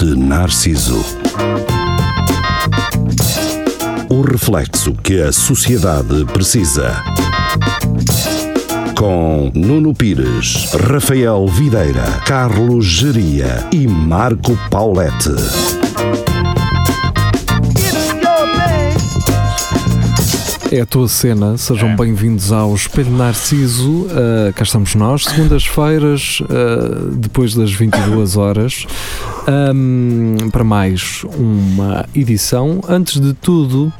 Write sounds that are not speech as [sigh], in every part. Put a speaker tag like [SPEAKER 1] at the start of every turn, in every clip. [SPEAKER 1] de Narciso. O reflexo que a sociedade precisa. Com Nuno Pires, Rafael Videira, Carlos Geria e Marco Paulette.
[SPEAKER 2] É a tua cena, sejam
[SPEAKER 3] É.
[SPEAKER 2] bem-vindos ao Espelho Narciso. Uh, cá estamos nós, segundas-feiras, uh, depois das 22 horas, um, para mais uma edição. Antes de tudo,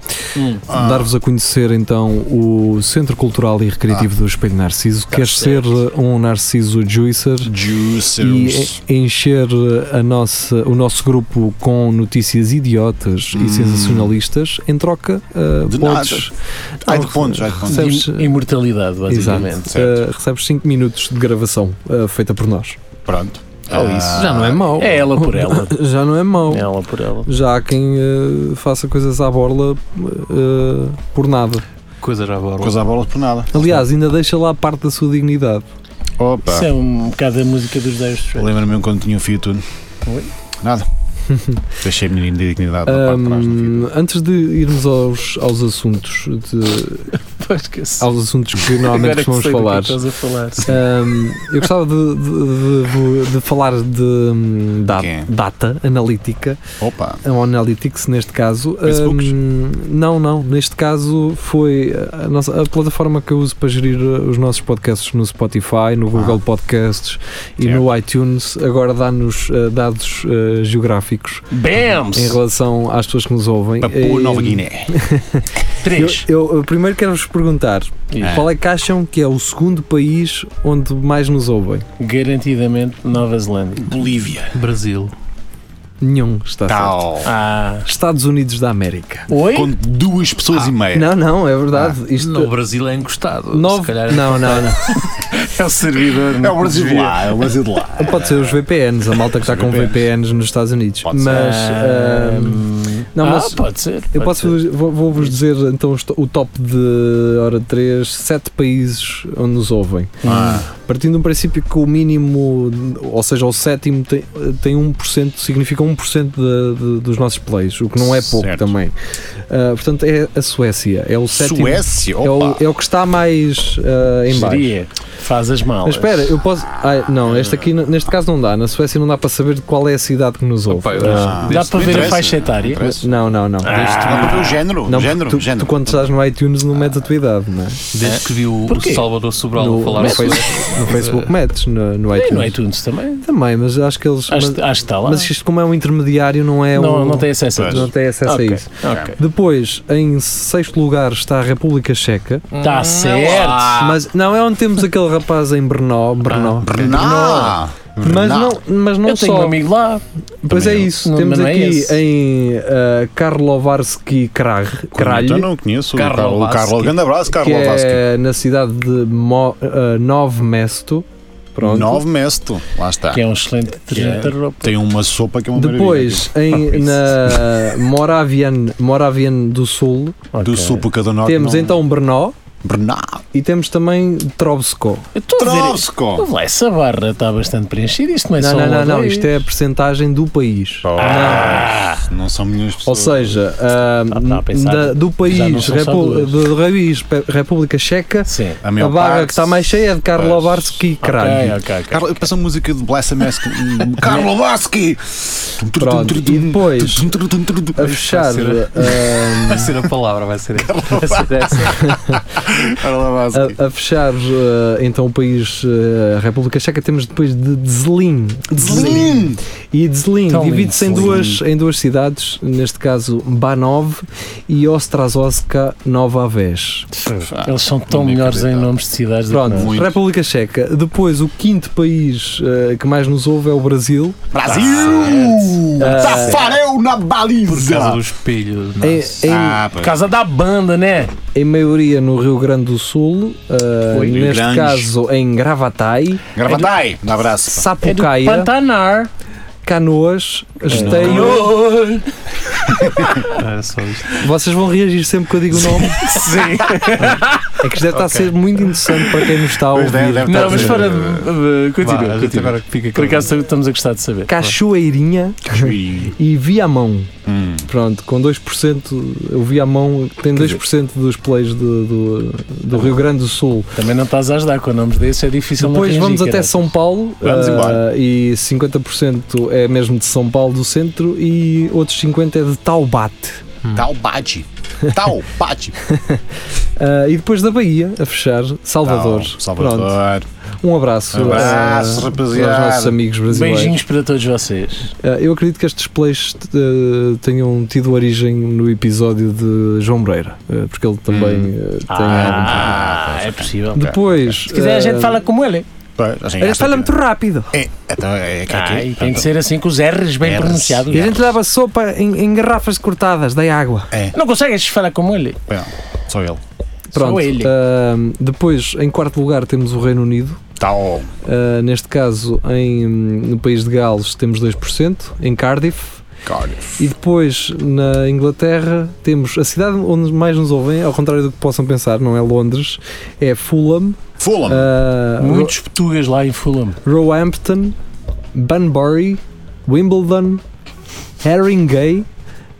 [SPEAKER 3] Ah.
[SPEAKER 2] dar-vos a conhecer então o Centro Cultural e
[SPEAKER 3] Ah.
[SPEAKER 2] Recreativo do Espelho Narciso. Queres ser um Narciso Juicer?
[SPEAKER 3] Juicers.
[SPEAKER 2] e é- encher a nossa, o nosso grupo com notícias idiotas e sensacionalistas, em troca uh,
[SPEAKER 3] Hum. De
[SPEAKER 2] podes,
[SPEAKER 3] Ai de
[SPEAKER 2] Não,
[SPEAKER 3] pontos, ai de pontos.
[SPEAKER 2] sei. Sabes- eh,
[SPEAKER 4] Im- imortalidade,
[SPEAKER 2] Exato.
[SPEAKER 4] basicamente.
[SPEAKER 3] Certo.
[SPEAKER 2] Uh, recebes 5 minutos de gravação uh, feita por nós.
[SPEAKER 3] Pronto. Ah,
[SPEAKER 4] Oh, isso.
[SPEAKER 2] Já não é mau.
[SPEAKER 4] É ela por ela.
[SPEAKER 2] Já não é mau.
[SPEAKER 4] É ela por ela.
[SPEAKER 2] Já há quem uh, faça coisas à borla uh, por nada.
[SPEAKER 5] Coisa já agora.
[SPEAKER 3] Coisa à bola por nada.
[SPEAKER 2] Aliás, ainda deixa lá parte da sua dignidade.
[SPEAKER 3] Opa.
[SPEAKER 4] Isso é um bocado a música dos Dire Straits.
[SPEAKER 3] Lembra-me quando tinha o fio tudo.
[SPEAKER 4] Oi?
[SPEAKER 2] [laughs]
[SPEAKER 3] Nada. Deixei a minha dignidade na parte de trás do fio.
[SPEAKER 2] Um, antes de irmos aos, aos assuntos de-
[SPEAKER 4] Pá, esquece.
[SPEAKER 2] aos assuntos que
[SPEAKER 4] [laughs] Agora é
[SPEAKER 2] normalmente
[SPEAKER 4] que
[SPEAKER 2] costumamos
[SPEAKER 4] sei do que
[SPEAKER 2] falar.
[SPEAKER 4] Estás a falar.
[SPEAKER 2] Hum, eu gostava de, de- de- de falar de hum, da-
[SPEAKER 3] Quem?
[SPEAKER 2] data analítica,
[SPEAKER 3] Opa.
[SPEAKER 2] ou analytics neste caso.
[SPEAKER 3] Facebooks?
[SPEAKER 2] Hum, não, não. Neste caso foi a, nossa- a plataforma que eu uso para gerir uh, os nossos podcasts no Spotify, no Google
[SPEAKER 3] Ah.
[SPEAKER 2] Podcasts e no iTunes. Agora dá-nos uh, dados uh, geográficos
[SPEAKER 4] BAMS!
[SPEAKER 2] em relação às pessoas que nos ouvem.
[SPEAKER 3] Papua
[SPEAKER 2] E,
[SPEAKER 3] Nova Guiné.
[SPEAKER 2] Eu,
[SPEAKER 4] 3.
[SPEAKER 2] eu, eu primeiro quero-vos perguntar
[SPEAKER 3] É.
[SPEAKER 2] qual é que acham que é o segundo país onde mais nos ouvem?
[SPEAKER 4] Garantidamente Nova Zelândia.
[SPEAKER 3] Bolívia.
[SPEAKER 5] Brasil.
[SPEAKER 2] Nenhum está certo.
[SPEAKER 3] Tal.
[SPEAKER 4] Ah.
[SPEAKER 2] Estados Unidos da América.
[SPEAKER 4] Oi?
[SPEAKER 3] Com duas
[SPEAKER 2] Ah,
[SPEAKER 3] pessoas e meia.
[SPEAKER 2] Não, não, é verdade.
[SPEAKER 3] Ah,
[SPEAKER 2] Isto
[SPEAKER 5] Não, o Brasil é encostado.
[SPEAKER 2] nove...
[SPEAKER 5] Se calhar
[SPEAKER 2] Não,
[SPEAKER 3] [laughs]
[SPEAKER 2] não,
[SPEAKER 4] [laughs]
[SPEAKER 2] não.
[SPEAKER 3] É o servidor. É o Brasil de lá. É o Brasil de lá.
[SPEAKER 2] Pode ser os VPNs, a malta que está com
[SPEAKER 3] VPNs.
[SPEAKER 2] VPNs nos Estados Unidos.
[SPEAKER 3] Pode ser.
[SPEAKER 2] mas.
[SPEAKER 4] Ah,
[SPEAKER 2] ahm, não,
[SPEAKER 4] ah,
[SPEAKER 2] mas
[SPEAKER 4] pode ser.
[SPEAKER 2] eu
[SPEAKER 4] pode
[SPEAKER 2] posso
[SPEAKER 4] ser.
[SPEAKER 2] vos- vou- vou-vos dizer então os to- o top de hora 3, sete países onde nos ouvem.
[SPEAKER 3] Ah,
[SPEAKER 2] Partindo do princípio que o mínimo, ou seja, o sétimo tem, tem 1%, significa 1% de, de, dos nossos plays, o que não é pouco
[SPEAKER 3] Certo.
[SPEAKER 2] também. Ah, portanto, é a Suécia. É o sétimo.
[SPEAKER 3] Suécia.
[SPEAKER 2] É o,
[SPEAKER 3] Opa.
[SPEAKER 2] é o que está mais ah, em baixo.
[SPEAKER 4] Seria. Faz as malas.
[SPEAKER 2] Mas espera, eu posso. Ai, não, este aqui, n- neste caso não dá. Na Suécia não dá para saber qual é a cidade que nos ouve.
[SPEAKER 5] Opa, eu
[SPEAKER 3] Ah.
[SPEAKER 4] Dá
[SPEAKER 5] Deste-
[SPEAKER 4] para
[SPEAKER 3] Não
[SPEAKER 4] ver a
[SPEAKER 3] interessa.
[SPEAKER 4] faixa etária?
[SPEAKER 3] Não interessa.
[SPEAKER 2] não, não, não.
[SPEAKER 3] Deste- Dá para ver é o género.
[SPEAKER 2] não
[SPEAKER 3] Ah, género.
[SPEAKER 2] tu,
[SPEAKER 3] género.
[SPEAKER 2] tu quando estás no iTunes não metes a tua idade, não é?
[SPEAKER 5] Desde que vi o, o
[SPEAKER 4] Porquê?
[SPEAKER 5] Salvador Sobral
[SPEAKER 2] No,
[SPEAKER 5] falar
[SPEAKER 2] no
[SPEAKER 5] sobre
[SPEAKER 2] Face- no Facebook metes, no, no
[SPEAKER 4] Tem
[SPEAKER 2] iTunes.
[SPEAKER 4] no iTunes é também.
[SPEAKER 2] Também, mas acho que eles.
[SPEAKER 4] Acho,
[SPEAKER 2] mas,
[SPEAKER 4] acho que está lá.
[SPEAKER 2] mas isto, como é um intermediário, não é
[SPEAKER 4] não,
[SPEAKER 2] um-
[SPEAKER 4] não tem acesso a
[SPEAKER 3] Pois.
[SPEAKER 2] não tem acesso
[SPEAKER 4] Ok,
[SPEAKER 2] a isso.
[SPEAKER 4] ok.
[SPEAKER 2] Depois, em sexto lugar, está a República Checa.
[SPEAKER 4] Está Tá certo.
[SPEAKER 2] Mas não é onde temos aquele rapaz em Brno.
[SPEAKER 3] Ah,
[SPEAKER 2] Brno.
[SPEAKER 3] Brená.
[SPEAKER 2] é Mas
[SPEAKER 3] Brená.
[SPEAKER 2] não, mas não
[SPEAKER 4] eu
[SPEAKER 2] só.
[SPEAKER 4] tenho um amigo lá.
[SPEAKER 2] Pois é
[SPEAKER 3] Também eu.
[SPEAKER 2] isso,
[SPEAKER 4] Não,
[SPEAKER 2] temos
[SPEAKER 4] mas não é
[SPEAKER 2] aqui
[SPEAKER 4] esse.
[SPEAKER 2] em uh, Karlovarsky Kralj,
[SPEAKER 3] Então
[SPEAKER 2] Kralj
[SPEAKER 3] não conheço o
[SPEAKER 5] Carlo
[SPEAKER 3] Carlo. O Carlo.
[SPEAKER 5] Vasque.
[SPEAKER 3] Grande abraço,
[SPEAKER 2] que
[SPEAKER 3] Carlo Vasque.
[SPEAKER 2] é na cidade de Mo, uh, Nove Mesto. Pronto.
[SPEAKER 3] Nove mesto. Lá está.
[SPEAKER 4] Que é um excelente detergente
[SPEAKER 3] Que é-
[SPEAKER 4] de roupa.
[SPEAKER 3] Tem uma sopa que é uma
[SPEAKER 2] Depois,
[SPEAKER 4] [laughs]
[SPEAKER 2] em, na Moravian, Moravian do Sul,
[SPEAKER 3] maravilha. Do
[SPEAKER 4] Ok.
[SPEAKER 3] sul para cada norte.
[SPEAKER 2] temos
[SPEAKER 3] não-
[SPEAKER 2] então Brno
[SPEAKER 3] Bernardo.
[SPEAKER 2] e temos também Trobsko.
[SPEAKER 4] Eu estou a dizer.
[SPEAKER 3] Trosco.
[SPEAKER 4] Ouve lá, essa barra está bastante preenchida. Isto não é
[SPEAKER 2] Não,
[SPEAKER 4] só
[SPEAKER 2] não,
[SPEAKER 4] um
[SPEAKER 2] não,
[SPEAKER 4] ou
[SPEAKER 2] não,
[SPEAKER 4] dois.
[SPEAKER 2] isto é a percentagem do país.
[SPEAKER 3] Ah, não são milhões de
[SPEAKER 2] Ou
[SPEAKER 3] pessoas.
[SPEAKER 2] seja, uh,
[SPEAKER 4] estava Tá, a pensar.
[SPEAKER 2] da- do
[SPEAKER 4] não
[SPEAKER 2] país,
[SPEAKER 4] são só
[SPEAKER 2] Repu-
[SPEAKER 4] duas.
[SPEAKER 2] do país, Pe- República Checa,
[SPEAKER 4] Sim.
[SPEAKER 3] a,
[SPEAKER 2] a
[SPEAKER 3] maior
[SPEAKER 2] barra
[SPEAKER 3] parte-
[SPEAKER 2] que está mais cheia é de Karlovarsky Kralj.
[SPEAKER 4] Ok, ok, ok.
[SPEAKER 3] Carlo, eu peço a música de Bless Mask. Carlo Vasque!
[SPEAKER 2] Pronto, e depois, A fechar, eh,
[SPEAKER 5] Vai ser
[SPEAKER 2] ahm,
[SPEAKER 5] Vai ser a palavra, vai ser essa.
[SPEAKER 3] Carlo Vasque.
[SPEAKER 2] a, a fechar ah, então o país, ah, a República Checa, temos depois de Dzlin.
[SPEAKER 3] Zlim!
[SPEAKER 2] E Dzlin
[SPEAKER 4] Tão
[SPEAKER 2] divide-se em
[SPEAKER 4] lindo.
[SPEAKER 2] duas, em duas cidades, neste caso Banov e Ostrazovska Nova Vez.
[SPEAKER 4] Eles são tão melhores em nomes de cidades
[SPEAKER 2] Pronto,
[SPEAKER 4] do que nós.
[SPEAKER 3] Muito.
[SPEAKER 2] República Checa. Depois, o quinto país ah, que mais nos ouve é o Brasil.
[SPEAKER 3] Brasil!
[SPEAKER 2] Ah,
[SPEAKER 3] Tafarel na
[SPEAKER 5] Por causa do
[SPEAKER 3] baliza!
[SPEAKER 5] espelho.
[SPEAKER 2] Em,
[SPEAKER 5] nossa.
[SPEAKER 2] em-
[SPEAKER 3] Ah,
[SPEAKER 4] É, Por
[SPEAKER 3] pois.
[SPEAKER 4] causa da banda, né?
[SPEAKER 2] em maioria no Rio Grande do Sul, ah,
[SPEAKER 3] Oi. Rio
[SPEAKER 2] neste
[SPEAKER 3] Grande.
[SPEAKER 2] caso em Gravatai, é [laughs]
[SPEAKER 3] Gravatai! Um abraço.
[SPEAKER 4] É do
[SPEAKER 2] Sapucaia,
[SPEAKER 4] Pantanar.
[SPEAKER 2] Canoas Esteio.
[SPEAKER 5] Era só isto.
[SPEAKER 2] Vocês vão reagir sempre que eu digo o nome.
[SPEAKER 3] [laughs] Sim.
[SPEAKER 2] É que isto deve estar a ser muito interessante para quem nos está a
[SPEAKER 3] Pois deve-
[SPEAKER 2] ouvir.
[SPEAKER 3] deve estar
[SPEAKER 4] Não,
[SPEAKER 3] a
[SPEAKER 4] mas
[SPEAKER 3] ser- eh,
[SPEAKER 4] fora. de- de-
[SPEAKER 5] Vá, a
[SPEAKER 4] Continua,
[SPEAKER 5] gente
[SPEAKER 4] continua.
[SPEAKER 5] agora que fica
[SPEAKER 4] Por
[SPEAKER 5] com-
[SPEAKER 4] acaso estamos a gostar de saber.
[SPEAKER 2] Cachoeirinha
[SPEAKER 3] Cachoeirinha.
[SPEAKER 2] e Viamão.
[SPEAKER 3] Hum.
[SPEAKER 2] Pronto, com 2%, o Viamão tem 2% dos plays do, do, do Rio Grande do Sul.
[SPEAKER 4] Também não estás a ajudar com nomes desses, é né? difícil não
[SPEAKER 2] Depois
[SPEAKER 4] reagir,
[SPEAKER 2] vamos até
[SPEAKER 4] caralho.
[SPEAKER 2] São Paulo
[SPEAKER 3] Vamos
[SPEAKER 2] ah,
[SPEAKER 3] embora.
[SPEAKER 2] e 50% é mesmo de São Paulo do centro e outros 50% é de Taubate.
[SPEAKER 3] Taubate. Taubate.
[SPEAKER 2] Ah, e depois da Bahia, a fechar, Salvador.
[SPEAKER 3] Tal, Salvador.
[SPEAKER 2] Pronto, um abraço,
[SPEAKER 3] Um abraço,
[SPEAKER 2] ah, aos
[SPEAKER 3] rapaziada.
[SPEAKER 2] nossos amigos brasileiros.
[SPEAKER 4] Beijinhos para todos vocês.
[SPEAKER 2] Ah, eu acredito que estes plays eh, tenham tido origem no episódio de João Breira, eh, porque ele também eh, tem.
[SPEAKER 4] Hum. Ah, é possível. Ah,
[SPEAKER 2] Depois. eh,
[SPEAKER 4] Se quiser, a gente fala como ele.
[SPEAKER 3] Pois, assim,
[SPEAKER 2] Ele
[SPEAKER 3] esta
[SPEAKER 2] fala
[SPEAKER 3] aqui-
[SPEAKER 2] muito rápido.
[SPEAKER 3] É, então, é que
[SPEAKER 4] Ah,
[SPEAKER 3] aqui.
[SPEAKER 4] e tem de ser assim com os R's bem
[SPEAKER 3] R's.
[SPEAKER 4] pronunciados.
[SPEAKER 2] E a gente dava sopa em, em garrafas cortadas da água.
[SPEAKER 4] Não consegues falar como ele?
[SPEAKER 3] Não, Só ele.
[SPEAKER 2] Pronto.
[SPEAKER 4] Só ele.
[SPEAKER 2] ah, depois, em quarto lugar, temos o Reino Unido.
[SPEAKER 3] Tal.
[SPEAKER 2] Ah, neste caso, em, no país de Gales, temos 2%, em Cardiff.
[SPEAKER 3] Cardiff.
[SPEAKER 2] E depois, na Inglaterra, temos a cidade onde mais nos ouvem, ao contrário do que possam pensar, não é Londres, é Fulham,
[SPEAKER 3] Fulham.
[SPEAKER 2] ah,
[SPEAKER 4] Muitos portugueses lá em Fulham.
[SPEAKER 2] Ro- Roehampton, Bunbury, Wimbledon, Haringey,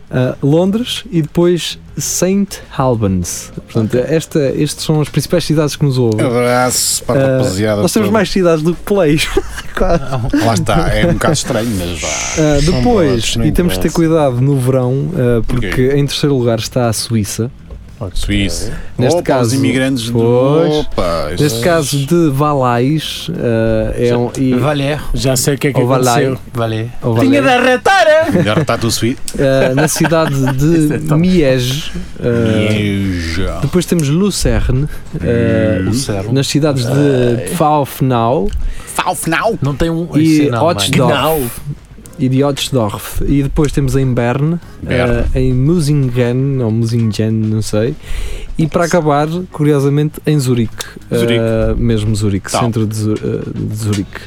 [SPEAKER 2] ah, Londres e depois St. Albans. Portanto, esta, estes são as principais cidades que nos
[SPEAKER 3] É
[SPEAKER 2] ouvem.
[SPEAKER 3] um Abraço para a
[SPEAKER 2] Ah,
[SPEAKER 3] rapaziada.
[SPEAKER 2] Nós temos
[SPEAKER 3] toda.
[SPEAKER 2] mais cidades do que plays. Quase.
[SPEAKER 3] Lá está, é um bocado estranho, mas vá.
[SPEAKER 2] Ah,
[SPEAKER 3] São
[SPEAKER 2] depois,
[SPEAKER 3] boas, não
[SPEAKER 2] e temos de ter
[SPEAKER 3] interessa.
[SPEAKER 2] cuidado no verão, ah, porque
[SPEAKER 3] Porquê?
[SPEAKER 2] em terceiro lugar está a Suíça.
[SPEAKER 3] Suíça.
[SPEAKER 2] [laughs] Neste
[SPEAKER 3] Opa, os
[SPEAKER 2] caso-
[SPEAKER 3] imigrantes do.
[SPEAKER 2] Pois.
[SPEAKER 3] Opa, isso- é
[SPEAKER 2] Neste caso de Valais, eh, é um. E,
[SPEAKER 5] Valer.
[SPEAKER 4] Já sei o que é que
[SPEAKER 2] Ou vá lá.
[SPEAKER 4] aconteceu.
[SPEAKER 5] Valer.
[SPEAKER 2] ou
[SPEAKER 4] Tinha de
[SPEAKER 2] Valais,
[SPEAKER 4] arretar! é?
[SPEAKER 3] Melhor tá está
[SPEAKER 2] [laughs]
[SPEAKER 3] do Suíça.
[SPEAKER 2] eh, na cidade
[SPEAKER 4] [laughs]
[SPEAKER 2] de Miege. eh,
[SPEAKER 3] E já.
[SPEAKER 2] depois temos Lucerne, eh,
[SPEAKER 5] O
[SPEAKER 4] Uhum.
[SPEAKER 5] cérebro.
[SPEAKER 2] nas cidades de Pfaffenau
[SPEAKER 3] Faufnau.
[SPEAKER 5] Não tem um.
[SPEAKER 2] e
[SPEAKER 5] isso não, mano.
[SPEAKER 2] Otzdorf. E de Otzdorf. E depois temos em Berne,
[SPEAKER 3] Berne.
[SPEAKER 2] eh, em Musingen, ou Musingen, não sei. E para acabar, curiosamente, em Zurique. eh,
[SPEAKER 3] Zurique.
[SPEAKER 2] mesmo Zurique,
[SPEAKER 3] Tal.
[SPEAKER 2] centro de, Zu- eh, de Zurique.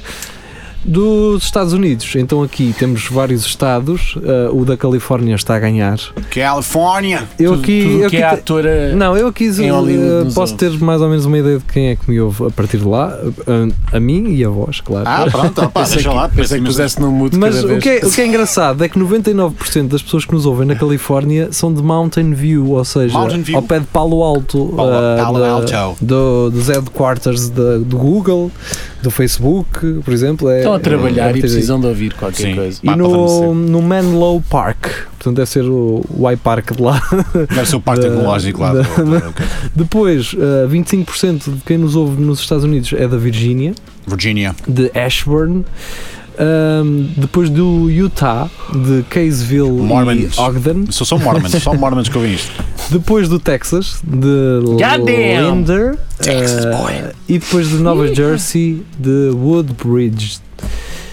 [SPEAKER 2] Dos Estados Unidos, então aqui temos vários estados, eh, o da Califórnia está a ganhar.
[SPEAKER 3] Califórnia.
[SPEAKER 2] Eu
[SPEAKER 4] Tudo-
[SPEAKER 2] aqui.
[SPEAKER 4] tudo
[SPEAKER 2] eu aqui
[SPEAKER 4] que é
[SPEAKER 2] te-
[SPEAKER 4] ator a-
[SPEAKER 2] não, eu aqui
[SPEAKER 4] em
[SPEAKER 2] eh,
[SPEAKER 4] Hollywood nos
[SPEAKER 2] posso ter mais ou menos uma ideia de quem é que me ouve a partir de lá, Eh, a, a mim e a vós, claro.
[SPEAKER 3] Ah, pronto, opa, deixa lá.
[SPEAKER 4] Pensei que puseste no mudo
[SPEAKER 2] Mas
[SPEAKER 4] cada
[SPEAKER 2] o
[SPEAKER 4] vez.
[SPEAKER 2] que, é, o que é engraçado é que 99% das pessoas que nos ouvem na Califórnia são de Mountain View, ou seja,
[SPEAKER 3] Mountain View.
[SPEAKER 2] ao pé de Palo Alto,
[SPEAKER 3] Palo-
[SPEAKER 2] ah,
[SPEAKER 3] Palo
[SPEAKER 2] da-
[SPEAKER 3] Alto.
[SPEAKER 2] do- dos headquarters da- do Google, do Facebook, por exemplo. É,
[SPEAKER 4] Estão a trabalhar
[SPEAKER 2] é- é-
[SPEAKER 4] e precisam de ouvir qualquer
[SPEAKER 3] Sim.
[SPEAKER 4] coisa.
[SPEAKER 2] E
[SPEAKER 3] Pá,
[SPEAKER 2] no,
[SPEAKER 3] adormeceu.
[SPEAKER 2] no Menlo Park, portanto deve ser o, o iPark de lá.
[SPEAKER 3] Deve ser o parque
[SPEAKER 2] Da- [laughs]
[SPEAKER 3] tecnológico lá.
[SPEAKER 2] da-
[SPEAKER 3] do- do- ok.
[SPEAKER 2] Depois, ah, 25% de quem nos ouve nos Estados Unidos é da Virgínia.
[SPEAKER 3] Virginia.
[SPEAKER 2] de Ashburn, ahm, depois do Utah, de Kaysville
[SPEAKER 3] Mormons.
[SPEAKER 2] e Ogden,
[SPEAKER 3] Só são Mormons, só Mormons que eu vi isto.
[SPEAKER 2] depois do Texas, de
[SPEAKER 4] Goddamn!
[SPEAKER 2] Linder, ah, e depois de Nova Jersey, de Woodbridge.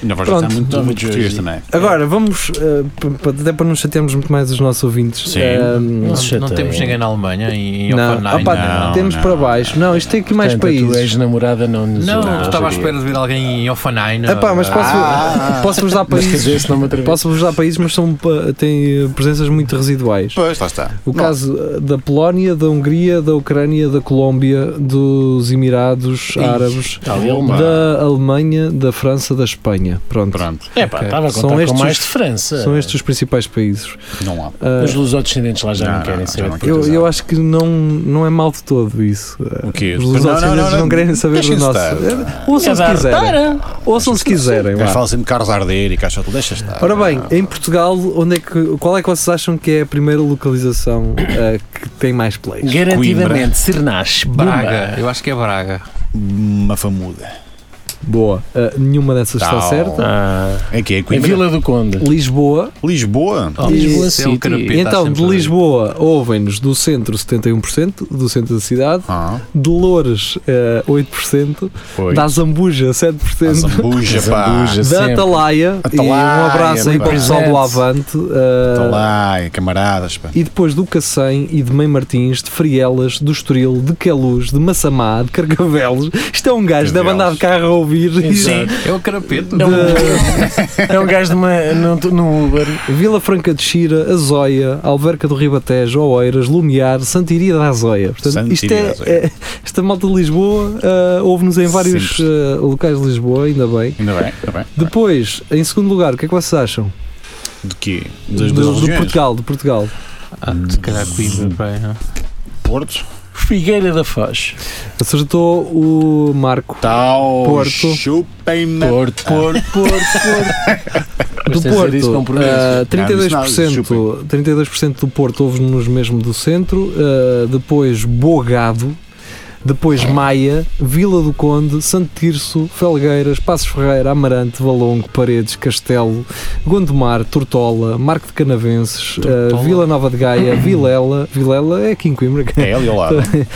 [SPEAKER 3] Nova Jersey
[SPEAKER 2] Pronto.
[SPEAKER 3] está muito,
[SPEAKER 4] Nova
[SPEAKER 3] muito português
[SPEAKER 4] Jersey.
[SPEAKER 3] também.
[SPEAKER 2] Agora, vamos, ah, p- p- até para não chatearmos muito mais os nossos ouvintes.
[SPEAKER 3] Sim.
[SPEAKER 2] ahm,
[SPEAKER 4] Não se
[SPEAKER 5] Não, não
[SPEAKER 4] chateiem.
[SPEAKER 5] temos ninguém na Alemanha em
[SPEAKER 2] não,
[SPEAKER 5] Offenheim,
[SPEAKER 2] opá,
[SPEAKER 3] não,
[SPEAKER 2] temos
[SPEAKER 3] não,
[SPEAKER 2] para baixo. Não, isto tem aqui mais
[SPEAKER 4] Portanto, a tua
[SPEAKER 2] países.
[SPEAKER 4] ex-namorada não nos
[SPEAKER 5] Não,
[SPEAKER 4] ouve.
[SPEAKER 5] estava à espera de ver alguém em Offenheim.
[SPEAKER 2] Epá, mas posso,
[SPEAKER 3] Ah.
[SPEAKER 2] posso-vos dar
[SPEAKER 4] Mas quer dizer,
[SPEAKER 2] países.
[SPEAKER 4] se não me atrevi.
[SPEAKER 2] Posso-vos dar países, mas são, pa- têm eh, presenças muito residuais.
[SPEAKER 3] Pois, lá está.
[SPEAKER 2] O
[SPEAKER 3] Não,
[SPEAKER 2] caso eh, da Polónia, da Hungria, da Ucrânia, da Colômbia, dos Emirados Árabes,
[SPEAKER 4] Tá bom,
[SPEAKER 3] Pá.
[SPEAKER 2] da Alemanha, da França, da Espanha. Pronto.
[SPEAKER 3] Pronto,
[SPEAKER 4] É pá,
[SPEAKER 2] Ok.
[SPEAKER 4] estava a
[SPEAKER 2] São
[SPEAKER 4] contar com
[SPEAKER 2] estes
[SPEAKER 4] mais
[SPEAKER 2] os-
[SPEAKER 4] de França.
[SPEAKER 2] São estes os principais países.
[SPEAKER 3] não há.
[SPEAKER 2] Ah,
[SPEAKER 4] Os lusodescendentes lá já
[SPEAKER 3] Não,
[SPEAKER 4] não,
[SPEAKER 3] não,
[SPEAKER 4] querem
[SPEAKER 3] já
[SPEAKER 4] saber.
[SPEAKER 3] não
[SPEAKER 4] de
[SPEAKER 3] querem.
[SPEAKER 2] eu, eu acho que não, não é mal de todo isso. Ah,
[SPEAKER 3] O quê?
[SPEAKER 2] Os lusodescendentes não querem saber do
[SPEAKER 3] deixem
[SPEAKER 2] nosso.
[SPEAKER 3] estar.
[SPEAKER 2] Eh, Ouçam se quiserem.
[SPEAKER 4] É Para.
[SPEAKER 2] Ouçam se quiserem.
[SPEAKER 3] O
[SPEAKER 2] vá.
[SPEAKER 3] gajo fala sempre de carros a arder e caixa tudo, deixa estar.
[SPEAKER 2] Ora bem, em Portugal, onde é que, qual é que vocês acham que é a primeira localização ah, que tem mais plays?
[SPEAKER 3] Coimbra.
[SPEAKER 4] Garantidamente, Cernas,
[SPEAKER 5] Braga,
[SPEAKER 4] Braga.
[SPEAKER 5] eu acho que é Braga.
[SPEAKER 3] Uma famuda.
[SPEAKER 2] Boa. Ah, nenhuma dessas está
[SPEAKER 3] Não.
[SPEAKER 2] certa.
[SPEAKER 3] É que é
[SPEAKER 4] Em
[SPEAKER 3] Coimbra.
[SPEAKER 4] Vila do Conde.
[SPEAKER 2] Lisboa,
[SPEAKER 3] Lisboa.
[SPEAKER 5] Oh,
[SPEAKER 2] Lisboa
[SPEAKER 3] um
[SPEAKER 5] isso é o
[SPEAKER 4] City.
[SPEAKER 5] carapete,
[SPEAKER 2] E
[SPEAKER 5] está
[SPEAKER 2] então, de
[SPEAKER 5] sempre a ver.
[SPEAKER 2] Lisboa, ouvem-nos do centro 71%, do centro da cidade,
[SPEAKER 3] Ah,
[SPEAKER 2] de Loures eh, 8%,
[SPEAKER 3] foi.
[SPEAKER 2] da Zambuja 7%,
[SPEAKER 3] A Zambuja, pá.
[SPEAKER 2] da
[SPEAKER 4] Zambuja. sempre.
[SPEAKER 2] Atalaia, e um
[SPEAKER 3] Atalaia,
[SPEAKER 2] abraço aí
[SPEAKER 3] pá.
[SPEAKER 2] para o pessoal do
[SPEAKER 4] Presente.
[SPEAKER 2] Avante, eh,
[SPEAKER 3] Estão Tá lá, e camaradas, pá.
[SPEAKER 2] e depois do Cacém e de Mãe Martins, de Frielas, do Estoril, de Queluz, de Massamá, de Carcavelos. Isto é um gajo da
[SPEAKER 3] Carcavelos.
[SPEAKER 2] banda de carro a ouvir isso.
[SPEAKER 4] Exato.
[SPEAKER 5] É o carapeto.
[SPEAKER 4] É um gajo de uma, num, num Uber.
[SPEAKER 2] Vila Franca de Xira, Azóia, Alverca do Ribatejo, Oeiras, Lumiar, Santiria da Azóia. Portanto, isto
[SPEAKER 3] Santiria da
[SPEAKER 2] é,
[SPEAKER 3] Azóia.
[SPEAKER 2] é- esta malta de Lisboa ah, ouve-nos em vários
[SPEAKER 3] Sempre.
[SPEAKER 2] ah, locais de Lisboa, ainda bem.
[SPEAKER 3] Ainda bem, ainda bem.
[SPEAKER 2] Depois, em segundo lugar, o que é que vocês acham?
[SPEAKER 3] De quê? Das
[SPEAKER 2] do,
[SPEAKER 3] duas
[SPEAKER 2] do
[SPEAKER 3] regiões?
[SPEAKER 2] Portugal, do Portugal.
[SPEAKER 5] Ah, se calhar Coimbra, é. pai, não.
[SPEAKER 3] Porto.
[SPEAKER 4] Figueira da Foz.
[SPEAKER 2] Acertou o Marco.
[SPEAKER 3] Tal.
[SPEAKER 2] Porto.
[SPEAKER 3] Chupem-me.
[SPEAKER 4] Porto, Porto, Porto, Porto.
[SPEAKER 2] do
[SPEAKER 4] Mas tens de dizer isso com
[SPEAKER 2] Porto,
[SPEAKER 4] promessas.
[SPEAKER 2] ah, 32%,
[SPEAKER 3] Não, isso nada, chupem.
[SPEAKER 2] 32% do Porto ouve-nos mesmo do centro, ah, depois Bogado, depois Maia, Vila do Conde, Santo Tirso, Felgueiras, Passos Ferreira, Amarante, Valongo, Paredes, Castelo, Gondomar, Tortola, Marco de Canavenses, ah,
[SPEAKER 5] Tortola.
[SPEAKER 2] Vila Nova de Gaia, Vilela, Vilela é aqui em Coimbra, [laughs]
[SPEAKER 3] É ali ao lado.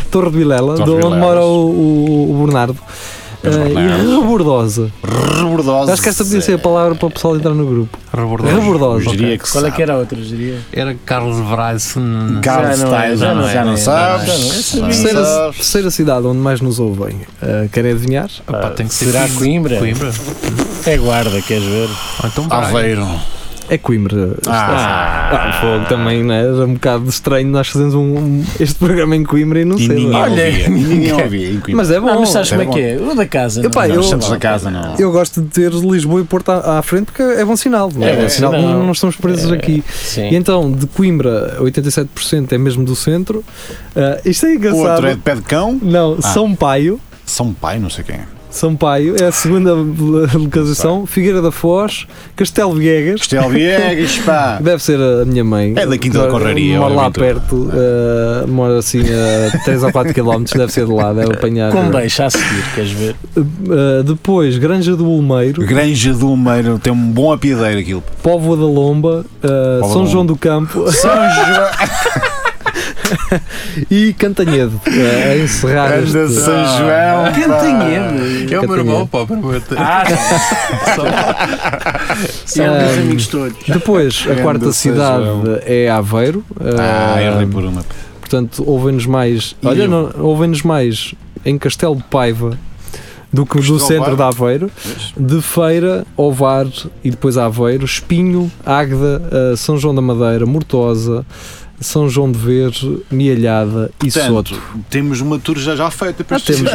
[SPEAKER 2] Torre de Vilela,
[SPEAKER 3] Torre
[SPEAKER 2] de
[SPEAKER 3] de
[SPEAKER 2] onde
[SPEAKER 3] Vilelas.
[SPEAKER 2] mora o, o- o Bernardo,
[SPEAKER 3] Os é?
[SPEAKER 2] Ah,
[SPEAKER 3] Bernardos.
[SPEAKER 2] e Rebordosa.
[SPEAKER 3] Rebordosa.
[SPEAKER 2] Acho que esta podia ser a palavra para o pessoal entrar no grupo.
[SPEAKER 5] Rebordosa.
[SPEAKER 2] Rebordosa.
[SPEAKER 3] Eu diria que
[SPEAKER 4] Qual é
[SPEAKER 3] sabe.
[SPEAKER 4] que era a outra, eu diria?
[SPEAKER 5] Era Carlos Braz.
[SPEAKER 3] Carlos
[SPEAKER 4] Já não é,
[SPEAKER 3] Tais,
[SPEAKER 4] já
[SPEAKER 3] já
[SPEAKER 4] não
[SPEAKER 3] não,
[SPEAKER 4] é,
[SPEAKER 3] já
[SPEAKER 4] não
[SPEAKER 3] não
[SPEAKER 4] é,
[SPEAKER 3] sabes.
[SPEAKER 4] já
[SPEAKER 3] Já
[SPEAKER 4] não é. Eu
[SPEAKER 3] não
[SPEAKER 4] sabia.
[SPEAKER 2] Terceira,
[SPEAKER 3] sabes.
[SPEAKER 2] terceira cidade onde mais nos ouvem. Ah, querem adivinhar?
[SPEAKER 5] tem que ser
[SPEAKER 4] Será Coimbra?
[SPEAKER 5] Coimbra?
[SPEAKER 4] É guarda, queres ver?
[SPEAKER 5] Ou então Braga.
[SPEAKER 3] Aveiro.
[SPEAKER 2] É Coimbra.
[SPEAKER 3] Ah.
[SPEAKER 2] Ah, fogo também, né? Era um bocado estranho nós fazemos um, um- este programa em Coimbra e não
[SPEAKER 3] E
[SPEAKER 2] sei.
[SPEAKER 3] ninguém
[SPEAKER 2] lá.
[SPEAKER 4] Olha,
[SPEAKER 3] ouvia. E ninguém ouvia. em Coimbra.
[SPEAKER 2] Mas é bom.
[SPEAKER 4] não, mas sabes como é
[SPEAKER 3] era
[SPEAKER 4] que é? O da casa.
[SPEAKER 2] Epá,
[SPEAKER 4] não,
[SPEAKER 2] eu-
[SPEAKER 3] Não, os
[SPEAKER 4] Sei
[SPEAKER 3] Santos
[SPEAKER 4] lá.
[SPEAKER 3] da Casa, não.
[SPEAKER 2] Eu gosto de ter Lisboa e Porto à, à frente porque é bom sinal. não
[SPEAKER 4] É bom
[SPEAKER 2] sinal, que
[SPEAKER 4] sinal.
[SPEAKER 2] Não, não estamos presos
[SPEAKER 4] É.
[SPEAKER 2] aqui. E
[SPEAKER 4] Sim.
[SPEAKER 2] então, de Coimbra, 87% é mesmo do centro. Ah, isto é
[SPEAKER 3] O
[SPEAKER 2] engraçado.
[SPEAKER 3] outro é de pé de cão.
[SPEAKER 2] Não,
[SPEAKER 3] Ah.
[SPEAKER 2] São Paio.
[SPEAKER 3] São Pai, não sei quem.
[SPEAKER 2] Sampaio é a segunda [laughs] localização. Figueira da Foz, Castelo Viegas.
[SPEAKER 3] Castelo Viegas,
[SPEAKER 2] [laughs]
[SPEAKER 3] pá.
[SPEAKER 2] Deve ser a minha mãe.
[SPEAKER 3] É da Quinta da
[SPEAKER 2] Mora-
[SPEAKER 3] Correria,
[SPEAKER 2] Mora lá
[SPEAKER 3] obviamente.
[SPEAKER 2] perto, eh, mora assim
[SPEAKER 3] [laughs]
[SPEAKER 2] a 3 ou 4 km, deve ser de lá, deve apanhar.
[SPEAKER 4] Como deixa a seguir, queres ver?
[SPEAKER 2] Eh, depois, Granja do Olmeiro,
[SPEAKER 3] Granja do Meiro tem um bom apiadeiro aquilo.
[SPEAKER 2] Póvoa da Lomba, eh,
[SPEAKER 3] Póvoa
[SPEAKER 2] São
[SPEAKER 3] da
[SPEAKER 2] João do Campo
[SPEAKER 3] São João.
[SPEAKER 2] [laughs] e Cantanhedo. eh, a encerrar
[SPEAKER 3] Grande
[SPEAKER 2] este-
[SPEAKER 3] São João.
[SPEAKER 4] Cantanhedo.
[SPEAKER 5] É o meu irmão, pá, pergunta.
[SPEAKER 4] Ah, são
[SPEAKER 2] Ah,
[SPEAKER 4] os amigos todos.
[SPEAKER 2] Depois, a
[SPEAKER 3] Grande
[SPEAKER 2] quarta
[SPEAKER 3] São
[SPEAKER 2] cidade
[SPEAKER 3] João.
[SPEAKER 2] é Aveiro.
[SPEAKER 3] Ah,
[SPEAKER 2] eh,
[SPEAKER 3] errei por uma.
[SPEAKER 2] Portanto, ouvem-nos mais.
[SPEAKER 3] E
[SPEAKER 2] Olha,
[SPEAKER 3] eu?
[SPEAKER 2] não, ouvem-nos mais em Castelo de Paiva do que
[SPEAKER 3] Castelo
[SPEAKER 2] do
[SPEAKER 3] de
[SPEAKER 2] centro
[SPEAKER 3] Paiva?
[SPEAKER 2] de Aveiro, de Feira, Ovar e depois Aveiro, Espinho, Águeda, eh, São João da Madeira, Mortosa, São João de Verde, Mialhada e
[SPEAKER 3] Portanto,
[SPEAKER 2] Soto.
[SPEAKER 3] Temos uma tour já, já feita para
[SPEAKER 2] Já
[SPEAKER 3] estes
[SPEAKER 2] Ah, temos,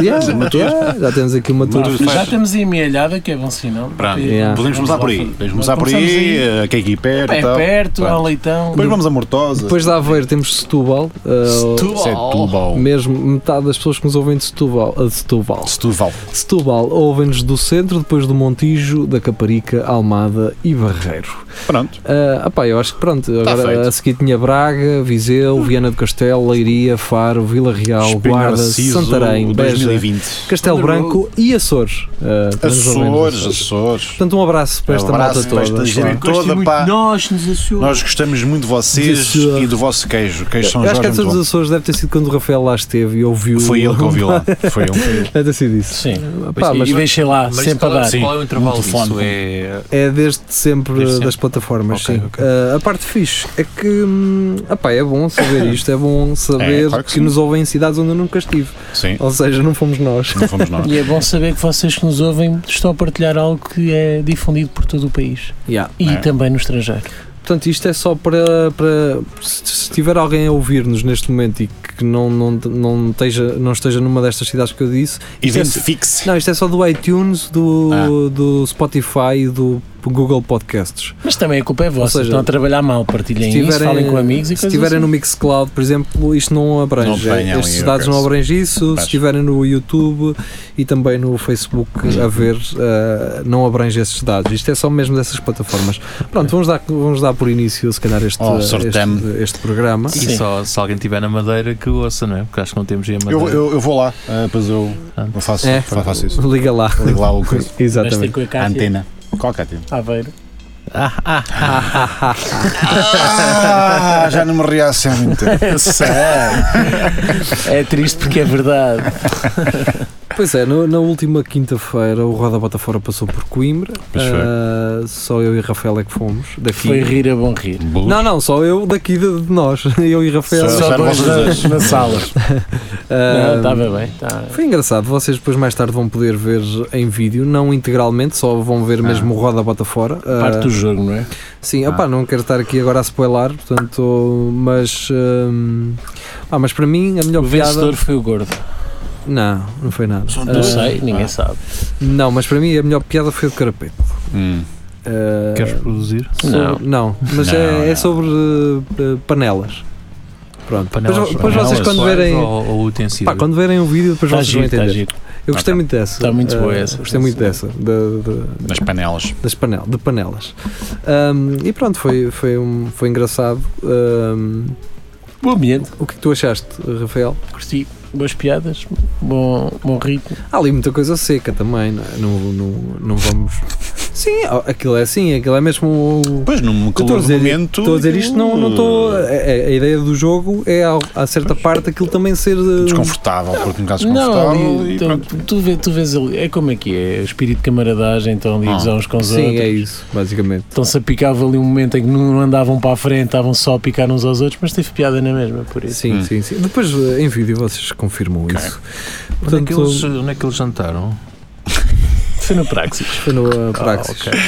[SPEAKER 3] dias.
[SPEAKER 2] yeah, yeah, já temos aqui uma tour.
[SPEAKER 3] Mas-
[SPEAKER 4] Já
[SPEAKER 3] faz-
[SPEAKER 4] temos aí a mealhada, que é bom sinal.
[SPEAKER 3] Pronto,
[SPEAKER 4] E-
[SPEAKER 2] Yeah.
[SPEAKER 3] podemos começar por aí. Podemos começar por
[SPEAKER 4] Começamos
[SPEAKER 3] aí, eh, que é aqui perto.
[SPEAKER 4] É
[SPEAKER 3] tal.
[SPEAKER 4] perto, há
[SPEAKER 3] Pronto.
[SPEAKER 4] leitão.
[SPEAKER 3] Depois vamos a Mortosa. é
[SPEAKER 2] Depois de Aveiro temos Setúbal. eh,
[SPEAKER 3] Setúbal.
[SPEAKER 2] mesmo metade das pessoas que nos ouvem de Setúbal, eh, de Setúbal.
[SPEAKER 3] Setúbal.
[SPEAKER 2] Setúbal ouvem-nos do centro, depois do Montijo, da Caparica, Almada e Barreiro.
[SPEAKER 3] Pronto.
[SPEAKER 2] Ah, apá, eu acho que pronto, agora
[SPEAKER 3] Tá feito.
[SPEAKER 2] a seguir tinha Braga, Viseu, Viana do Castelo, Leiria, Faro, Vila Real,
[SPEAKER 3] Espelho
[SPEAKER 2] Guarda,
[SPEAKER 3] Narciso,
[SPEAKER 2] Santarém, Beja,
[SPEAKER 3] 2020.
[SPEAKER 2] Castelo Branco e Açores. Ah, mais ou menos
[SPEAKER 3] Açores,
[SPEAKER 2] Açores.
[SPEAKER 3] Açores.
[SPEAKER 2] Portanto, um abraço para esta
[SPEAKER 3] Abraço
[SPEAKER 2] malta
[SPEAKER 3] para esta
[SPEAKER 2] toda.
[SPEAKER 3] gente
[SPEAKER 2] pá.
[SPEAKER 3] toda, pá.
[SPEAKER 4] Nós nos Açores.
[SPEAKER 3] Nós gostamos muito de vocês
[SPEAKER 2] Sim, senhor.
[SPEAKER 3] e do vosso queijo. O queijo São
[SPEAKER 2] Eu acho que essa
[SPEAKER 3] Jorge é muito
[SPEAKER 2] dos
[SPEAKER 3] bom.
[SPEAKER 2] Açores deve ter sido quando o Rafael lá esteve e ouviu.
[SPEAKER 3] Foi ele que ouviu lá. é, Foi um ele.
[SPEAKER 2] [laughs] Deve ter sido isso.
[SPEAKER 4] Sim.
[SPEAKER 2] Pá,
[SPEAKER 4] e
[SPEAKER 2] mas
[SPEAKER 4] deixei lá,
[SPEAKER 5] Mas
[SPEAKER 4] sempre a
[SPEAKER 5] qual,
[SPEAKER 4] dar.
[SPEAKER 5] qual é o intervalo
[SPEAKER 4] Um telefone.
[SPEAKER 5] disso? É...
[SPEAKER 2] É desde sempre
[SPEAKER 5] Desde sempre.
[SPEAKER 2] das plataformas,
[SPEAKER 5] Ok,
[SPEAKER 2] sim.
[SPEAKER 5] ok.
[SPEAKER 2] Ah, a parte fixe é que hum, apá, é bom saber isto, é bom saber
[SPEAKER 3] É, claro
[SPEAKER 2] que,
[SPEAKER 3] que sim.
[SPEAKER 2] nos ouvem em cidades onde eu nunca estive.
[SPEAKER 3] Sim,
[SPEAKER 2] Ou seja, não fomos nós.
[SPEAKER 3] não
[SPEAKER 2] [laughs]
[SPEAKER 3] fomos nós.
[SPEAKER 4] E é bom saber que vocês que nos ouvem estão a partilhar algo que é difundido por todo o país e
[SPEAKER 3] É.
[SPEAKER 4] também no estrangeiro.
[SPEAKER 2] Portanto, isto é só para. para- se se tiver alguém a ouvir-nos neste momento e que não, não, não, esteja, não esteja numa destas cidades que eu disse. isto é-
[SPEAKER 3] Identifique-se.
[SPEAKER 2] não, isto é só do iTunes, do,
[SPEAKER 3] Ah.
[SPEAKER 2] do Spotify e do Google Podcasts.
[SPEAKER 4] Mas também a culpa é vossa.
[SPEAKER 2] seja,
[SPEAKER 4] estão a trabalhar mal,
[SPEAKER 2] se
[SPEAKER 4] partilhem isso,
[SPEAKER 2] tiverem-
[SPEAKER 4] falem com amigos
[SPEAKER 2] Se
[SPEAKER 4] e coisas
[SPEAKER 2] estiverem no
[SPEAKER 4] assim.
[SPEAKER 2] Mixcloud, por exemplo, isto não abrange.
[SPEAKER 3] Não apanham
[SPEAKER 2] Estes
[SPEAKER 3] e
[SPEAKER 2] dados não
[SPEAKER 3] acontece.
[SPEAKER 2] abrangem isso. Se
[SPEAKER 3] Faz.
[SPEAKER 2] estiverem no YouTube e também no Facebook a ver, eh, não abrange esses dados. Isto é só mesmo dessas plataformas. Pronto, vamos dar, vamos dar por início, se calhar, este,
[SPEAKER 3] Oh, sorteio-me.
[SPEAKER 2] este, este programa.
[SPEAKER 5] E
[SPEAKER 4] Sim.
[SPEAKER 5] só se alguém tiver na Madeira que ouça, não é? Porque acho que não temos aí a
[SPEAKER 3] Eu,
[SPEAKER 5] Madeira.
[SPEAKER 3] eu, eu vou lá, ah, depois eu, eu faço,
[SPEAKER 2] É.
[SPEAKER 3] fa- faço isso.
[SPEAKER 2] Liga lá.
[SPEAKER 3] [laughs] Ligo lá o coisa.
[SPEAKER 4] Vais ter
[SPEAKER 2] Exatamente.
[SPEAKER 4] com a
[SPEAKER 3] A
[SPEAKER 4] Cátia
[SPEAKER 3] antena. Qual que é a antena?
[SPEAKER 4] Aveiro. [laughs]
[SPEAKER 3] Ah, [laughs] já não me ri
[SPEAKER 2] [laughs]
[SPEAKER 3] assim há muito tempo.
[SPEAKER 4] Sei. é triste porque é verdade.
[SPEAKER 2] Pois é, no- na última quinta-feira o Roda Bota Fora passou por Coimbra.
[SPEAKER 3] Pois foi.
[SPEAKER 2] Ah, só eu e Rafael é que fomos. Daqui.
[SPEAKER 4] Foi rir a bom rir.
[SPEAKER 3] Burro.
[SPEAKER 2] Não, não, só eu daqui de de nós. [laughs] Eu e Rafael.
[SPEAKER 3] Só-
[SPEAKER 4] Só
[SPEAKER 3] Só
[SPEAKER 4] dois
[SPEAKER 3] vocês
[SPEAKER 4] na, na sala.
[SPEAKER 2] Ah,
[SPEAKER 4] Não, estava bem. Tá.
[SPEAKER 2] Foi engraçado, vocês depois mais tarde vão poder ver em vídeo, não integralmente, só vão ver mesmo o Roda Bota Fora. Ah,
[SPEAKER 4] Parte do jogo, não é?
[SPEAKER 2] Sim,
[SPEAKER 3] Ah.
[SPEAKER 2] opá, não quero estar aqui agora a spoiler, portanto, mas. hum, ah, mas para mim a melhor
[SPEAKER 4] O
[SPEAKER 2] piada.
[SPEAKER 4] vencedor foi o gordo.
[SPEAKER 2] Não, não foi nada.
[SPEAKER 4] Não
[SPEAKER 2] Ah,
[SPEAKER 4] sei, ninguém sabe.
[SPEAKER 2] Não, mas para mim a melhor piada foi o de carapete.
[SPEAKER 3] Hum.
[SPEAKER 2] Ah,
[SPEAKER 5] Queres produzir?
[SPEAKER 2] sobre-
[SPEAKER 4] Não.
[SPEAKER 2] não, mas
[SPEAKER 3] Não,
[SPEAKER 2] é, é
[SPEAKER 3] não.
[SPEAKER 2] sobre eh, panelas. Pronto,
[SPEAKER 5] Panelas,
[SPEAKER 2] depois, depois vocês
[SPEAKER 3] panelas,
[SPEAKER 2] quando verem.
[SPEAKER 5] Ou, ou utensílios?
[SPEAKER 2] Pá, quando verem o vídeo, depois
[SPEAKER 4] Está
[SPEAKER 2] vocês
[SPEAKER 4] Tá giro,
[SPEAKER 2] vão
[SPEAKER 4] está
[SPEAKER 2] entender.
[SPEAKER 4] giro.
[SPEAKER 2] Eu gostei
[SPEAKER 3] Ok.
[SPEAKER 2] muito dessa.
[SPEAKER 4] Está muito
[SPEAKER 2] Ah,
[SPEAKER 4] boa essa.
[SPEAKER 2] Gostei muito dessa. da- da-
[SPEAKER 3] Nas panelas.
[SPEAKER 2] das panel, de panelas. Ahm, e pronto, foi, foi, um- foi engraçado. Ahm,
[SPEAKER 4] Bom ambiente,
[SPEAKER 2] o que é que tu achaste, Rafael?
[SPEAKER 4] curti. Boas piadas, bom, bom ritmo.
[SPEAKER 2] Há ali muita coisa seca também, não, é? não, não, não vamos. Sim, aquilo é assim, aquilo é mesmo. o-
[SPEAKER 3] Pois, num
[SPEAKER 2] Eu Estou a
[SPEAKER 3] calor
[SPEAKER 2] dizer,
[SPEAKER 3] do momento. eh,
[SPEAKER 2] estou a dizer isto, não, não estou. A, a- a ideia do jogo é, ao- a certa parte, aquilo também ser. eh,
[SPEAKER 3] Desconfortável, porque um caso
[SPEAKER 4] Não,
[SPEAKER 3] desconfortável.
[SPEAKER 4] ali,
[SPEAKER 3] e
[SPEAKER 4] então,
[SPEAKER 3] pronto.
[SPEAKER 4] tu, vê, tu vês ali, é como é que é, o espírito de camaradagem, estão ali
[SPEAKER 3] Ah.
[SPEAKER 4] ah. uns com os
[SPEAKER 2] Sim,
[SPEAKER 4] outros.
[SPEAKER 2] é isso, basicamente.
[SPEAKER 4] Então-se a picava ali um momento em que não andavam para a frente, estavam só a picar uns aos outros, mas teve piada na mesma, por isso.
[SPEAKER 2] Sim,
[SPEAKER 3] Hum.
[SPEAKER 2] sim, sim. Depois eh, em vídeo vocês confirmam isso.
[SPEAKER 5] Onde é que eles-
[SPEAKER 2] Portanto,
[SPEAKER 5] onde é que eles jantaram?
[SPEAKER 4] Foi no Praxis.
[SPEAKER 2] foi no eh, Praxis.
[SPEAKER 5] Ah, ok.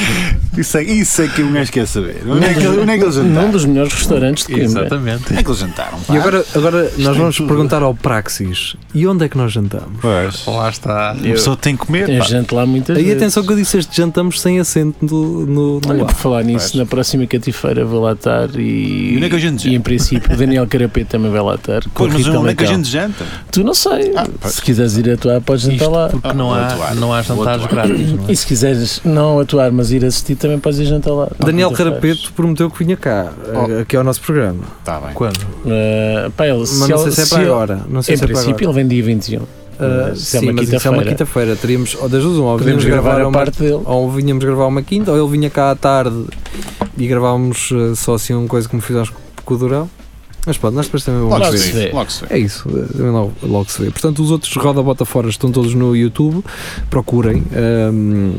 [SPEAKER 3] Isso, é, isso é que um gajo quer saber. Onde é que, onde é que eles
[SPEAKER 4] Num
[SPEAKER 3] jantaram?
[SPEAKER 4] dos melhores restaurantes de Coimbra.
[SPEAKER 5] Exatamente.
[SPEAKER 3] Onde é que eles jantaram? pá?
[SPEAKER 2] E agora, agora
[SPEAKER 3] tem
[SPEAKER 2] nós vamos
[SPEAKER 3] tudo.
[SPEAKER 2] perguntar ao Praxis e onde é que nós jantamos?
[SPEAKER 3] Pois.
[SPEAKER 5] Lá está.
[SPEAKER 3] A pessoa tem que comer.
[SPEAKER 4] Eu
[SPEAKER 3] pá.
[SPEAKER 4] janto lá muitas
[SPEAKER 2] Aí
[SPEAKER 4] vezes.
[SPEAKER 2] atenção que eu disse este jantamos sem assento no, no, no
[SPEAKER 4] Olha, por
[SPEAKER 2] ar.
[SPEAKER 4] falar nisso, na próxima catifeira vou lá estar
[SPEAKER 3] E
[SPEAKER 4] e.
[SPEAKER 3] onde é que a gente
[SPEAKER 4] e em
[SPEAKER 3] janta?
[SPEAKER 4] princípio o Daniel Carapete também vai lá estar. com
[SPEAKER 3] Pois,
[SPEAKER 4] a
[SPEAKER 3] mas
[SPEAKER 4] Rita
[SPEAKER 3] onde é que a
[SPEAKER 4] Leitão.
[SPEAKER 3] gente janta?
[SPEAKER 4] Tu não sei.
[SPEAKER 3] Ah, pá.
[SPEAKER 4] se quiseres ir atuar, podes
[SPEAKER 5] Isto
[SPEAKER 2] Então
[SPEAKER 4] jantar lá.
[SPEAKER 5] porque não
[SPEAKER 3] Ah,
[SPEAKER 5] há,
[SPEAKER 3] atuar.
[SPEAKER 5] não há jantares
[SPEAKER 3] Atuar.
[SPEAKER 5] grátis. Não é?
[SPEAKER 4] E se quiseres não atuar, mas ir assistir, também podes ir jantar lá.
[SPEAKER 2] Daniel
[SPEAKER 4] Quinta-feiras.
[SPEAKER 2] Carapeto prometeu que vinha cá, eh, aqui ao nosso programa.
[SPEAKER 3] Está Tá bem.
[SPEAKER 5] Quando? É
[SPEAKER 4] Ah, pá, ele,
[SPEAKER 2] Mas não sei se é para
[SPEAKER 4] ele-
[SPEAKER 2] agora. Não sei
[SPEAKER 4] Em
[SPEAKER 2] se é para agora.
[SPEAKER 4] princípio, ele vem dia 21.
[SPEAKER 2] Ah,
[SPEAKER 4] se é
[SPEAKER 2] sim,
[SPEAKER 4] uma
[SPEAKER 2] mas isso é uma
[SPEAKER 4] quinta-feira.
[SPEAKER 2] quinta-feira. Teríamos, ou das duas, uma, ou
[SPEAKER 4] Podemos
[SPEAKER 2] vinhamos
[SPEAKER 4] gravar a
[SPEAKER 2] uma,
[SPEAKER 4] parte dele.
[SPEAKER 2] ou vinhamos gravar uma quinta, ou ele vinha cá à tarde e gravávamos eh, só assim uma coisa como fizemos com o Durão. Mas pronto, nós depois também vamos
[SPEAKER 3] Logo
[SPEAKER 4] Logo
[SPEAKER 2] ver.
[SPEAKER 3] se
[SPEAKER 4] se
[SPEAKER 3] vê.
[SPEAKER 4] vê.
[SPEAKER 3] Logo se vê.
[SPEAKER 2] É isso, eh, também logo, logo se vê. Portanto, os outros Roda Bota Fora estão todos no YouTube. Procurem ahm,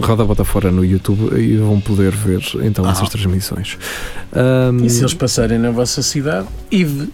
[SPEAKER 2] Roda Bota Fora no YouTube e vão poder ver então
[SPEAKER 3] Ah.
[SPEAKER 2] essas transmissões. Ahm,
[SPEAKER 4] E se eles passarem na vossa cidade, e v-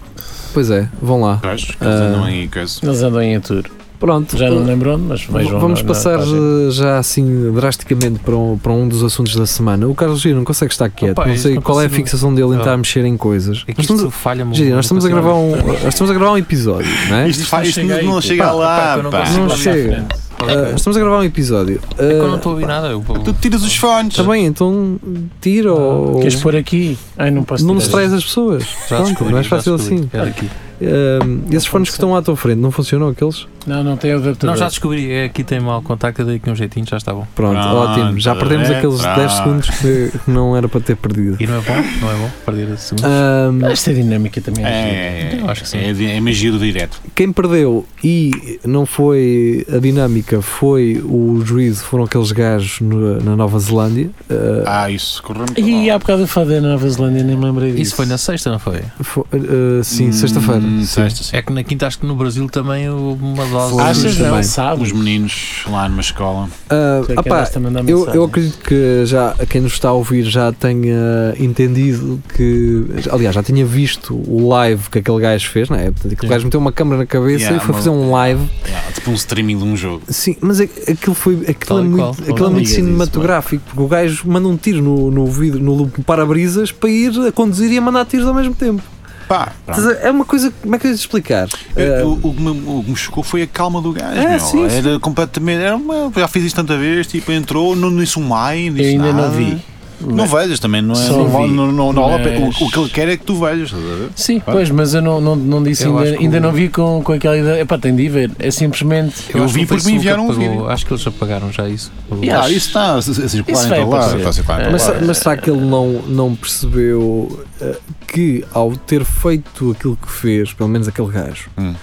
[SPEAKER 2] Pois é, vão lá.
[SPEAKER 3] Pois, que eles
[SPEAKER 2] Ah.
[SPEAKER 3] andam aí, coisa.
[SPEAKER 4] eles andam em tour.
[SPEAKER 2] Pronto.
[SPEAKER 4] Já não
[SPEAKER 2] eh,
[SPEAKER 4] lembro onde, mas vejam.
[SPEAKER 2] Vamos
[SPEAKER 4] na- na
[SPEAKER 2] passar
[SPEAKER 5] tá,
[SPEAKER 4] página.
[SPEAKER 2] eh, já assim drasticamente para um, para um dos assuntos da semana. O Carlos Giro não consegue estar quieto.
[SPEAKER 5] Opa,
[SPEAKER 2] não
[SPEAKER 5] isso
[SPEAKER 2] sei
[SPEAKER 5] não
[SPEAKER 2] qual é a
[SPEAKER 5] consigo-
[SPEAKER 2] fixação dele em
[SPEAKER 5] Ah.
[SPEAKER 2] estar a mexer em coisas.
[SPEAKER 5] É
[SPEAKER 2] Nós
[SPEAKER 5] que
[SPEAKER 2] estamos,
[SPEAKER 5] isto falha-me.
[SPEAKER 2] a- Giro, nós estamos a gravar um, nós estamos a gravar um episódio, não é?
[SPEAKER 3] Isto, faz, isto
[SPEAKER 4] chega aí,
[SPEAKER 3] não
[SPEAKER 4] pá.
[SPEAKER 3] chega
[SPEAKER 5] Pá, pá,
[SPEAKER 3] lá,
[SPEAKER 5] que eu não
[SPEAKER 3] pá.
[SPEAKER 5] consigo.
[SPEAKER 2] não
[SPEAKER 5] lá à
[SPEAKER 2] chega.
[SPEAKER 4] frente.
[SPEAKER 2] Eh, estamos a gravar um episódio.
[SPEAKER 5] É que eu
[SPEAKER 2] Eh,
[SPEAKER 5] não estou a ouvir nada. Eu,
[SPEAKER 3] Tu tiras os fones.
[SPEAKER 2] Está bem, então tira ou.
[SPEAKER 4] Queres pôr aqui? Ai, não posso
[SPEAKER 2] Não
[SPEAKER 4] tirar.
[SPEAKER 2] distrais as pessoas.
[SPEAKER 5] já descobri.
[SPEAKER 2] Pronto, é mais
[SPEAKER 5] já
[SPEAKER 2] fácil
[SPEAKER 5] descobri.
[SPEAKER 2] assim.
[SPEAKER 5] É daqui.
[SPEAKER 2] Eh, esses fones que estão à tua frente não funcionam aqueles?
[SPEAKER 4] Não, não tem adaptador.
[SPEAKER 5] Não, já descobri. É, aqui tem mau contacto, dei aqui um jeitinho, já está bom.
[SPEAKER 2] Pronto,
[SPEAKER 3] Pronto,
[SPEAKER 2] ótimo. Já perdemos
[SPEAKER 3] pronto.
[SPEAKER 2] aqueles 10 segundos que não era para ter perdido.
[SPEAKER 5] E não é bom? Não é bom perder a
[SPEAKER 2] Ah,
[SPEAKER 5] segunda?
[SPEAKER 2] Ahm,
[SPEAKER 4] Esta dinâmica também é.
[SPEAKER 3] É,
[SPEAKER 5] Eu acho que sim.
[SPEAKER 3] É, é, é magia do direto.
[SPEAKER 2] Quem perdeu e não foi a dinâmica, foi o juízo, foram aqueles gajos no- na Nova Zelândia. Uh,
[SPEAKER 3] Ah, isso correu muito
[SPEAKER 4] E
[SPEAKER 3] mal.
[SPEAKER 4] há bocado eu falei da Nova Zelândia, nem me lembrei disso.
[SPEAKER 5] Isso foi na sexta, não foi?
[SPEAKER 2] fo- uh, sim,
[SPEAKER 3] Hum,
[SPEAKER 2] sexta-feira. sim.
[SPEAKER 3] Sexta, sim.
[SPEAKER 5] É que na quinta acho que no Brasil também houve uma dose.
[SPEAKER 2] Foi.
[SPEAKER 4] Achas
[SPEAKER 2] Também.
[SPEAKER 4] não?
[SPEAKER 3] Os
[SPEAKER 4] Sabes?
[SPEAKER 3] meninos lá numa escola.
[SPEAKER 2] Ah,
[SPEAKER 4] Tu é que
[SPEAKER 2] opá,
[SPEAKER 4] andaste a mandar
[SPEAKER 2] eu, eu
[SPEAKER 4] mensagem.
[SPEAKER 2] acredito que já quem nos está a ouvir já tenha entendido que. Aliás, já tinha visto o live que aquele gajo fez, não é? Portanto, aquele
[SPEAKER 5] Yeah.
[SPEAKER 2] gajo meteu uma câmera na cabeça
[SPEAKER 3] Yeah,
[SPEAKER 2] e foi
[SPEAKER 3] uma-
[SPEAKER 2] fazer um live.
[SPEAKER 3] Ah, tipo um streaming de um jogo.
[SPEAKER 2] Sim, mas é- aquilo foi
[SPEAKER 5] Tal
[SPEAKER 2] aquilo é
[SPEAKER 5] e
[SPEAKER 2] muito,
[SPEAKER 5] qual.
[SPEAKER 2] aquilo é
[SPEAKER 4] Não
[SPEAKER 2] muito
[SPEAKER 4] digas isso,
[SPEAKER 2] cinematográfico, porque o gajo manda um tiro no, no vidro, no lupo para-brisas para ir a conduzir e a mandar tiros ao mesmo tempo.
[SPEAKER 3] Pá, pronto.
[SPEAKER 2] Estás a- É uma coisa, como é que eu ia te explicar?
[SPEAKER 3] Eu-
[SPEAKER 2] Ah,
[SPEAKER 3] Eh, o, o que me, o que me chocou foi a calma do gajo.
[SPEAKER 2] É,
[SPEAKER 3] meu.
[SPEAKER 2] sim, sim.
[SPEAKER 3] Era completamente. Era uma, já fiz isto tanta vez, tipo, entrou, não disse um ai, não
[SPEAKER 4] Eu
[SPEAKER 3] disse
[SPEAKER 4] ainda
[SPEAKER 3] nada.
[SPEAKER 4] não vi.
[SPEAKER 3] Não vejas também, não é?
[SPEAKER 4] Só
[SPEAKER 3] Não,
[SPEAKER 4] vi,
[SPEAKER 3] não, não, não,
[SPEAKER 4] mas-
[SPEAKER 3] o, o que ele quer é que tu vejas, estás a ver?
[SPEAKER 4] Sim, pois, mas eu não, não, não disse
[SPEAKER 5] Eu acho
[SPEAKER 4] ainda,
[SPEAKER 5] que
[SPEAKER 4] ainda
[SPEAKER 5] o-
[SPEAKER 4] não vi com, com aquela ideia. Epá, tem de ir ver. É simplesmente.
[SPEAKER 3] Eu
[SPEAKER 5] acho
[SPEAKER 3] vi
[SPEAKER 5] que o
[SPEAKER 3] porque me
[SPEAKER 5] Facebook
[SPEAKER 3] enviaram um
[SPEAKER 5] apagou.
[SPEAKER 3] vídeo.
[SPEAKER 5] Acho que eles apagaram já isso.
[SPEAKER 4] E
[SPEAKER 3] Ah,
[SPEAKER 4] acho-
[SPEAKER 3] isso está a circular
[SPEAKER 4] isso vai
[SPEAKER 3] em todo lado.
[SPEAKER 4] aparecer.
[SPEAKER 3] Está a circular em todo
[SPEAKER 2] É. mas,
[SPEAKER 3] lado.
[SPEAKER 2] se- mas será que ele não, não percebeu ah, que ao ter feito aquilo que fez, pelo menos aquele gajo,
[SPEAKER 3] Hum.
[SPEAKER 2] ele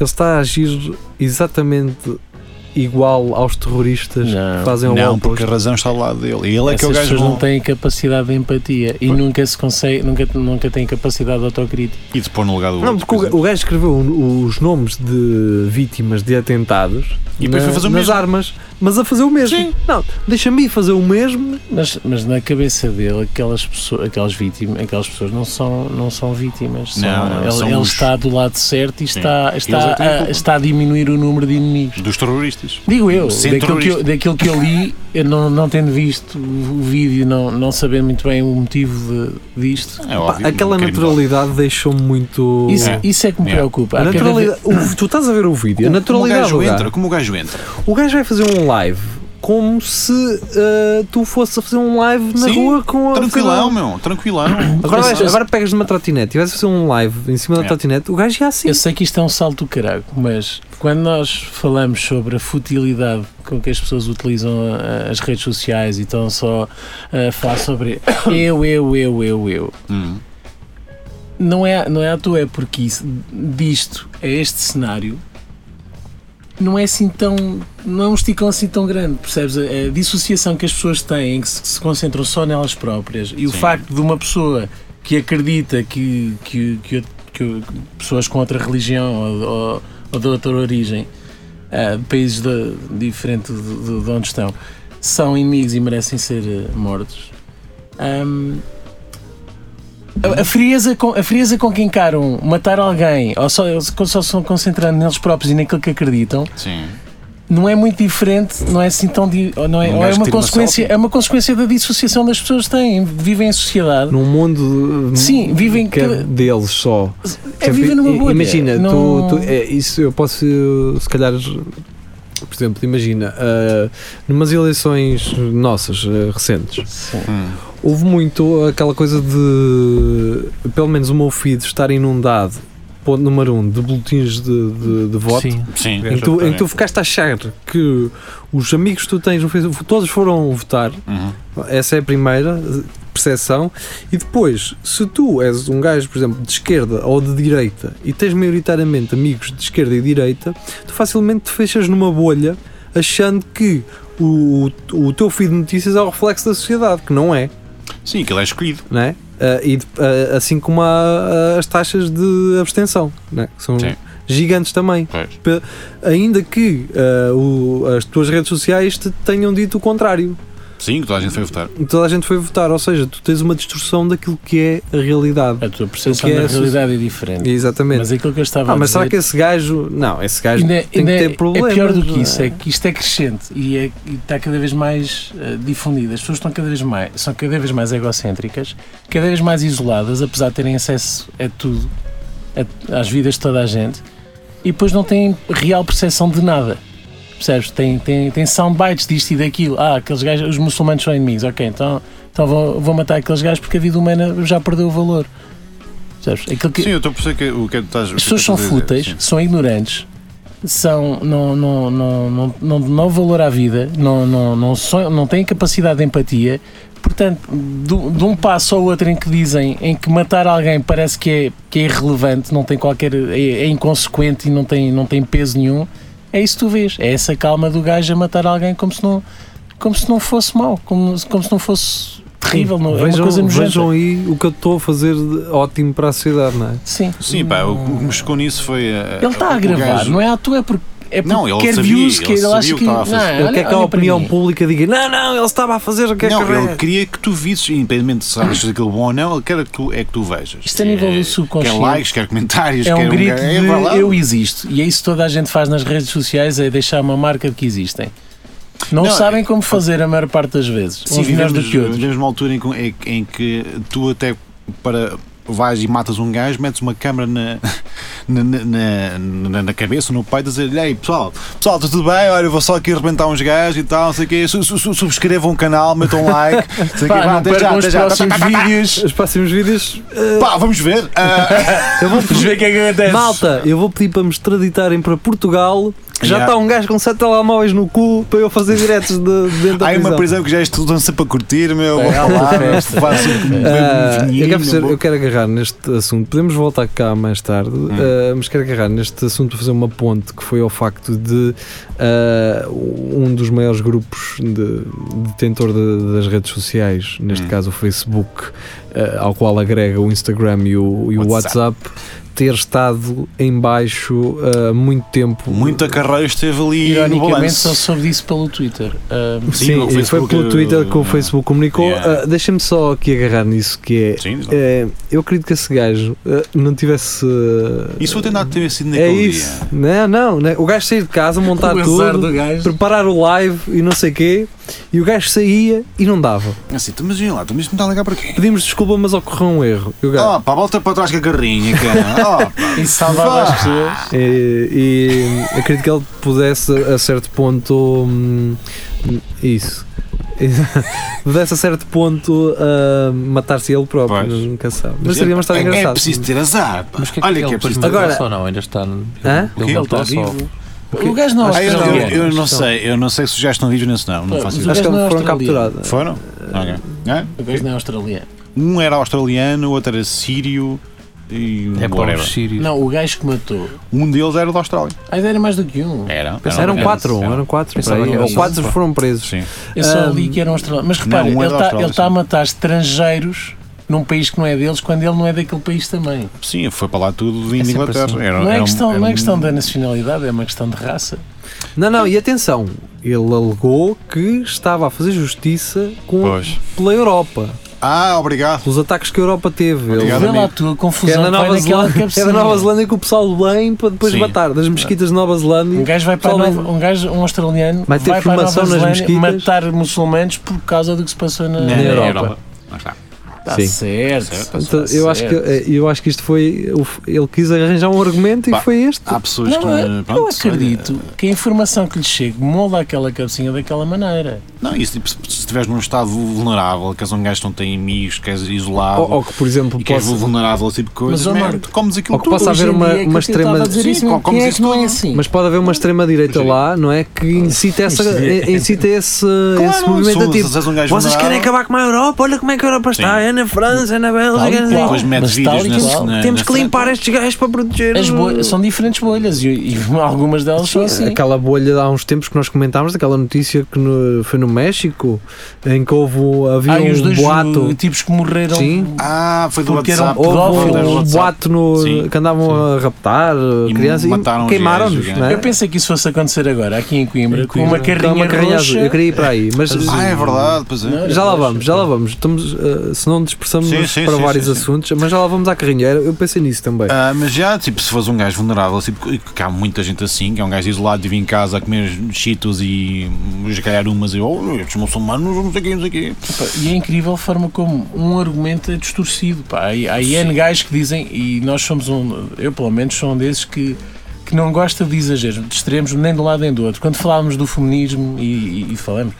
[SPEAKER 2] está a agir exatamente igual aos terroristas que
[SPEAKER 4] Não,
[SPEAKER 2] fazem o
[SPEAKER 3] não,
[SPEAKER 2] é um oposto?
[SPEAKER 3] porque a razão está ao lado dele. E ele é que é o
[SPEAKER 4] Essas
[SPEAKER 3] gajo
[SPEAKER 4] pessoas
[SPEAKER 3] bom.
[SPEAKER 4] não têm capacidade de empatia e nunca se consegue, nunca, nunca têm capacidade de autocrítica.
[SPEAKER 3] E de pôr no lugar do
[SPEAKER 2] Não,
[SPEAKER 3] outro.
[SPEAKER 2] porque
[SPEAKER 3] por
[SPEAKER 2] o-
[SPEAKER 3] exemplo.
[SPEAKER 2] o gajo escreveu um- os nomes de vítimas de atentados
[SPEAKER 3] E depois foi fazer o
[SPEAKER 2] nas
[SPEAKER 3] mesmo.
[SPEAKER 2] armas, mas a fazer o mesmo. Não, deixa-me ir fazer o mesmo.
[SPEAKER 4] Mas, mas na cabeça dele, aquelas pessoas, aquelas vítimas, aquelas pessoas não são, não são vítimas. São,
[SPEAKER 3] Não, não,
[SPEAKER 4] ele,
[SPEAKER 3] são
[SPEAKER 4] ele
[SPEAKER 3] os-
[SPEAKER 4] está do lado certo e está,
[SPEAKER 3] Eles
[SPEAKER 4] está,
[SPEAKER 3] é que têm
[SPEAKER 4] a,
[SPEAKER 3] culpa.
[SPEAKER 4] está a diminuir o número de inimigos.
[SPEAKER 3] Dos terroristas.
[SPEAKER 4] Digo eu,
[SPEAKER 3] Sem
[SPEAKER 4] daquilo que eu,
[SPEAKER 3] terrorista.
[SPEAKER 4] daquilo que eu li, eu não, não tendo visto o vídeo, não, não sabendo muito bem o motivo de, disto,
[SPEAKER 3] É
[SPEAKER 2] Pá,
[SPEAKER 3] óbvio.
[SPEAKER 2] aquela
[SPEAKER 3] um crime de-
[SPEAKER 2] naturalidade deixou-me muito.
[SPEAKER 4] isso,
[SPEAKER 3] É.
[SPEAKER 4] isso é que me
[SPEAKER 3] É.
[SPEAKER 4] preocupa.
[SPEAKER 2] A
[SPEAKER 4] Há cada vez-
[SPEAKER 2] naturalidade- o- tu estás a ver o vídeo, a
[SPEAKER 3] Como o
[SPEAKER 2] naturalidade.
[SPEAKER 3] Um gajo
[SPEAKER 2] do
[SPEAKER 3] entra?
[SPEAKER 2] gajo.
[SPEAKER 3] Como o gajo entra?
[SPEAKER 2] O gajo vai fazer um live como se ah, tu fosse a fazer um live na
[SPEAKER 3] Sim,
[SPEAKER 2] rua com a.
[SPEAKER 3] Tranquilão, meu. Tranquilão.
[SPEAKER 2] Agora, vais-
[SPEAKER 4] Eu-
[SPEAKER 2] agora pegas numa trotinete e vais fazer um live em cima da
[SPEAKER 3] É.
[SPEAKER 2] trotinete, o gajo ia assim.
[SPEAKER 4] Eu sei que isto é um salto do caralho, mas quando nós falamos sobre a futilidade com que as pessoas utilizam ah, as redes sociais e estão só a falar sobre [coughs] eu, eu, eu, eu, eu,
[SPEAKER 3] Hum.
[SPEAKER 4] não é, não é à toa, é porque isso, disto a este cenário não é assim tão. não é um esticão assim tão grande, percebes? A, a dissociação que as pessoas têm, que se, que se concentram só nelas próprias, e o
[SPEAKER 3] Sim.
[SPEAKER 4] facto de uma pessoa que acredita que, que, que, que- que pessoas com outra religião ou, ou, ou de outra origem, ah, de países de, diferentes de, de- de onde estão, são inimigos e merecem ser ah, mortos. hum, Ahm, a, a frieza com, a frieza com que encaram matar alguém ou só, eles só se estão concentrando neles próprios e naquilo que acreditam
[SPEAKER 3] Sim.
[SPEAKER 4] não é muito diferente, não é assim tão. di- ou Não é,
[SPEAKER 3] Um
[SPEAKER 4] ou é
[SPEAKER 3] gajo
[SPEAKER 4] uma
[SPEAKER 3] tira uma
[SPEAKER 4] consequência,
[SPEAKER 3] selfie.
[SPEAKER 4] é uma consequência da dissociação das pessoas que têm. Vivem em sociedade.
[SPEAKER 2] Num mundo.
[SPEAKER 4] Sim, vivem
[SPEAKER 2] que é
[SPEAKER 4] cada-
[SPEAKER 2] deles só.
[SPEAKER 4] É,
[SPEAKER 2] Por exemplo,
[SPEAKER 4] vivem
[SPEAKER 2] i-
[SPEAKER 4] numa bolha.
[SPEAKER 2] Imagina, tu-
[SPEAKER 4] Não-
[SPEAKER 2] tu, é, isso eu posso, eh, se calhar, por exemplo, imagina, ah, numas eleições nossas eh, recentes,
[SPEAKER 4] Sim.
[SPEAKER 3] Hum.
[SPEAKER 2] houve muito aquela coisa de, pelo menos o meu feed estar inundado, ponto número um, de boletins de, de, de voto.
[SPEAKER 5] Sim.
[SPEAKER 3] Sim.
[SPEAKER 2] Em que, tu, em que tu ficaste a achar que os amigos que tu tens no Facebook todos foram votar,
[SPEAKER 3] Uhum.
[SPEAKER 2] essa é a primeira eh, percepção. E depois, se tu és um gajo, por exemplo, de esquerda ou de direita e tens maioritariamente amigos de esquerda e direita, tu facilmente te fechas numa bolha achando que o, o teu feed de notícias é o reflexo da sociedade, que não é,
[SPEAKER 3] Sim, aquilo é escolhido.
[SPEAKER 2] não é? Ah, e de- ah, assim como há, ah, as taxas de abstenção, não é? que são
[SPEAKER 3] Sim.
[SPEAKER 2] gigantes também ainda que ah, o- as tuas redes sociais te tenham dito o contrário.
[SPEAKER 3] Sim, que toda a gente foi votar.
[SPEAKER 2] Toda a gente foi votar, ou seja, tu tens uma distorção daquilo que é a realidade.
[SPEAKER 4] A tua percepção
[SPEAKER 2] O que é
[SPEAKER 4] da
[SPEAKER 2] a so-
[SPEAKER 4] realidade é diferente.
[SPEAKER 2] Exatamente.
[SPEAKER 4] Mas aquilo que eu estava
[SPEAKER 2] Ah,
[SPEAKER 4] a
[SPEAKER 2] mas
[SPEAKER 4] dizer.
[SPEAKER 2] será que esse gajo. Não, esse gajo
[SPEAKER 4] Ainda,
[SPEAKER 2] tem
[SPEAKER 4] ainda
[SPEAKER 2] que
[SPEAKER 4] é-
[SPEAKER 2] ter problemas.
[SPEAKER 4] é pior do que isso,
[SPEAKER 2] não
[SPEAKER 4] é que isto é crescente e, é- e está cada vez mais eh, difundido. As pessoas estão cada vez mais, são cada vez mais egocêntricas, cada vez mais isoladas, apesar de terem acesso a tudo, a- às vidas de toda a gente, e depois não têm real percepção de nada. Percebes? Tem, tem, tem soundbites disto e daquilo. Ah, aqueles gajos, os muçulmanos são inimigos, ok, então, então vou, vou matar aqueles gajos porque a vida humana já perdeu o valor. Percebes? Aquilo que,
[SPEAKER 3] Sim, eu estou a perceber que, o que é que tu estás.
[SPEAKER 4] as pessoas são fúteis, são ignorantes, são, não, não, não, não, não, não valor à vida, não, não, não, são- não têm capacidade de empatia. Portanto, do- de, um passo ao outro em que dizem em que matar alguém parece que é, que é irrelevante, não tem qualquer. é, é inconsequente e não tem, não tem peso nenhum, é isso que tu vês. É essa calma do gajo a matar alguém como se não, como se não fosse mau, como, como se não fosse terrível, não, é uma
[SPEAKER 2] vejam,
[SPEAKER 4] coisa nojenta.
[SPEAKER 2] vejam aí o que eu estou a fazer de ótimo para a sociedade, não é?
[SPEAKER 4] Sim.
[SPEAKER 3] Sim, pá, o que me chocou nisso foi. eh,
[SPEAKER 4] Ele está
[SPEAKER 3] o
[SPEAKER 4] a gravar,
[SPEAKER 3] gajo-
[SPEAKER 4] não é à toa, é porque. É porque
[SPEAKER 3] Não, ele
[SPEAKER 4] quer
[SPEAKER 3] sabia,
[SPEAKER 4] views,
[SPEAKER 3] ele
[SPEAKER 4] quer,
[SPEAKER 3] sabia
[SPEAKER 4] acha
[SPEAKER 3] o que estava a fazer.
[SPEAKER 4] Não, é
[SPEAKER 2] Ele é quer que a
[SPEAKER 4] olha para
[SPEAKER 2] opinião
[SPEAKER 4] mim.
[SPEAKER 2] pública diga: não, não, ele estava a fazer o que é
[SPEAKER 3] Não,
[SPEAKER 2] que
[SPEAKER 3] ele queria que tu visses, independentemente se sabes se aquilo bom ou não, ele quer que tu, é que tu vejas. Eh,
[SPEAKER 4] Isto a nível do subconsciente.
[SPEAKER 3] Quer likes, quer comentários,
[SPEAKER 4] É
[SPEAKER 3] quer
[SPEAKER 4] um grito
[SPEAKER 3] ga- é, vai lá.
[SPEAKER 4] de eu existo. E é isso que toda a gente faz nas redes sociais, é deixar uma marca de que existem. Não,
[SPEAKER 3] Não,
[SPEAKER 4] sabem como fazer a maior parte das vezes.
[SPEAKER 3] Sim,
[SPEAKER 4] Uns melhores do
[SPEAKER 3] vivemos,
[SPEAKER 4] que outros.
[SPEAKER 3] vivemos uma altura em que, em que- em que tu até para vais e matas um gajo, metes uma câmera na, [laughs] na, na, na, na cabeça, no peito, a dizer Ei pessoal, pessoal, está tudo bem? Olha, eu vou só aqui arrebentar uns gajos e tal, não sei o quê, Su- su- su- subscrevam o canal, metam um
[SPEAKER 4] [laughs]
[SPEAKER 3] like, não sei o quê.
[SPEAKER 4] Pá,
[SPEAKER 3] Vá,
[SPEAKER 4] não
[SPEAKER 3] até já,
[SPEAKER 4] percam os
[SPEAKER 3] até já. Tá,
[SPEAKER 4] próximos vídeos.
[SPEAKER 2] Os próximos vídeos. eh,
[SPEAKER 3] Pá, vamos ver.
[SPEAKER 4] [laughs]
[SPEAKER 3] Ah,
[SPEAKER 2] eu vou
[SPEAKER 4] Vamos ver o que é que acontece.
[SPEAKER 2] Malta, eu vou pedir para me extraditarem para Portugal que já está
[SPEAKER 3] Yeah.
[SPEAKER 2] um gajo com sete telemóveis no cu para eu fazer diretos de, de dentro da
[SPEAKER 3] Há uma
[SPEAKER 2] prisão.
[SPEAKER 3] prisão que já estudam-se para curtir, meu.
[SPEAKER 4] É,
[SPEAKER 3] Vou
[SPEAKER 4] há
[SPEAKER 3] lá,
[SPEAKER 4] uma
[SPEAKER 3] meu,
[SPEAKER 4] festa.
[SPEAKER 3] faço um
[SPEAKER 2] Ah,
[SPEAKER 3] bebo um
[SPEAKER 2] eu, quero fazer-
[SPEAKER 3] vinho.
[SPEAKER 2] eu quero agarrar neste assunto. Podemos voltar cá mais tarde,
[SPEAKER 3] Hum.
[SPEAKER 2] ah, mas quero agarrar neste assunto para fazer uma ponte que foi ao facto de ah, um dos maiores grupos de detentor de- das redes sociais, neste
[SPEAKER 3] Hum.
[SPEAKER 2] caso o Facebook, ah, ao qual agrega o Instagram e o, e o WhatsApp.
[SPEAKER 3] WhatsApp.
[SPEAKER 2] ter estado em baixo ah, muito tempo.
[SPEAKER 3] Muita carreira esteve ali no
[SPEAKER 4] Ironicamente,
[SPEAKER 3] balanço.
[SPEAKER 4] só soube disso pelo Twitter. Ah,
[SPEAKER 3] Sim,
[SPEAKER 2] Sim,
[SPEAKER 3] o
[SPEAKER 2] e foi
[SPEAKER 3] Facebook,
[SPEAKER 2] pelo Twitter que o
[SPEAKER 3] eh,
[SPEAKER 2] Facebook comunicou.
[SPEAKER 3] yeah.
[SPEAKER 2] Ah, Deixa-me só aqui agarrar nisso que é.
[SPEAKER 3] Sim, exato.
[SPEAKER 2] É, eu acredito que esse gajo eh, não tivesse. eh,
[SPEAKER 3] Isso foi tentado ter sido naquele
[SPEAKER 2] É isso.
[SPEAKER 3] dia.
[SPEAKER 2] Não, não, não. O gajo sair de casa, montar
[SPEAKER 4] o azar
[SPEAKER 2] tudo,
[SPEAKER 4] do gajo.
[SPEAKER 2] preparar o live e não sei quê. E o gajo saía e não dava.
[SPEAKER 3] Assim, tu mas vem lá, tu mas me está a ligar para quê?
[SPEAKER 2] Pedimos desculpa, mas ocorreu um erro. E o gajo.
[SPEAKER 3] Oh, pá, volta para trás com a carrinha, cara. Oh, pá.
[SPEAKER 4] E salvava as
[SPEAKER 3] Vá.
[SPEAKER 4] pessoas.
[SPEAKER 2] É, E, e acredito que ele pudesse a certo ponto. hum, isso. [laughs] pudesse a certo ponto ah, matar-se ele próprio.
[SPEAKER 3] Pois.
[SPEAKER 2] Nunca sabe. Mas seria uma história
[SPEAKER 3] é,
[SPEAKER 2] engraçada.
[SPEAKER 3] É preciso ter azar, pá.
[SPEAKER 5] Mas o que é que
[SPEAKER 3] Olha
[SPEAKER 5] ele
[SPEAKER 3] que é
[SPEAKER 5] depois
[SPEAKER 3] preciso
[SPEAKER 5] não
[SPEAKER 3] ter
[SPEAKER 2] Agora-
[SPEAKER 5] Agora, ou não? Ainda está. no-
[SPEAKER 2] Hã? é
[SPEAKER 5] Ele
[SPEAKER 4] Ele
[SPEAKER 5] voltou
[SPEAKER 4] está
[SPEAKER 5] só.
[SPEAKER 4] vivo. O gajo não é
[SPEAKER 3] Ah, eu não,
[SPEAKER 4] australiano.
[SPEAKER 3] eu não sei, eu não sei se os gajos estão vivos nesse não, não
[SPEAKER 4] Pois,
[SPEAKER 3] faço
[SPEAKER 4] mas
[SPEAKER 3] ideia.
[SPEAKER 2] Acho que
[SPEAKER 4] não é
[SPEAKER 2] eles foram
[SPEAKER 4] australiano.
[SPEAKER 2] capturados.
[SPEAKER 3] Foram? Ok. É?
[SPEAKER 4] O gajo não é australiano.
[SPEAKER 3] Um era australiano, o outro era sírio e
[SPEAKER 5] É para
[SPEAKER 3] whatever.
[SPEAKER 5] os sírios.
[SPEAKER 4] Não, o gajo que matou.
[SPEAKER 3] Um deles era da Austrália.
[SPEAKER 4] A ideia era mais do que um.
[SPEAKER 3] Era.
[SPEAKER 2] Eram
[SPEAKER 3] era-
[SPEAKER 2] quatro,
[SPEAKER 3] era-
[SPEAKER 2] eram quatro.
[SPEAKER 5] Pensava
[SPEAKER 2] para aí.
[SPEAKER 5] que era
[SPEAKER 2] Ou
[SPEAKER 5] isso.
[SPEAKER 2] quatro foram presos.
[SPEAKER 3] Sim.
[SPEAKER 4] Eu só
[SPEAKER 2] Ahm,
[SPEAKER 4] li que era um australiano. Mas reparem,
[SPEAKER 3] um é
[SPEAKER 4] ele
[SPEAKER 3] da
[SPEAKER 4] está
[SPEAKER 3] Austrália,
[SPEAKER 4] tá a
[SPEAKER 3] sim.
[SPEAKER 4] matar estrangeiros num país que não é deles, quando ele não é daquele país também.
[SPEAKER 3] Sim, foi para lá tudo vindo de
[SPEAKER 5] É sempre
[SPEAKER 3] Inglaterra.
[SPEAKER 5] assim.
[SPEAKER 3] Era-
[SPEAKER 4] Não é,
[SPEAKER 3] era um-
[SPEAKER 4] questão,
[SPEAKER 3] era
[SPEAKER 4] não é
[SPEAKER 3] um-
[SPEAKER 4] questão da nacionalidade, é uma questão de raça.
[SPEAKER 2] Não, não, e atenção, ele alegou que estava a fazer justiça com,
[SPEAKER 3] Pois.
[SPEAKER 2] pela Europa,
[SPEAKER 3] Ah, obrigado.
[SPEAKER 2] pelos ataques que a Europa teve. Ele,
[SPEAKER 3] Obrigado,
[SPEAKER 4] Vê lá
[SPEAKER 3] amigo.
[SPEAKER 4] tu a
[SPEAKER 2] que é
[SPEAKER 4] confusão
[SPEAKER 2] na
[SPEAKER 4] que vai
[SPEAKER 2] Nova,
[SPEAKER 4] naquela
[SPEAKER 2] Zelândia, é
[SPEAKER 4] cabecinha.
[SPEAKER 2] na Nova Zelândia que o pessoal vem para depois
[SPEAKER 3] Sim.
[SPEAKER 2] matar, das mesquitas de Nova
[SPEAKER 4] Um
[SPEAKER 2] Zelândia.
[SPEAKER 4] gajo vai para a
[SPEAKER 2] Pessoal
[SPEAKER 4] Nova, um gajo, um australiano
[SPEAKER 2] Vai
[SPEAKER 4] vai,
[SPEAKER 2] ter
[SPEAKER 4] para a Nova
[SPEAKER 2] formação nas
[SPEAKER 4] Zelândia
[SPEAKER 2] mesquitas.
[SPEAKER 4] matar muçulmanos por causa do que se passou na,
[SPEAKER 2] Na Europa.
[SPEAKER 3] É, Lá está.
[SPEAKER 4] Tá
[SPEAKER 2] Sim.
[SPEAKER 4] certo.
[SPEAKER 2] Então,
[SPEAKER 4] tá
[SPEAKER 2] eu, acho que,
[SPEAKER 4] certo.
[SPEAKER 2] eu acho que isto foi. Ele quis arranjar um argumento e
[SPEAKER 3] Pá, Ah,
[SPEAKER 2] foi este.
[SPEAKER 3] Há pessoas que.
[SPEAKER 4] Não, é, eu,
[SPEAKER 3] pronto,
[SPEAKER 4] eu acredito que a informação que lhe chega molda aquela cabecinha daquela maneira.
[SPEAKER 3] Não, isso, tipo, se se estiveres num estado vulnerável, que és um gajo que não tem amigos, que és isolado,
[SPEAKER 2] Ou, ou que, por exemplo,
[SPEAKER 3] e que é és
[SPEAKER 2] possa,
[SPEAKER 3] vulnerável a esse tipo de coisas,
[SPEAKER 4] Mas, ó,
[SPEAKER 3] merda,
[SPEAKER 4] Marco,
[SPEAKER 3] tu comes aquilo
[SPEAKER 2] ou que
[SPEAKER 3] tudo.
[SPEAKER 2] possa
[SPEAKER 4] Hoje
[SPEAKER 2] haver
[SPEAKER 4] em
[SPEAKER 2] uma,
[SPEAKER 4] dia é que
[SPEAKER 2] uma
[SPEAKER 4] eu tentava
[SPEAKER 2] extrema.
[SPEAKER 4] dizer
[SPEAKER 3] Sim,
[SPEAKER 4] isso,
[SPEAKER 3] com-
[SPEAKER 4] mas
[SPEAKER 3] como
[SPEAKER 4] quem é
[SPEAKER 3] diz
[SPEAKER 4] que não
[SPEAKER 3] tudo,
[SPEAKER 4] é
[SPEAKER 3] não?
[SPEAKER 4] assim?
[SPEAKER 2] Mas pode haver uma extrema-direita lá, não é? Que incita, essa, incita esse,
[SPEAKER 3] Claro,
[SPEAKER 2] esse movimento a
[SPEAKER 3] se-
[SPEAKER 2] tipo.
[SPEAKER 3] se és um gajo
[SPEAKER 2] Vocês querem
[SPEAKER 3] vulnerável,
[SPEAKER 2] acabar com a Europa? Olha como é que a Europa está.
[SPEAKER 3] Sim.
[SPEAKER 2] É na França, é na Bélgica.
[SPEAKER 4] Tal
[SPEAKER 2] é
[SPEAKER 4] e
[SPEAKER 2] na-
[SPEAKER 4] qual.
[SPEAKER 3] Depois metes
[SPEAKER 4] Mas
[SPEAKER 3] vídeos né?
[SPEAKER 4] tal e
[SPEAKER 3] nesse-
[SPEAKER 4] qual.
[SPEAKER 3] na-
[SPEAKER 2] Temos
[SPEAKER 3] na
[SPEAKER 2] que
[SPEAKER 3] frente.
[SPEAKER 2] limpar estes gajos para proteger.
[SPEAKER 4] As bolhas- são diferentes bolhas e, e [laughs] algumas delas são assim.
[SPEAKER 2] Hum. Aquela bolha de há uns tempos que nós comentámos, daquela notícia que no- foi no México, em que houve, havia
[SPEAKER 4] Há os
[SPEAKER 2] um
[SPEAKER 4] dois
[SPEAKER 2] boato.
[SPEAKER 4] uh, tipos que morreram.
[SPEAKER 2] Sim.
[SPEAKER 3] Ah, foi do
[SPEAKER 4] Porque eram
[SPEAKER 3] WhatsApp.
[SPEAKER 2] Houve
[SPEAKER 4] pedófilos.
[SPEAKER 3] do
[SPEAKER 2] um
[SPEAKER 3] WhatsApp.
[SPEAKER 2] boato no,
[SPEAKER 3] Sim.
[SPEAKER 2] que andavam a raptar eh,
[SPEAKER 3] E
[SPEAKER 2] crianças
[SPEAKER 3] mataram
[SPEAKER 2] e
[SPEAKER 3] os
[SPEAKER 2] queimaram-nos.
[SPEAKER 3] gajos, né?
[SPEAKER 2] não é?
[SPEAKER 4] Eu pensei que isso fosse acontecer agora, aqui em Coimbra,
[SPEAKER 5] Em
[SPEAKER 4] com uma
[SPEAKER 5] Coimbra.
[SPEAKER 2] Então,
[SPEAKER 4] carrinha,
[SPEAKER 2] uma carrinha azul.
[SPEAKER 4] roxa.
[SPEAKER 2] Eu queria ir para aí, mas
[SPEAKER 3] Ah, é verdade, pois é.
[SPEAKER 4] Não,
[SPEAKER 2] Já lá vamos, já lá vamos. Estamos, eh, se não dispersamos
[SPEAKER 3] Sim, sim,
[SPEAKER 2] para
[SPEAKER 3] sim,
[SPEAKER 2] vários
[SPEAKER 3] sim, sim.
[SPEAKER 2] assuntos, mas já lá vamos à carrinha. Era- Eu pensei nisso também.
[SPEAKER 3] Ah, mas já, tipo, se fores um gajo vulnerável, tipo, que- que há muita gente assim, que é um gajo isolado de vir em casa a comer cheetos e hum, se calhar umas e, oh, estes muçulmanos, não sei o quê, não sei o quê.
[SPEAKER 4] Pá, E é incrível a forma como um argumento é distorcido. Pá. Há, há N gajos que dizem, e nós somos um, eu pelo menos sou um desses que, que não gosta de exageros, de extremos, nem de um lado nem do outro. Quando falávamos do feminismo, e, e- e falamos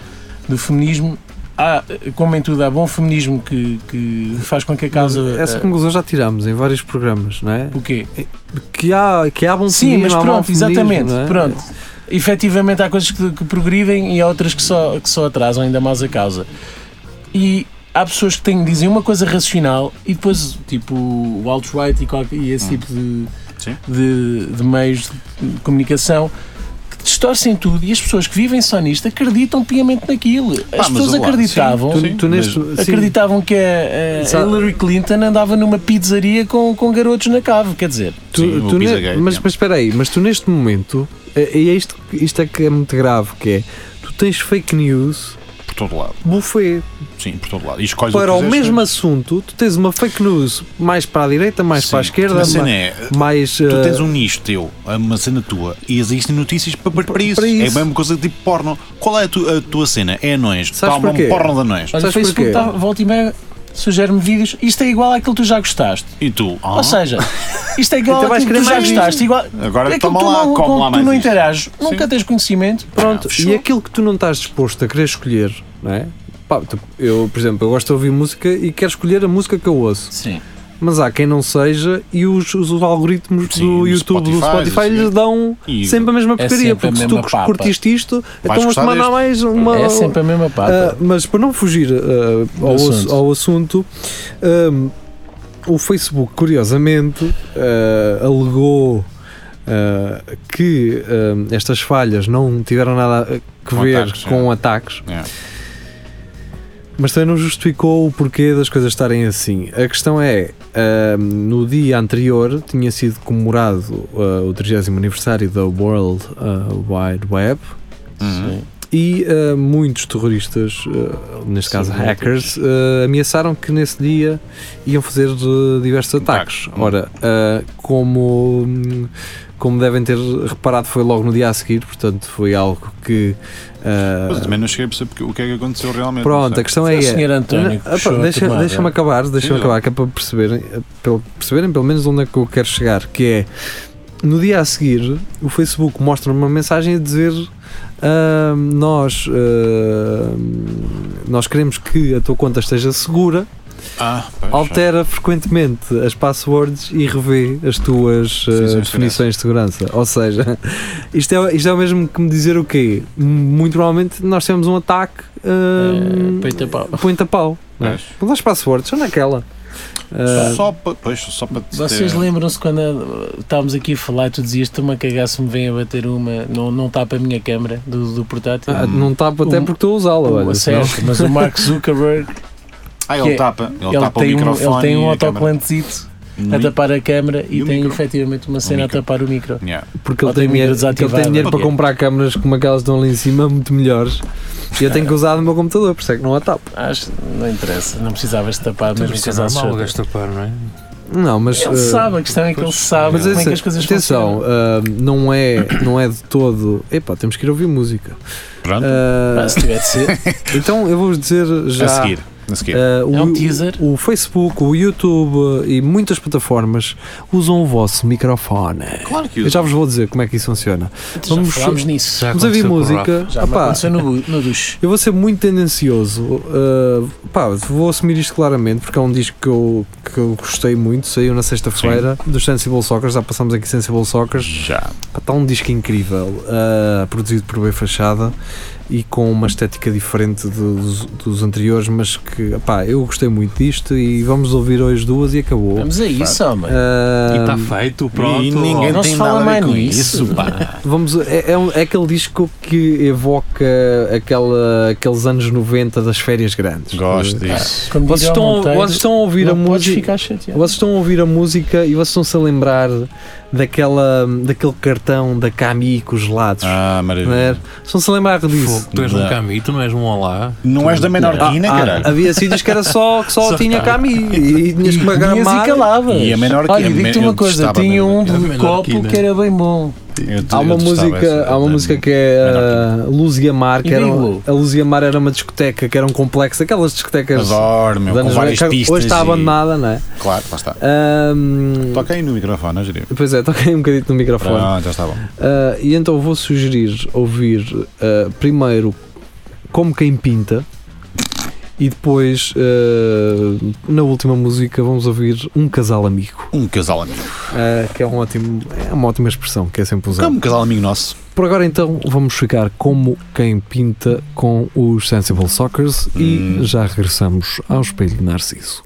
[SPEAKER 4] do feminismo, há, como em tudo, há bom feminismo que, que faz com que a causa.
[SPEAKER 2] Essa
[SPEAKER 4] eh,
[SPEAKER 2] conclusão já tirámos em vários programas, não é?
[SPEAKER 4] o quê?
[SPEAKER 2] Que há, que há bom
[SPEAKER 4] Sim,
[SPEAKER 2] feminismo,
[SPEAKER 4] mas
[SPEAKER 2] há mau
[SPEAKER 4] pronto,
[SPEAKER 2] feminismo,
[SPEAKER 4] exatamente.
[SPEAKER 2] não é?
[SPEAKER 4] Pronto. Efetivamente há coisas que, que progridem e há outras que só, que só atrasam ainda mais a causa. E há pessoas que têm, dizem uma coisa racional e depois, tipo, o alt-right e, qualquer- e
[SPEAKER 2] Hum.
[SPEAKER 4] esse tipo de,
[SPEAKER 3] Sim.
[SPEAKER 4] de, de meios de comunicação que distorcem tudo e as pessoas que vivem só nisto acreditam piamente naquilo.
[SPEAKER 2] Ah,
[SPEAKER 4] As
[SPEAKER 3] mas
[SPEAKER 4] pessoas
[SPEAKER 3] olá, sim,
[SPEAKER 4] acreditavam.
[SPEAKER 2] Tu,
[SPEAKER 3] Sim,
[SPEAKER 2] tu neste, sim.
[SPEAKER 4] Acreditavam que a, a
[SPEAKER 2] Sabe-
[SPEAKER 4] Hillary Clinton andava numa pizzaria com, com garotos na cave, quer dizer.
[SPEAKER 2] Tu-
[SPEAKER 3] Sim, o
[SPEAKER 2] tu ne-
[SPEAKER 3] Pizzagate,
[SPEAKER 2] mas,
[SPEAKER 3] é.
[SPEAKER 2] mas espera aí, mas tu neste momento, eh, e é isto, isto é que é muito grave, que é, tu tens fake news
[SPEAKER 3] Por todo lado.
[SPEAKER 2] buffet.
[SPEAKER 3] Sim, por todo lado. E escolhes
[SPEAKER 2] Para o
[SPEAKER 3] que quiseres,
[SPEAKER 2] mesmo
[SPEAKER 3] né?
[SPEAKER 2] assunto, tu tens uma fake news mais para a direita, mais
[SPEAKER 3] Sim.
[SPEAKER 2] para a esquerda,
[SPEAKER 3] A cena
[SPEAKER 2] ma-
[SPEAKER 3] é,
[SPEAKER 2] mais...
[SPEAKER 3] Tu
[SPEAKER 2] eh,
[SPEAKER 3] tens um nicho teu, uma cena tua, e existem notícias para, para, para, isso.
[SPEAKER 2] para isso.
[SPEAKER 3] É a mesma coisa que tipo porno. Qual é a, tu- a tua cena? É anões.
[SPEAKER 2] Sabes
[SPEAKER 3] Toma
[SPEAKER 2] porquê?
[SPEAKER 3] um porno de anões.
[SPEAKER 4] Olha,
[SPEAKER 2] Sabes
[SPEAKER 4] o Facebook
[SPEAKER 2] porquê?
[SPEAKER 4] tá, volta e meia sugere-me vídeos. Isto é igual àquilo que tu já gostaste.
[SPEAKER 3] E tu? Ah,
[SPEAKER 4] Ou seja, isto é igual
[SPEAKER 2] Então vais
[SPEAKER 4] àquilo
[SPEAKER 2] querer
[SPEAKER 4] que tu já
[SPEAKER 2] mais
[SPEAKER 4] gostaste. Igual,
[SPEAKER 3] agora
[SPEAKER 4] aquilo
[SPEAKER 3] toma
[SPEAKER 4] que tu
[SPEAKER 3] lá,
[SPEAKER 4] não,
[SPEAKER 3] come
[SPEAKER 4] com
[SPEAKER 3] lá
[SPEAKER 4] que tu
[SPEAKER 3] mais.
[SPEAKER 4] não
[SPEAKER 3] isto.
[SPEAKER 4] interages, nunca tens conhecimento. é-
[SPEAKER 2] Pronto,
[SPEAKER 3] fechou.
[SPEAKER 2] e aquilo que tu não estás disposto a querer escolher, não é? Pá, tu- eu, por exemplo, eu gosto de ouvir música e quero escolher a música que eu ouço.
[SPEAKER 4] Sim.
[SPEAKER 2] mas há quem não seja e os, os algoritmos
[SPEAKER 3] Sim,
[SPEAKER 2] do
[SPEAKER 3] do
[SPEAKER 2] YouTube,
[SPEAKER 3] Spotify,
[SPEAKER 2] do Spotify, lhes
[SPEAKER 3] assim.
[SPEAKER 2] dão
[SPEAKER 3] E-
[SPEAKER 2] sempre a mesma porcaria,
[SPEAKER 4] é sempre a
[SPEAKER 2] porque se
[SPEAKER 4] mesma
[SPEAKER 2] tu
[SPEAKER 4] papa.
[SPEAKER 2] curtiste isto,
[SPEAKER 3] Vais
[SPEAKER 2] então vamos
[SPEAKER 3] gostar
[SPEAKER 2] mandar
[SPEAKER 3] deste.
[SPEAKER 2] mais uma...
[SPEAKER 4] É sempre a mesma
[SPEAKER 2] Ah,
[SPEAKER 4] pata.
[SPEAKER 2] mas para não fugir ah, ao,
[SPEAKER 4] Do
[SPEAKER 2] assu-
[SPEAKER 4] assunto.
[SPEAKER 2] ao assunto, ahm, o Facebook, curiosamente, ah, alegou ah, que ahm, estas falhas não tiveram nada a que
[SPEAKER 3] Com
[SPEAKER 2] ver
[SPEAKER 3] ataques,
[SPEAKER 2] com ataques,
[SPEAKER 3] É.
[SPEAKER 2] mas também não justificou o porquê das coisas estarem assim. A questão é, ahm, no dia anterior tinha sido comemorado ah, o 30 aniversário da World ah, Wide Web,
[SPEAKER 3] Uhum.
[SPEAKER 4] Sim.
[SPEAKER 2] e eh, muitos terroristas, eh, neste caso
[SPEAKER 4] Sim,
[SPEAKER 2] hackers, eh, ameaçaram que nesse dia iam fazer eh, diversos ataques.
[SPEAKER 3] Ataques. uhum.
[SPEAKER 2] Ora, eh, como, hum, como devem ter reparado, foi logo no dia a seguir, portanto, foi algo que. eh,
[SPEAKER 3] Mas eu também não cheguei a perceber porque- o que é que aconteceu realmente. não
[SPEAKER 2] pronto,
[SPEAKER 3] sei.
[SPEAKER 2] a questão
[SPEAKER 4] Foi
[SPEAKER 2] é.
[SPEAKER 4] o senhor António que
[SPEAKER 2] Ah, pá,
[SPEAKER 4] puxou a
[SPEAKER 2] deixa-
[SPEAKER 4] tomada.
[SPEAKER 2] Deixa-me acabar, deixa-me
[SPEAKER 3] Sim.
[SPEAKER 2] acabar, que é para perceberem, eh, pelo- perceberem pelo menos onde é que eu quero chegar, que é no dia a seguir o Facebook mostra uma mensagem a dizer ah, nós, ah, nós queremos que a tua conta esteja segura,
[SPEAKER 3] Ah, pois,
[SPEAKER 2] altera frequentemente as passwords e revê as tuas ah,
[SPEAKER 3] Definições de
[SPEAKER 2] definições de segurança. Ou seja, [laughs] isto é, isto é o mesmo que me dizer o quê? Muito provavelmente nós temos um ataque. ah,
[SPEAKER 4] Eh, peito a pau.
[SPEAKER 2] Põe-te a pau. não é?
[SPEAKER 3] Pois.
[SPEAKER 2] Mas as passwords são naquela. Ah,
[SPEAKER 3] Só para. Pois, só para. te
[SPEAKER 4] Vocês
[SPEAKER 3] ter-
[SPEAKER 4] lembram-se quando ah, estávamos aqui a falar e tu dizias tu uma cagaço me vem a bater uma, não, não tapa a minha câmara do, do portátil?
[SPEAKER 2] ah, não tapa até
[SPEAKER 4] Um-
[SPEAKER 2] porque estou a usá-la. olha,
[SPEAKER 4] O-
[SPEAKER 2] senão-
[SPEAKER 4] certo, mas o Mark Zuckerberg
[SPEAKER 3] Ah,
[SPEAKER 4] que
[SPEAKER 3] ele
[SPEAKER 4] é-
[SPEAKER 3] tapa. Ele,
[SPEAKER 4] ele,
[SPEAKER 3] tapa
[SPEAKER 4] tem
[SPEAKER 3] o
[SPEAKER 4] um,
[SPEAKER 3] microfone.
[SPEAKER 4] ele tem
[SPEAKER 3] e
[SPEAKER 4] um
[SPEAKER 3] a câmara.
[SPEAKER 4] autoclantezito
[SPEAKER 3] No
[SPEAKER 4] a
[SPEAKER 3] mic-
[SPEAKER 4] tapar a câmara e,
[SPEAKER 3] e o
[SPEAKER 4] tem
[SPEAKER 3] micro.
[SPEAKER 4] efetivamente uma cena a
[SPEAKER 3] micro.
[SPEAKER 4] tapar o micro.
[SPEAKER 3] Yeah.
[SPEAKER 2] porque
[SPEAKER 4] Ou
[SPEAKER 2] ele tem,
[SPEAKER 4] tem o
[SPEAKER 2] dinheiro,
[SPEAKER 4] micro
[SPEAKER 2] porque ele tem
[SPEAKER 4] desativado.
[SPEAKER 2] dinheiro para comprar câmaras como aquelas que estão ali em cima, muito melhores. E eu tenho que usar do meu computador, por isso é que não a tapo.
[SPEAKER 4] Acho não interessa, não precisavas de tapar,
[SPEAKER 5] Mas
[SPEAKER 4] mesmo
[SPEAKER 5] isso é
[SPEAKER 4] coisa
[SPEAKER 5] normal o
[SPEAKER 4] chata.
[SPEAKER 5] gajo tapar, não é?
[SPEAKER 2] Não, mas.
[SPEAKER 4] Ele
[SPEAKER 2] ah,
[SPEAKER 4] sabe, a questão é que ele sabe
[SPEAKER 2] mas
[SPEAKER 4] como é
[SPEAKER 2] essa-
[SPEAKER 4] que as coisas
[SPEAKER 2] atenção,
[SPEAKER 4] funcionam.
[SPEAKER 2] ah, não, é, não é de todo. Epá, temos que ir ouvir música.
[SPEAKER 3] Pronto.
[SPEAKER 2] Ah,
[SPEAKER 4] Pá, se tiver
[SPEAKER 2] [laughs]
[SPEAKER 4] de ser,
[SPEAKER 2] então eu vou-vos dizer já.
[SPEAKER 3] Uh, a seguir. A seguir.
[SPEAKER 2] Ah, o,
[SPEAKER 4] É um teaser.
[SPEAKER 2] O Facebook, o YouTube e muitas plataformas usam o vosso microfone.
[SPEAKER 3] claro que
[SPEAKER 2] Uh, Eu
[SPEAKER 3] usa.
[SPEAKER 2] já vos vou dizer como é que isso funciona. Vamos- Tá.
[SPEAKER 4] já falámos nisso.
[SPEAKER 5] Já
[SPEAKER 2] Vamos ouvir
[SPEAKER 5] aconteceu por
[SPEAKER 2] música.
[SPEAKER 4] Já me
[SPEAKER 2] Opá,
[SPEAKER 4] aconteceu no, bu- no duche.
[SPEAKER 2] eu vou ser muito tendencioso. uh, pá, vou assumir isto claramente porque é um disco que eu, que eu gostei muito. Saiu na sexta-feira dos Sensible Soccer. Já passamos aqui Sensible Soccer.
[SPEAKER 3] Já.
[SPEAKER 2] Está um disco incrível, uh, produzido por B Fachada e com uma estética diferente dos, dos anteriores, mas que pá, eu gostei muito disto e vamos ouvir hoje duas e acabou.
[SPEAKER 4] Vamos a isso, homem.
[SPEAKER 2] Uh,
[SPEAKER 3] tá
[SPEAKER 5] E tá está feito, pronto.
[SPEAKER 3] E ninguém
[SPEAKER 4] Não
[SPEAKER 3] tem
[SPEAKER 4] se fala
[SPEAKER 3] nada a
[SPEAKER 4] mais
[SPEAKER 3] ver com
[SPEAKER 4] nisso.
[SPEAKER 3] isso.
[SPEAKER 2] [laughs]
[SPEAKER 3] pá.
[SPEAKER 2] Vamos, é, é, um- é aquele disco que evoca aquela, aqueles anos 90 das férias grandes.
[SPEAKER 3] Gosto
[SPEAKER 2] Eh,
[SPEAKER 3] disso.
[SPEAKER 4] Como
[SPEAKER 2] Vocês
[SPEAKER 4] diria o
[SPEAKER 2] estão,
[SPEAKER 4] Monteiro,
[SPEAKER 2] vocês estão a ouvir a
[SPEAKER 4] não podes
[SPEAKER 2] música.
[SPEAKER 4] ficar chateado.
[SPEAKER 2] Vocês estão a ouvir a música e vocês estão-se a lembrar daquela, daquele cartão da Cami com os lados.
[SPEAKER 3] Ah,
[SPEAKER 2] não é?
[SPEAKER 3] maravilha.
[SPEAKER 2] Estão-se a lembrar disso.
[SPEAKER 5] Fogo, tu és um
[SPEAKER 3] Não.
[SPEAKER 5] Cami, tu não és um Olá.
[SPEAKER 3] Não és da menorquina,
[SPEAKER 2] Ah, ah,
[SPEAKER 3] caralho.
[SPEAKER 2] havia sítios que era só que só,
[SPEAKER 5] Só
[SPEAKER 2] tinha Cami e tinhas que me
[SPEAKER 4] Tinhas e
[SPEAKER 2] agramar.
[SPEAKER 4] calavas.
[SPEAKER 3] E a menorquina.
[SPEAKER 4] Olha, digo-te
[SPEAKER 3] Eu
[SPEAKER 4] uma coisa,
[SPEAKER 3] detestava a
[SPEAKER 4] tinha um
[SPEAKER 3] menorquina.
[SPEAKER 5] A
[SPEAKER 4] de copo
[SPEAKER 5] menorquina.
[SPEAKER 3] né?
[SPEAKER 4] que era bem bom.
[SPEAKER 3] Eu-
[SPEAKER 2] Há
[SPEAKER 3] eu
[SPEAKER 2] uma
[SPEAKER 3] detestava
[SPEAKER 2] música,
[SPEAKER 3] essa-
[SPEAKER 2] há uma música que é a Luz e a Mar, que
[SPEAKER 4] E
[SPEAKER 2] era, um-
[SPEAKER 4] Bingo.
[SPEAKER 2] a Luz e a Mar era uma discoteca, que era um complexo, aquelas discotecas
[SPEAKER 3] Adoro, meu.
[SPEAKER 2] de
[SPEAKER 3] Com
[SPEAKER 2] anos
[SPEAKER 3] várias
[SPEAKER 2] 90, que
[SPEAKER 3] pistas.
[SPEAKER 2] hoje está
[SPEAKER 3] e-
[SPEAKER 2] abandonada, não é?
[SPEAKER 3] Claro, lá está.
[SPEAKER 2] Ahm,
[SPEAKER 3] Toca aí no microfone, não diria.
[SPEAKER 2] Pois é, [laughs] toquei um bocadinho no microfone.
[SPEAKER 3] Pronto, já está bom.
[SPEAKER 2] Ah, e então vou sugerir ouvir ah, primeiro Como Quem Pinta e depois, ah, na última música, vamos ouvir Um Casal Amigo,
[SPEAKER 3] Um casal amigo.
[SPEAKER 2] ah, que é, um ótimo, é uma ótima expressão que é sempre usada.
[SPEAKER 3] Como um casal amigo nosso.
[SPEAKER 2] Por agora então vamos ficar como quem pinta com os Sensible Sockers e
[SPEAKER 3] Hum.
[SPEAKER 2] já regressamos ao Espelho de Narciso.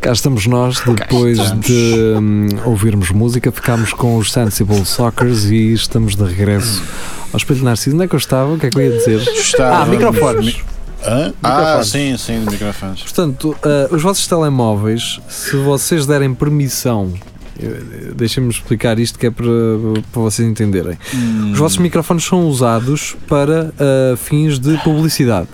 [SPEAKER 2] Cá estamos nós, depois
[SPEAKER 3] estamos.
[SPEAKER 2] de hum, ouvirmos música, ficámos com os Sensible Sockers e estamos de regresso ao Espelho de Narciso. Onde é que eu estava? O que é que eu ia dizer?
[SPEAKER 3] Estávamos-
[SPEAKER 2] Ah, microfones.
[SPEAKER 3] Hã? Ah,
[SPEAKER 6] Microfones.
[SPEAKER 3] sim, sim, microfones.
[SPEAKER 2] Portanto, eh, os vossos telemóveis, se vocês derem permissão, eh, deixem-me explicar isto que é para, para vocês entenderem.
[SPEAKER 3] Hum,
[SPEAKER 2] Os vossos microfones são usados para eh, fins de publicidade.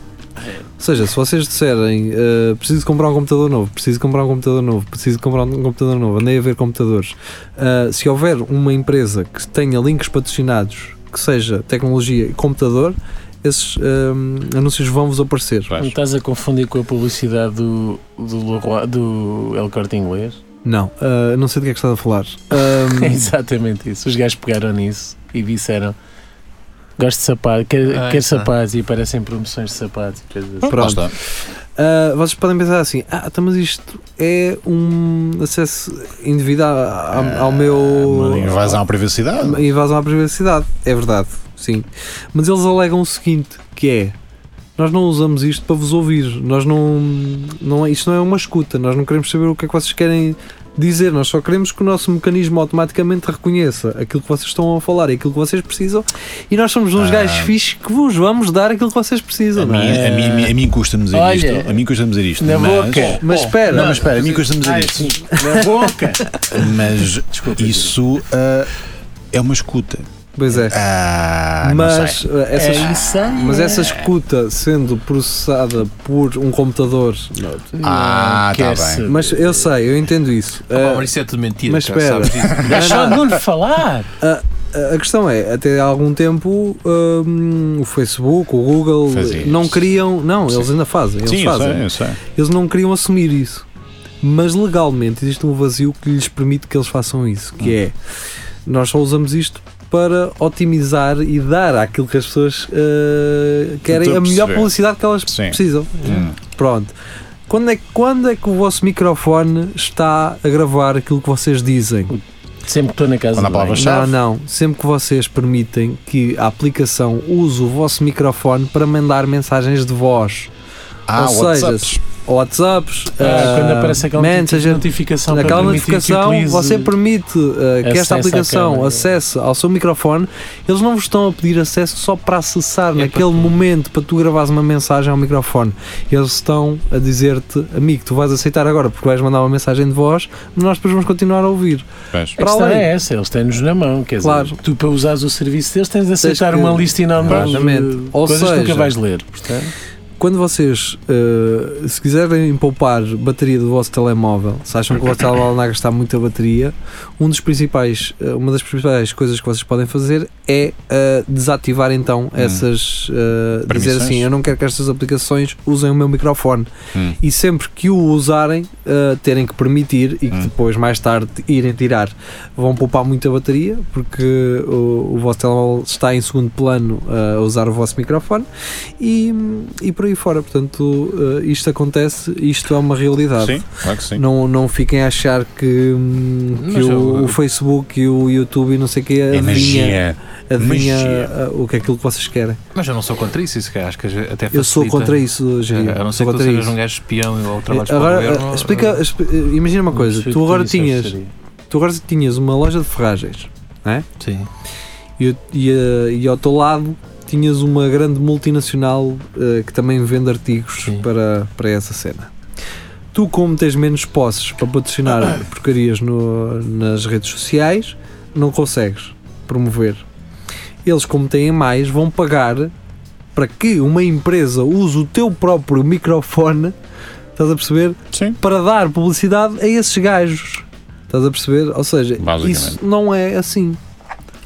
[SPEAKER 2] Ou seja, se vocês disserem eh, preciso comprar um computador novo, preciso comprar um computador novo, preciso comprar um computador novo, andei a ver computadores. eh, se houver uma empresa que tenha links patrocinados que seja tecnologia e computador, esses eh, anúncios vão-vos aparecer.
[SPEAKER 4] Não estás a confundir com a publicidade do, do, Leroy- do El Corte Inglês?
[SPEAKER 2] Não, ah, não sei do que é que estás a falar. Ahm,
[SPEAKER 4] É [laughs] exatamente isso. Os gajos pegaram nisso e disseram: Gosto de sapatos, quero,
[SPEAKER 5] Ah,
[SPEAKER 4] quero
[SPEAKER 5] isso é.
[SPEAKER 4] sapatos e aparecem promoções de sapatos. e coisas assim.
[SPEAKER 2] pronto.
[SPEAKER 3] Lá está.
[SPEAKER 2] Ah, vocês podem pensar assim: ah, então, mas isto é um acesso indevido a- a- ao
[SPEAKER 3] Uma
[SPEAKER 2] meu.
[SPEAKER 3] invasão à privacidade.
[SPEAKER 2] Invasão à privacidade. É verdade, sim. Mas eles alegam o seguinte: que é. Nós não usamos isto para vos ouvir. Nós não, não. é- Isto não é uma escuta. Nós não queremos saber o que é que vocês querem dizer. Nós só queremos que o nosso mecanismo automaticamente reconheça aquilo que vocês estão a falar e aquilo que vocês precisam. E nós somos uns
[SPEAKER 3] Ah.
[SPEAKER 2] gajos fixes que vos vamos dar aquilo que vocês precisam.
[SPEAKER 3] A
[SPEAKER 2] não é?
[SPEAKER 3] mim, a mim, a mim, a mim custa-me dizer
[SPEAKER 4] Olha,
[SPEAKER 3] isto. A mim custa-me dizer isto.
[SPEAKER 4] na
[SPEAKER 3] mas,
[SPEAKER 4] boca.
[SPEAKER 2] Mas espera,
[SPEAKER 3] Não, mas é espera, a mim custa-me dizer
[SPEAKER 4] Ah,
[SPEAKER 3] isto.
[SPEAKER 4] sim, na boca!
[SPEAKER 3] [laughs] Mas isso ah, é uma escuta.
[SPEAKER 2] pois é.
[SPEAKER 3] Ah, não sei.
[SPEAKER 2] mas, eh, essas-
[SPEAKER 4] É isso aí.
[SPEAKER 2] mas essa escuta sendo processada por um computador.
[SPEAKER 3] Ah, tá
[SPEAKER 4] Quer
[SPEAKER 3] bem.
[SPEAKER 4] saber.
[SPEAKER 2] Mas eu sei, eu entendo isso.
[SPEAKER 5] Ah,
[SPEAKER 2] Eh,
[SPEAKER 3] Tá
[SPEAKER 5] mas isso é tudo mentira.
[SPEAKER 2] mas
[SPEAKER 5] cara,
[SPEAKER 2] espera.
[SPEAKER 5] sabes disso.
[SPEAKER 4] Deixa só de lhe falar!
[SPEAKER 2] a- a questão é, até há algum tempo hum, o Facebook, o Google
[SPEAKER 3] Fazia
[SPEAKER 2] não
[SPEAKER 3] isso.
[SPEAKER 2] queriam. Não,
[SPEAKER 3] Sim.
[SPEAKER 2] eles ainda fazem. Eles
[SPEAKER 3] Sim, eu
[SPEAKER 2] fazem.
[SPEAKER 3] sei, eu sei.
[SPEAKER 2] Eles não queriam assumir isso. Mas legalmente existe um vazio que lhes permite que eles façam isso, que é nós só usamos isto para otimizar e dar àquilo que as pessoas eh, querem
[SPEAKER 3] Estou
[SPEAKER 2] a
[SPEAKER 3] a
[SPEAKER 2] melhor
[SPEAKER 3] perceber.
[SPEAKER 2] publicidade que elas
[SPEAKER 3] Sim.
[SPEAKER 2] precisam.
[SPEAKER 3] Hum.
[SPEAKER 2] Pronto. Quando é, quando é que o vosso microfone está a gravar aquilo que vocês dizem?
[SPEAKER 4] Sempre que estou na casa
[SPEAKER 3] Quando a
[SPEAKER 4] do
[SPEAKER 3] palavra
[SPEAKER 4] banho.
[SPEAKER 2] Não,
[SPEAKER 3] Chave?
[SPEAKER 2] não. Sempre que vocês permitem que a aplicação use o vosso microfone para mandar mensagens de voz.
[SPEAKER 3] Ah,
[SPEAKER 2] Ou seja,
[SPEAKER 3] WhatsApps.
[SPEAKER 2] WhatsApps,
[SPEAKER 4] Ah, quando
[SPEAKER 2] ah,
[SPEAKER 4] aparece aquela
[SPEAKER 2] Messenger,
[SPEAKER 4] notificação, para
[SPEAKER 2] Naquela
[SPEAKER 4] permitir que
[SPEAKER 2] notificação,
[SPEAKER 4] utilize-
[SPEAKER 2] você permite uh, que
[SPEAKER 4] acesso
[SPEAKER 2] esta
[SPEAKER 4] à
[SPEAKER 2] aplicação
[SPEAKER 4] câmara.
[SPEAKER 2] acesse ao seu microfone. Eles não vos estão a pedir acesso só para
[SPEAKER 4] É
[SPEAKER 2] acessar naquele momento para tu gravares uma mensagem ao microfone. Eles estão a dizer-te, amigo, tu vais aceitar agora porque vais mandar uma mensagem de voz, mas nós depois vamos continuar a ouvir.
[SPEAKER 3] Pois.
[SPEAKER 4] A
[SPEAKER 2] Para
[SPEAKER 4] questão
[SPEAKER 2] além.
[SPEAKER 4] é essa, eles têm-nos na mão, quer
[SPEAKER 2] Claro.
[SPEAKER 4] dizer, tu para usares o serviço deles tens de aceitar
[SPEAKER 2] que-
[SPEAKER 4] uma lista enorme
[SPEAKER 2] Exatamente.
[SPEAKER 4] de
[SPEAKER 2] Ou
[SPEAKER 4] coisas que
[SPEAKER 2] seja,
[SPEAKER 4] nunca vais ler. portanto.
[SPEAKER 2] Quando vocês, uh, se quiserem poupar bateria do vosso telemóvel, se acham que o vosso telemóvel anda a gastar muita bateria, um dos principais, uh, uma das principais coisas que vocês podem fazer é uh, desativar então essas. uh, dizer
[SPEAKER 3] Permissões?
[SPEAKER 2] assim, eu não quero que estas aplicações usem o meu microfone.
[SPEAKER 3] Hum.
[SPEAKER 2] E sempre que o usarem, uh, terem que permitir e que
[SPEAKER 3] Hum.
[SPEAKER 2] depois, mais tarde, irem tirar. Vão poupar muita bateria porque o, o vosso telemóvel está em segundo plano uh, a usar o vosso microfone e, e por aí fora. Portanto, eh, isto acontece, isto é uma realidade.
[SPEAKER 3] Sim, claro que sim.
[SPEAKER 2] Não, não fiquem a achar que, hum, que
[SPEAKER 5] Mas
[SPEAKER 2] o,
[SPEAKER 5] eu-
[SPEAKER 2] o Facebook e o YouTube e não sei o que
[SPEAKER 3] É
[SPEAKER 2] adivinha,
[SPEAKER 3] magia.
[SPEAKER 2] adivinha
[SPEAKER 3] Magia.
[SPEAKER 2] ah, o que é aquilo que vocês querem.
[SPEAKER 5] Mas eu não sou contra isso, isso cara. acho que até facilita.
[SPEAKER 2] Eu sou contra isso, Jair.
[SPEAKER 5] A não ser
[SPEAKER 2] Sou
[SPEAKER 5] que tu
[SPEAKER 2] contra
[SPEAKER 5] sejas
[SPEAKER 2] isso.
[SPEAKER 5] um gajo espião ou trabalhas para o
[SPEAKER 2] Agora,
[SPEAKER 5] governo,
[SPEAKER 2] eh, explica, exp- eh, imagina uma coisa, tu agora, tinhas, tu agora tinhas uma loja de ferragens
[SPEAKER 5] eh, Sim.
[SPEAKER 2] e, eu- e, eh, e ao teu lado tinhas uma grande multinacional eh, que também vende artigos
[SPEAKER 5] Sim.
[SPEAKER 2] para, para essa cena. Tu, como tens menos posses para
[SPEAKER 3] [coughs]
[SPEAKER 2] patrocinar porcarias no- nas redes sociais, não consegues promover. Eles, como têm mais, vão pagar para que uma empresa use o teu próprio microfone, estás a perceber?
[SPEAKER 3] Sim.
[SPEAKER 2] Para dar publicidade a esses gajos. Estás a perceber? Ou seja,
[SPEAKER 3] Basicamente.
[SPEAKER 2] isso não é assim.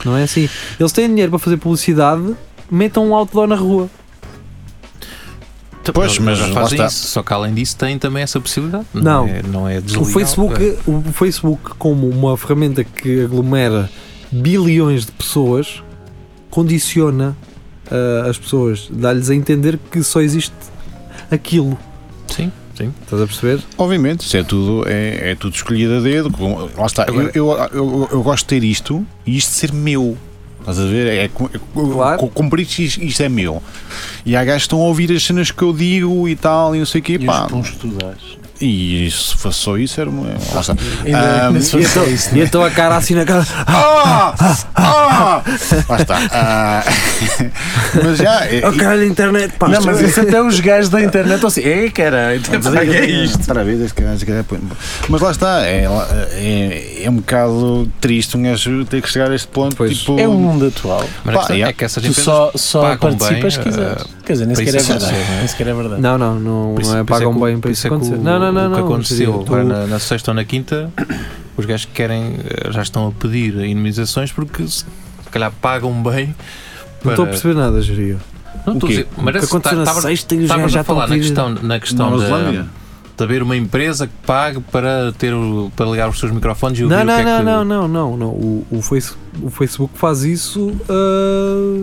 [SPEAKER 2] Não é assim. Eles têm dinheiro para fazer publicidade, metam um outdoor na rua. Então,
[SPEAKER 3] Pois,
[SPEAKER 5] Eles
[SPEAKER 3] mas
[SPEAKER 5] já
[SPEAKER 3] lá
[SPEAKER 5] fazem
[SPEAKER 3] está.
[SPEAKER 5] isso. Só que além disso tem também essa possibilidade.
[SPEAKER 2] Não.
[SPEAKER 5] é, não é
[SPEAKER 2] O
[SPEAKER 5] deslegal,
[SPEAKER 2] Facebook, o Facebook, como uma ferramenta que aglomera bilhões de pessoas, condiciona ah, as pessoas, dá-lhes a entender que só existe aquilo.
[SPEAKER 5] é. Sim, sim.
[SPEAKER 2] Estás a perceber?
[SPEAKER 3] Obviamente, isso é tudo, é, é tudo escolhido a dedo. com- Lá está. Eu,
[SPEAKER 5] Agora-
[SPEAKER 3] eu, eu, eu gosto de ter isto e isto ser meu. Estás a ver? É, cu- é, cu-
[SPEAKER 2] Claro.
[SPEAKER 3] cumprir que isto, isto é meu. E há gajos que estão a ouvir as cenas que eu digo e tal, e não sei o quê.
[SPEAKER 4] E
[SPEAKER 3] pá.
[SPEAKER 4] os pons que tu dás.
[SPEAKER 3] E se fosse só isso, era uma. lá está.
[SPEAKER 4] Ah, Ainda
[SPEAKER 3] Ahm,
[SPEAKER 4] ainda
[SPEAKER 5] é
[SPEAKER 4] se fosse só isso,
[SPEAKER 2] E então a cara assim na cara.
[SPEAKER 3] Ah! Ah! Lá está. Ah, [laughs] mas já. é-
[SPEAKER 2] "Ah, A cara da internet, pá.
[SPEAKER 4] Não, mas isso até os gajos da internet estão assim. É, [laughs] cara,
[SPEAKER 3] Outra vez, Outra vez, este caralho, este caralho, pô. Mas lá está, é, é, é um bocado triste um gajo ter que chegar a este ponto.
[SPEAKER 2] Pois.
[SPEAKER 3] Tipo,
[SPEAKER 4] É o mundo atual.
[SPEAKER 5] Mas
[SPEAKER 3] Pá,
[SPEAKER 5] a questão
[SPEAKER 3] yeah.
[SPEAKER 5] é que essas
[SPEAKER 4] Tu
[SPEAKER 5] empresas.
[SPEAKER 4] só, só
[SPEAKER 5] pagam
[SPEAKER 4] participas se
[SPEAKER 5] bem,
[SPEAKER 4] quiseres.
[SPEAKER 5] eh,
[SPEAKER 4] Quer dizer, nem
[SPEAKER 5] para
[SPEAKER 4] sequer é
[SPEAKER 5] isso
[SPEAKER 4] verdade.
[SPEAKER 5] acontecer, né?
[SPEAKER 4] Nem sequer é verdade.
[SPEAKER 2] Não, não, não,
[SPEAKER 5] Por isso-
[SPEAKER 2] não é
[SPEAKER 5] por isso
[SPEAKER 2] pagam
[SPEAKER 5] que o-
[SPEAKER 2] bem para
[SPEAKER 5] por
[SPEAKER 2] isso
[SPEAKER 5] é que
[SPEAKER 2] acontecer.
[SPEAKER 5] o-
[SPEAKER 2] Não, não, não.
[SPEAKER 5] O que
[SPEAKER 2] não,
[SPEAKER 5] aconteceu
[SPEAKER 2] sim, tu-
[SPEAKER 5] agora na, na sexta ou na quinta, os gajos que querem eh, já estão a pedir indemnizações porque se se calhar pagam bem.
[SPEAKER 2] Não estou a
[SPEAKER 5] para-
[SPEAKER 2] perceber nada, Gerio.
[SPEAKER 5] Não estou a
[SPEAKER 3] O quê?
[SPEAKER 5] dizer, mas
[SPEAKER 2] O que
[SPEAKER 5] esse-
[SPEAKER 2] aconteceu na
[SPEAKER 5] tá- tava-
[SPEAKER 2] sexta é e os
[SPEAKER 5] Estavas
[SPEAKER 2] gajos já um
[SPEAKER 5] a
[SPEAKER 2] estão
[SPEAKER 5] falar
[SPEAKER 2] a
[SPEAKER 5] na
[SPEAKER 2] pedir-
[SPEAKER 5] questão, na questão
[SPEAKER 3] Nova
[SPEAKER 5] de,
[SPEAKER 3] Zelândia.
[SPEAKER 5] de haver uma empresa que pague para, ter, o- para ligar os seus microfones e ouvir
[SPEAKER 2] Não,
[SPEAKER 5] o que
[SPEAKER 2] não,
[SPEAKER 5] é
[SPEAKER 2] não,
[SPEAKER 5] que...
[SPEAKER 2] não, não, não, não. O, o, Face- o Facebook faz isso. ah,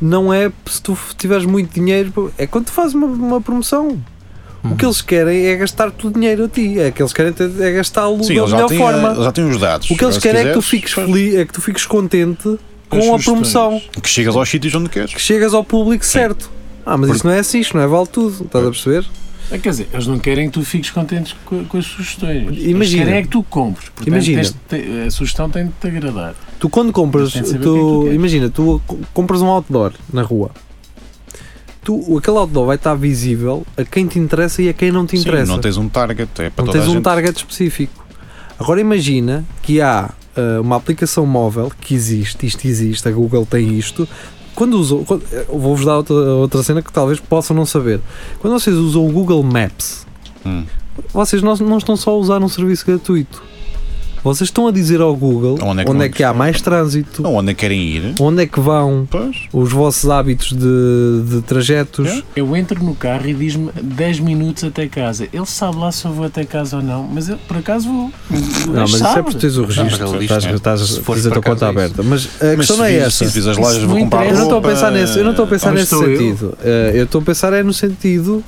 [SPEAKER 2] não é se tu tiveres muito dinheiro. É quando tu fazes uma, uma promoção.
[SPEAKER 3] Hum.
[SPEAKER 2] O que eles querem é gastar-te o dinheiro a ti. É que eles querem ter- é gastá-lo
[SPEAKER 3] Sim,
[SPEAKER 2] da
[SPEAKER 3] eles já
[SPEAKER 2] melhor
[SPEAKER 3] têm, eh,
[SPEAKER 2] forma.
[SPEAKER 3] eles já têm os dados.
[SPEAKER 2] o que eles
[SPEAKER 3] Agora, se
[SPEAKER 2] querem é que tu
[SPEAKER 3] quiseres,
[SPEAKER 2] fiques
[SPEAKER 3] pois,
[SPEAKER 2] feliz, é que tu fiques contente com a
[SPEAKER 4] sugestões.
[SPEAKER 2] promoção.
[SPEAKER 3] Que chegas aos sítios onde queres.
[SPEAKER 2] Que chegas ao público certo. Ah, mas isso não é assim, isto não é vale tudo. Estás a perceber?
[SPEAKER 4] É, Quer dizer, eles não querem que tu fiques contente co- com, as sugestões. Eles
[SPEAKER 2] Imagina.
[SPEAKER 4] querem é que tu compres. Portanto,
[SPEAKER 2] Imagina.
[SPEAKER 4] tens de te- a sugestão tem de te agradar.
[SPEAKER 2] Tu quando compras,
[SPEAKER 4] Tem de saber o que é que tu
[SPEAKER 2] tu,
[SPEAKER 4] queres.
[SPEAKER 2] imagina, tu co- compras um outdoor na rua. Tu, aquele outdoor vai estar visível a quem te interessa e a quem não te
[SPEAKER 3] Sim,
[SPEAKER 2] interessa.
[SPEAKER 3] não tens um target, é para
[SPEAKER 2] Não
[SPEAKER 3] toda
[SPEAKER 2] tens
[SPEAKER 3] a
[SPEAKER 2] um
[SPEAKER 3] gente.
[SPEAKER 2] target específico. Agora imagina que há ah, uma aplicação móvel que existe, isto existe, a Google tem isto. Quando usou, quando- eh, vou-vos dar outra, outra cena que talvez possam não saber. Quando vocês usam o Google Maps,
[SPEAKER 3] Hum.
[SPEAKER 2] vocês não, não estão só a usar um serviço gratuito. Vocês estão a dizer ao Google
[SPEAKER 3] Onde é que
[SPEAKER 2] onde é
[SPEAKER 3] vão? Então-
[SPEAKER 2] que há mais trânsito,
[SPEAKER 3] Não, onde querem ir.
[SPEAKER 2] onde é que vão
[SPEAKER 3] Pois.
[SPEAKER 2] os vossos hábitos de, de trajetos.
[SPEAKER 3] É.
[SPEAKER 4] Eu entro no carro e diz-me 10 minutos até casa. Ele sabe lá se eu vou até casa ou não, mas eu por acaso vou.
[SPEAKER 2] Não, mas isso é porque tens o registro,
[SPEAKER 5] mas ele
[SPEAKER 2] estás,
[SPEAKER 3] é.
[SPEAKER 5] diz,
[SPEAKER 2] estás,
[SPEAKER 5] se fores
[SPEAKER 2] tens a tua
[SPEAKER 5] para
[SPEAKER 2] conta
[SPEAKER 5] casa, é
[SPEAKER 2] aberta. Mas a
[SPEAKER 3] Mas
[SPEAKER 2] questão
[SPEAKER 3] se
[SPEAKER 2] não é
[SPEAKER 3] vis-
[SPEAKER 2] essa.
[SPEAKER 3] Se vis as
[SPEAKER 4] Isso
[SPEAKER 3] lojas,
[SPEAKER 4] não
[SPEAKER 3] vou comprar
[SPEAKER 2] Eu não estou a
[SPEAKER 3] roupa,
[SPEAKER 2] pensar nesse, eu não estou a pensar
[SPEAKER 4] Onde
[SPEAKER 2] nesse
[SPEAKER 4] Ah, estou eu?
[SPEAKER 2] sentido. Eh, eu estou a pensar é no sentido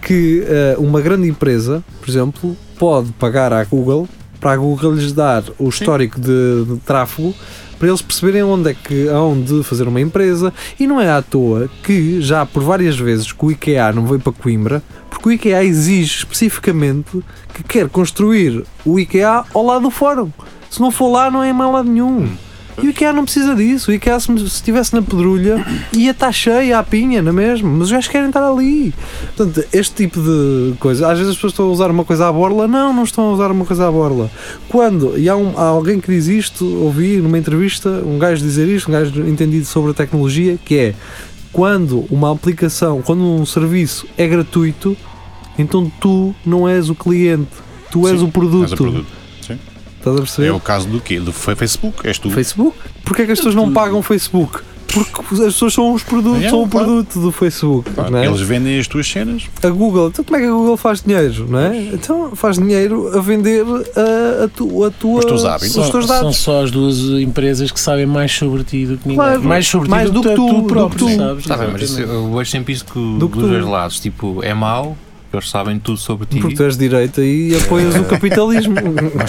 [SPEAKER 2] que eh, uma grande empresa, por exemplo, pode pagar à Google para a Google lhes dar o histórico de, de tráfego para eles perceberem onde é que hão de fazer uma empresa e não é à toa que já por várias vezes que o IKEA não veio para Coimbra porque o IKEA exige especificamente que quer construir o IKEA ao lado do fórum se não for lá não é em mal lado nenhum e o IKEA não precisa disso. O IKEA, se se estivesse na pedrulha, ia estar cheia à pinha, não é mesmo? Mas os gajos querem estar ali. Portanto, este tipo de coisa. Às vezes as pessoas estão a usar uma coisa à borla. Não, não estão a usar uma coisa à borla. Quando, e há, um- há alguém que diz isto, ouvi numa entrevista um gajo dizer isto, um gajo entendido sobre a tecnologia, que é quando uma aplicação, quando um serviço é gratuito, então tu não és o cliente, tu és
[SPEAKER 3] Sim,
[SPEAKER 2] o produto.
[SPEAKER 3] Mas é produto.
[SPEAKER 2] Estás a perceber?
[SPEAKER 3] É o caso do quê? Do fa- Facebook? És tu.
[SPEAKER 2] Facebook? Porquê é que as pessoas não pagam o Facebook? Porque as pessoas são os produtos,
[SPEAKER 3] É,
[SPEAKER 2] são o
[SPEAKER 3] claro.
[SPEAKER 2] produto do Facebook.
[SPEAKER 3] Pá,
[SPEAKER 2] não é?
[SPEAKER 3] Eles vendem as tuas cenas.
[SPEAKER 2] A Google, então como é que a Google faz dinheiro? Não é? Então faz dinheiro a vender a, a, tu, a tua,
[SPEAKER 3] Os teus hábitos.
[SPEAKER 2] os teus
[SPEAKER 4] são
[SPEAKER 2] dados.
[SPEAKER 4] só as duas empresas que sabem mais sobre ti do que ninguém.
[SPEAKER 2] Claro.
[SPEAKER 4] mais sobre
[SPEAKER 2] Mais
[SPEAKER 4] ti
[SPEAKER 2] do que tu, do que
[SPEAKER 4] próprio,
[SPEAKER 2] tu.
[SPEAKER 4] sabes?
[SPEAKER 5] Está bem, mas isso,
[SPEAKER 4] Exatamente.
[SPEAKER 5] eu vejo sempre isso que,
[SPEAKER 2] Do que
[SPEAKER 5] dos
[SPEAKER 2] tu.
[SPEAKER 5] dois lados. Tipo, é mau, eles sabem tudo sobre ti.
[SPEAKER 2] Porque tu és direita e apoias o capitalismo.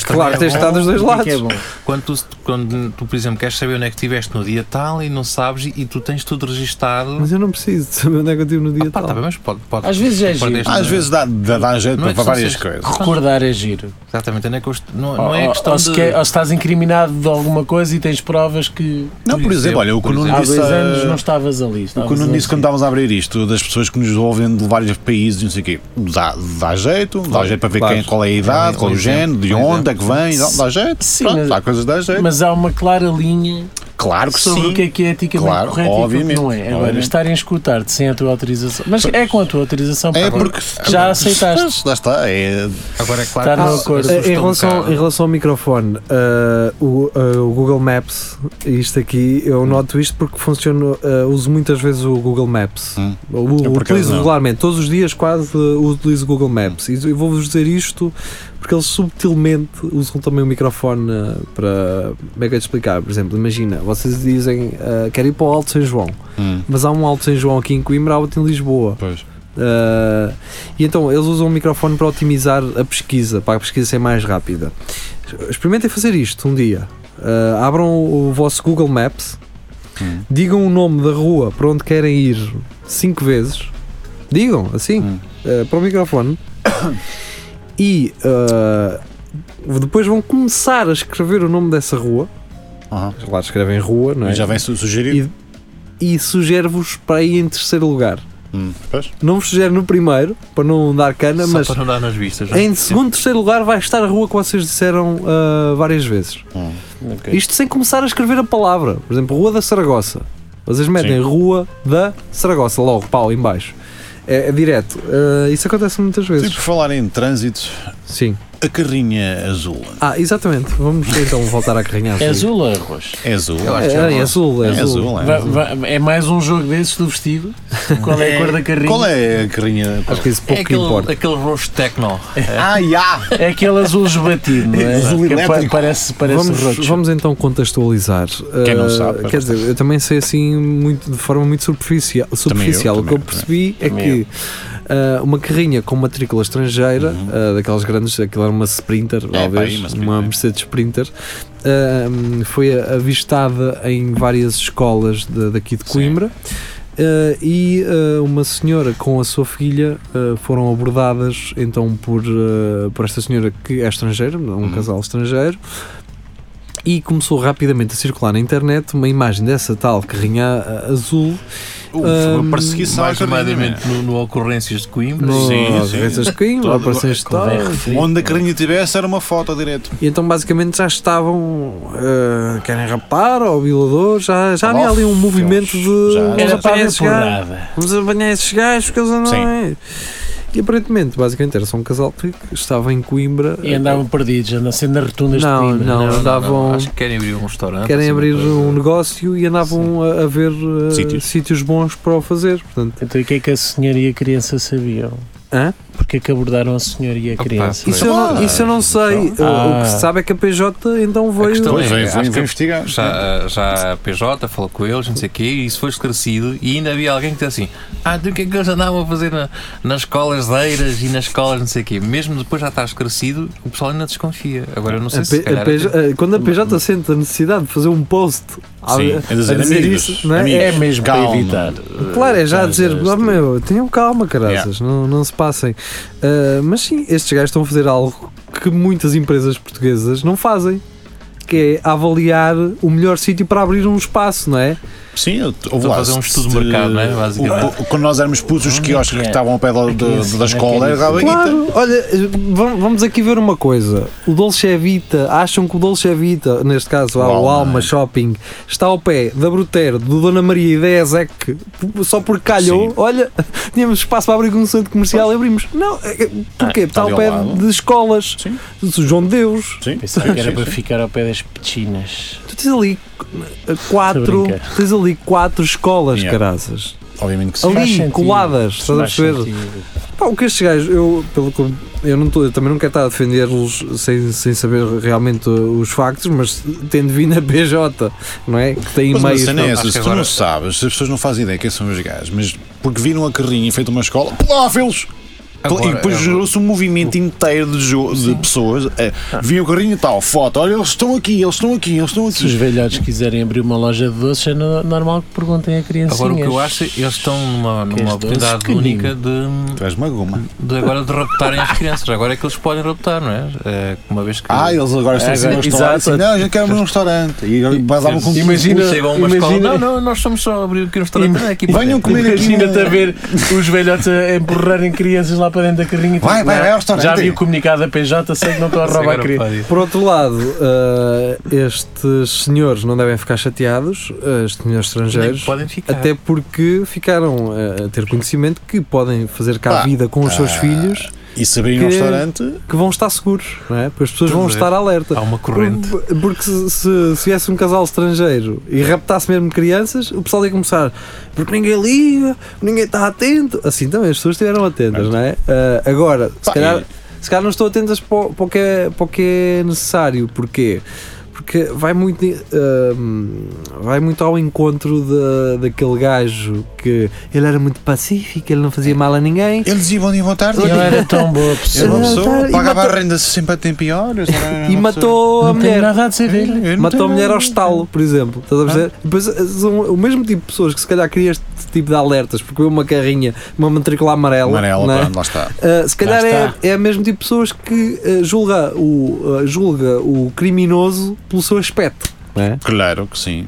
[SPEAKER 2] claro,
[SPEAKER 5] é
[SPEAKER 2] tens de
[SPEAKER 5] bom
[SPEAKER 2] estar dos dois
[SPEAKER 4] O que é
[SPEAKER 2] lados.
[SPEAKER 4] que é bom?
[SPEAKER 5] Quando tu, quando tu, por exemplo, queres saber onde é que estiveste no dia tal e não sabes e, e tu tens tudo registado.
[SPEAKER 2] Mas eu não preciso de saber onde é que eu estive no dia
[SPEAKER 5] Ah, pá,
[SPEAKER 2] tal.
[SPEAKER 5] tá bem, mas pode, pode,
[SPEAKER 4] Às vezes é
[SPEAKER 5] pode
[SPEAKER 4] giro.
[SPEAKER 5] este-
[SPEAKER 3] Às
[SPEAKER 2] né?
[SPEAKER 3] vezes dá, dá, dá jeito
[SPEAKER 5] Não
[SPEAKER 3] para
[SPEAKER 5] é que são
[SPEAKER 3] várias
[SPEAKER 5] seis-
[SPEAKER 3] coisas.
[SPEAKER 4] Recordar é giro.
[SPEAKER 5] Exatamente, não é, quest- não, não é
[SPEAKER 4] Ou-
[SPEAKER 5] questão
[SPEAKER 4] ou,
[SPEAKER 5] de...
[SPEAKER 4] se quer- ou se estás incriminado de alguma coisa e tens provas que
[SPEAKER 3] Não, por exemplo, olha, o que
[SPEAKER 5] por
[SPEAKER 3] o Nuno
[SPEAKER 4] há
[SPEAKER 3] disse.
[SPEAKER 4] dois anos assim. não
[SPEAKER 3] ah,
[SPEAKER 4] estavas ali.
[SPEAKER 3] O
[SPEAKER 4] estavas
[SPEAKER 3] que o Nuno
[SPEAKER 4] ali.
[SPEAKER 3] disse quando estávamos a abrir isto, das pessoas que nos ouvem de vários países, e não sei o quê, dá, dá jeito, dá jeito para ver
[SPEAKER 2] claro.
[SPEAKER 3] quem, qual é a idade,
[SPEAKER 5] um
[SPEAKER 3] qual é o
[SPEAKER 5] exemplo,
[SPEAKER 3] género, de
[SPEAKER 5] um
[SPEAKER 3] onde é que vem, dá, dá jeito.
[SPEAKER 4] Sim,
[SPEAKER 3] pronto,
[SPEAKER 4] mas-
[SPEAKER 3] há coisas que dá jeito.
[SPEAKER 4] Mas há uma clara linha
[SPEAKER 3] claro que
[SPEAKER 4] sobre
[SPEAKER 3] sim.
[SPEAKER 4] o que é que é eticamente
[SPEAKER 3] Claro,
[SPEAKER 4] correto e o que
[SPEAKER 3] obviamente,
[SPEAKER 4] não é. Agora,
[SPEAKER 3] obviamente.
[SPEAKER 4] estarem a escutar-te sem a tua autorização. Mas é com a tua autorização.
[SPEAKER 3] É
[SPEAKER 4] pá,
[SPEAKER 3] porque
[SPEAKER 4] já aceitaste.
[SPEAKER 3] Mas Lá está, é
[SPEAKER 5] Agora é claro
[SPEAKER 4] Tá
[SPEAKER 5] que um
[SPEAKER 4] no
[SPEAKER 5] a- a
[SPEAKER 4] acordo.
[SPEAKER 5] sugestão
[SPEAKER 2] Em
[SPEAKER 5] de
[SPEAKER 2] relação,
[SPEAKER 5] carro-
[SPEAKER 2] em relação ao microfone, ah, o, ah, o Google Maps, isto aqui,
[SPEAKER 3] Hum.
[SPEAKER 2] eu noto isto porque funciona, uh, uso muitas vezes o Google Maps.
[SPEAKER 3] Hum.
[SPEAKER 2] O,
[SPEAKER 3] Eu por acaso
[SPEAKER 2] utilizo
[SPEAKER 3] não.
[SPEAKER 2] regularmente, todos os dias quase ah, utilizo o Google Maps. E eu vou-vos dizer isto porque eles subtilmente usam também o microfone ah, para. Como é que eu te explicar? Por exemplo, imagina, vocês dizem ah, quero ir para o Alto São João,
[SPEAKER 3] Hum,
[SPEAKER 2] mas há um Alto São João aqui em Coimbra, há outro em Lisboa.
[SPEAKER 3] pois.
[SPEAKER 2] Uh, e então eles usam o microfone para otimizar a pesquisa, para a pesquisa ser mais rápida. Ah, Experimentem fazer isto um dia. Uh, abram o, o vosso Google Maps
[SPEAKER 3] Hum.
[SPEAKER 2] Digam o nome da rua para onde querem ir cinco vezes. Digam, assim,
[SPEAKER 3] Hum.
[SPEAKER 2] eh, para o microfone. E eh, depois vão começar a escrever o nome dessa rua.
[SPEAKER 3] Aham.
[SPEAKER 2] Lá escrevem rua, não é?
[SPEAKER 3] Mas Já vem su- sugerido.
[SPEAKER 2] E sugere-vos para ir em terceiro lugar.
[SPEAKER 3] Hum. Pois.
[SPEAKER 2] Não vos sugere no primeiro, para não dar cana,
[SPEAKER 5] Só
[SPEAKER 2] mas
[SPEAKER 5] para não dar nas vistas. não é?
[SPEAKER 2] em segundo, terceiro lugar vai estar a rua que vocês disseram ah, várias vezes.
[SPEAKER 3] Hum.
[SPEAKER 4] Ok.
[SPEAKER 2] Isto sem começar a escrever a palavra. Por exemplo, Rua da Saragossa. Vocês metem
[SPEAKER 3] Sim.
[SPEAKER 2] Rua da Saragossa, logo, pau, em baixo. É, é direto. Ah, isso acontece muitas
[SPEAKER 3] E
[SPEAKER 2] vezes.
[SPEAKER 3] por falar em trânsito,
[SPEAKER 2] Sim.
[SPEAKER 3] a carrinha azul
[SPEAKER 2] Ah, exatamente. Vamos então voltar à carrinha azul.
[SPEAKER 4] É azul ou é roxo?
[SPEAKER 3] é azul.
[SPEAKER 5] Eu
[SPEAKER 2] É,
[SPEAKER 5] acho que é
[SPEAKER 2] é azul, é
[SPEAKER 3] É
[SPEAKER 2] azul.
[SPEAKER 3] azul, é.
[SPEAKER 4] Va- va- É mais um jogo desses do vestido? Qual é a cor da carrinha?
[SPEAKER 3] Qual é a
[SPEAKER 4] [laughs]
[SPEAKER 3] carrinha?
[SPEAKER 2] Acho que isso
[SPEAKER 5] É
[SPEAKER 2] pouco que
[SPEAKER 5] aquele,
[SPEAKER 2] importa.
[SPEAKER 5] aquele rosto tecno.
[SPEAKER 3] Ah, já!
[SPEAKER 4] É aquele azul esbatido, não
[SPEAKER 3] [laughs]
[SPEAKER 4] é?
[SPEAKER 3] Azul
[SPEAKER 4] Que é pa-
[SPEAKER 3] elétrico.
[SPEAKER 4] Parece, parece roxo.
[SPEAKER 2] Vamos, vamos então contextualizar.
[SPEAKER 3] Quem não
[SPEAKER 2] Ah,
[SPEAKER 3] sabe,
[SPEAKER 2] quer dizer, eu também sei assim muito, de forma muito superficial. superficial.
[SPEAKER 3] também
[SPEAKER 2] o
[SPEAKER 3] eu,
[SPEAKER 2] que eu percebi é
[SPEAKER 4] Também
[SPEAKER 2] que ah, uma carrinha com matrícula estrangeira, ah, daquelas grandes, aquilo era uma Sprinter, talvez,
[SPEAKER 3] Uhum. É, pá,
[SPEAKER 2] uma,
[SPEAKER 3] aí uma Sprinter.
[SPEAKER 2] Mercedes Sprinter, ah, foi avistada em várias escolas de- daqui de
[SPEAKER 3] Sim.
[SPEAKER 2] Coimbra. ah, e ah, uma senhora com a sua filha ah, foram abordadas então por, ah, por esta senhora que é estrangeira, um
[SPEAKER 3] Uhum.
[SPEAKER 2] casal estrangeiro, e começou rapidamente a circular na internet uma imagem dessa tal carrinha ah, azul
[SPEAKER 3] Uh, foi
[SPEAKER 2] Hum,
[SPEAKER 3] uma perseguição à
[SPEAKER 5] Ah, Mais
[SPEAKER 3] carrinha.
[SPEAKER 5] nomeadamente
[SPEAKER 2] é?
[SPEAKER 5] no, no Ocorrências de Coimbra.
[SPEAKER 2] no
[SPEAKER 3] Sim,
[SPEAKER 2] às
[SPEAKER 3] sim.
[SPEAKER 2] vezes Coimbra,
[SPEAKER 3] Todo-
[SPEAKER 2] aparecem
[SPEAKER 4] convém
[SPEAKER 2] histórias.
[SPEAKER 4] referir.
[SPEAKER 3] Onde a carrinha tivesse era uma foto direto.
[SPEAKER 2] E então basicamente já estavam ah, querem raptar ou violador, já, já havia ali um
[SPEAKER 3] Ofens.
[SPEAKER 2] movimento de
[SPEAKER 3] Já-
[SPEAKER 2] vamos
[SPEAKER 3] Era
[SPEAKER 4] Era para
[SPEAKER 2] apanhar
[SPEAKER 4] haver
[SPEAKER 2] esses gajos,
[SPEAKER 4] porrada.
[SPEAKER 2] vamos apanhar esses gajos porque eles andam
[SPEAKER 3] Sim.
[SPEAKER 2] aí. E aparentemente, basicamente, era só um casal que estava em Coimbra. eh,
[SPEAKER 4] E andavam perdidos, andam sendo nas rotundas
[SPEAKER 2] Não,
[SPEAKER 4] de Coimbra.
[SPEAKER 2] não, andavam-
[SPEAKER 5] Acho que querem abrir um restaurante.
[SPEAKER 2] Querem
[SPEAKER 5] assim, uma
[SPEAKER 2] abrir
[SPEAKER 5] coisa.
[SPEAKER 2] um negócio e andavam a, a ver ah,
[SPEAKER 3] Sítios.
[SPEAKER 2] sítios bons para o fazer. Portanto,
[SPEAKER 4] Então, e o que é que a senhora e a criança sabiam?
[SPEAKER 2] Hã?
[SPEAKER 4] Porque é que abordaram a senhora e a
[SPEAKER 5] Opa,
[SPEAKER 4] criança?
[SPEAKER 2] Isso eu,
[SPEAKER 3] Ah,
[SPEAKER 2] não, isso eu não
[SPEAKER 3] então.
[SPEAKER 2] sei. O- O que
[SPEAKER 4] Ah.
[SPEAKER 2] se sabe é que a PJ então
[SPEAKER 5] A
[SPEAKER 2] veio.
[SPEAKER 5] questão
[SPEAKER 3] Pois,
[SPEAKER 5] é,
[SPEAKER 3] vem-
[SPEAKER 5] acho
[SPEAKER 3] vem-
[SPEAKER 5] que
[SPEAKER 3] vem investigar.
[SPEAKER 5] Já, eh, já a PJ falou com eles, não sei o quê, e isso foi esclarecido. E ainda havia alguém que disse assim: Ah, do que é que eles andavam a fazer na- nas escolas de Eiras e nas escolas não sei o quê. Mesmo depois já está esclarecido, o pessoal ainda desconfia. Agora eu não sei
[SPEAKER 2] A
[SPEAKER 5] se. se
[SPEAKER 2] P- a
[SPEAKER 5] calhar
[SPEAKER 2] PJ eh, quando a PJ sente a necessidade de fazer um post a,
[SPEAKER 3] Sim,
[SPEAKER 2] a
[SPEAKER 3] a dizer amigos,
[SPEAKER 2] não é?
[SPEAKER 3] amigos.
[SPEAKER 4] É mesmo
[SPEAKER 3] Calma.
[SPEAKER 4] para evitar.
[SPEAKER 2] É, claro, é já a dizer,
[SPEAKER 4] Este-
[SPEAKER 2] "Oh, meu, tenham calma, caraças, não, não se passem. Ah, mas sim, estes gajos estão a fazer algo que muitas empresas portuguesas não fazem, que é avaliar o melhor sítio para abrir um espaço, não é?
[SPEAKER 3] Sim, eu- houve
[SPEAKER 5] Estão a
[SPEAKER 3] lá.
[SPEAKER 5] fazer um
[SPEAKER 3] se-
[SPEAKER 5] estudo de mercado, não é? Basicamente. Ah,
[SPEAKER 3] o- o- Quando nós éramos putos, os quiosques que estavam ao pé da, da- da escola era a
[SPEAKER 2] Claro, olha, eh, vam- vamos aqui ver uma coisa. O Dolce Vita, acham que o Dolce Vita, neste caso
[SPEAKER 3] O
[SPEAKER 2] ah, o
[SPEAKER 3] Alma.
[SPEAKER 2] Alma Shopping, está ao pé da Brutero, do Dona Maria e da Ezek, p- só porque calhou,
[SPEAKER 3] Sim.
[SPEAKER 2] olha, [laughs] tínhamos espaço para abrir um centro comercial e abrimos. Não, eh, eh, porquê?
[SPEAKER 3] Ah, está
[SPEAKER 2] está ao
[SPEAKER 3] ali
[SPEAKER 2] pé
[SPEAKER 3] ao lado.
[SPEAKER 2] de escolas.
[SPEAKER 3] Sim.
[SPEAKER 2] Do João de Deus,
[SPEAKER 3] Sim.
[SPEAKER 4] Pensava que era
[SPEAKER 3] Sim,
[SPEAKER 4] para
[SPEAKER 3] sim.
[SPEAKER 4] ficar ao pé das petinas.
[SPEAKER 2] tu tens ali eh, quatro,
[SPEAKER 4] Estou a brincar.
[SPEAKER 2] tens ali quatro escolas,
[SPEAKER 3] Yeah.
[SPEAKER 2] caraças.
[SPEAKER 3] Obviamente que sim.
[SPEAKER 4] Faz
[SPEAKER 2] Ali,
[SPEAKER 4] sentido.
[SPEAKER 2] coladas, estás a
[SPEAKER 4] Faz
[SPEAKER 2] perceber?
[SPEAKER 4] sentido.
[SPEAKER 2] Pá, o que estes gajos, eu, pelo que eu- eu, não tô- eu também não quero estar a defender-los sem, sem saber realmente uh, os factos, mas tendo vindo a PJ, não é? Que tem
[SPEAKER 3] Mas a
[SPEAKER 2] meios.
[SPEAKER 3] cena é
[SPEAKER 2] para-
[SPEAKER 3] essa, se
[SPEAKER 5] acho
[SPEAKER 3] tu
[SPEAKER 5] que agora-
[SPEAKER 3] não sabes, se as pessoas não fazem ideia quem são os gajos, mas porque viram a carrinha e feito uma escola, lá los e
[SPEAKER 5] Agora, é
[SPEAKER 3] depois
[SPEAKER 5] agora-
[SPEAKER 3] gerou-se um movimento inteiro de, jo- de pessoas. É,
[SPEAKER 5] Ah.
[SPEAKER 3] viam o carrinho e tal, foto, olha, eles estão aqui, eles estão aqui, eles estão
[SPEAKER 4] Se os
[SPEAKER 3] aqui.
[SPEAKER 4] velhotes quiserem abrir uma loja de doces, é no- normal que perguntem a criancinhas.
[SPEAKER 5] Agora o que eu acho, eles estão numa,
[SPEAKER 4] Que
[SPEAKER 5] numa
[SPEAKER 4] és
[SPEAKER 5] oportunidade
[SPEAKER 4] doce,
[SPEAKER 5] única de,
[SPEAKER 3] Tu és uma goma.
[SPEAKER 5] de agora de raptarem as crianças. Agora é que eles podem raptar, não é? É, Uma vez que.
[SPEAKER 3] Ah, eles agora estão
[SPEAKER 4] É,
[SPEAKER 3] assim,
[SPEAKER 4] agora-
[SPEAKER 3] eles estão lá,
[SPEAKER 4] exato.
[SPEAKER 3] assim, não, eu quero abrir um restaurante. E agora basavam com
[SPEAKER 4] Imagina-
[SPEAKER 5] chegam a uma
[SPEAKER 4] imagina-
[SPEAKER 5] escola. Não, não, nós somos só a abrir aqui um restaurante. não é aqui para
[SPEAKER 3] Venham
[SPEAKER 5] dentro."
[SPEAKER 3] comer aqui.
[SPEAKER 4] Imagina-te
[SPEAKER 3] na-
[SPEAKER 4] a
[SPEAKER 3] [laughs]
[SPEAKER 4] ver os velhotes a empurrarem crianças lá para dentro da carrinha. e
[SPEAKER 3] Vai,
[SPEAKER 4] tu-
[SPEAKER 3] vai,
[SPEAKER 4] não,
[SPEAKER 3] vai ao restaurante.
[SPEAKER 4] Já vi o comunicado da PJ, sei que não estou a roubar
[SPEAKER 5] Agora
[SPEAKER 4] crianças.
[SPEAKER 5] pode.
[SPEAKER 2] Por outro lado, uh, estes senhores não devem ficar chateados, uh, estes senhores
[SPEAKER 5] Nem
[SPEAKER 2] estrangeiros,
[SPEAKER 5] Podem ficar.
[SPEAKER 2] até porque ficaram uh, a ter conhecimento que podem fazer cá
[SPEAKER 3] Pá,
[SPEAKER 2] vida com os seus
[SPEAKER 3] ah.
[SPEAKER 2] filhos
[SPEAKER 3] E se abrirem um
[SPEAKER 2] Que-
[SPEAKER 3] restaurante,
[SPEAKER 2] que vão estar seguros, não é? Porque as pessoas vão
[SPEAKER 5] Pois é.
[SPEAKER 2] estar alerta.
[SPEAKER 5] Há uma corrente.
[SPEAKER 2] Por- Porque se, se, se viesse um casal estrangeiro e raptasse mesmo crianças, o pessoal ia começar porque ninguém liga, ninguém está atento. Assim também, as pessoas estiveram atentas, não é? Ah, agora, se
[SPEAKER 3] Pá,
[SPEAKER 2] calhar, se calhar não estão atentas para, o- para o que é, para o que é necessário. Porquê? Porque porque vai muito, hum, vai muito ao encontro da daquele gajo que ele era muito pacífico, ele não fazia mal a ninguém.
[SPEAKER 6] Eles iam de votar.
[SPEAKER 4] Eu era tão boa
[SPEAKER 6] Eu
[SPEAKER 4] pessoa.
[SPEAKER 6] uma
[SPEAKER 2] Votar
[SPEAKER 6] pessoa,
[SPEAKER 2] e
[SPEAKER 6] pagava
[SPEAKER 2] matou-
[SPEAKER 6] a renda 60 tempo e horas.
[SPEAKER 2] E matou a
[SPEAKER 4] Não tenho
[SPEAKER 2] mulher.
[SPEAKER 4] nada a dizer dele.
[SPEAKER 2] Matou a mulher ao estalo, por exemplo. Estás a perceber? Depois eh, são o mesmo tipo de pessoas que se calhar cria este tipo de alertas, porque vê uma carrinha, uma matrícula amarela.
[SPEAKER 3] Amarela,
[SPEAKER 2] não é?
[SPEAKER 3] pronto, lá está.
[SPEAKER 2] Ah, se calhar é,
[SPEAKER 4] está.
[SPEAKER 2] é o mesmo tipo de pessoas que ah, julga, o, ah, julga o criminoso pelo seu aspecto. não é?
[SPEAKER 3] Claro que sim.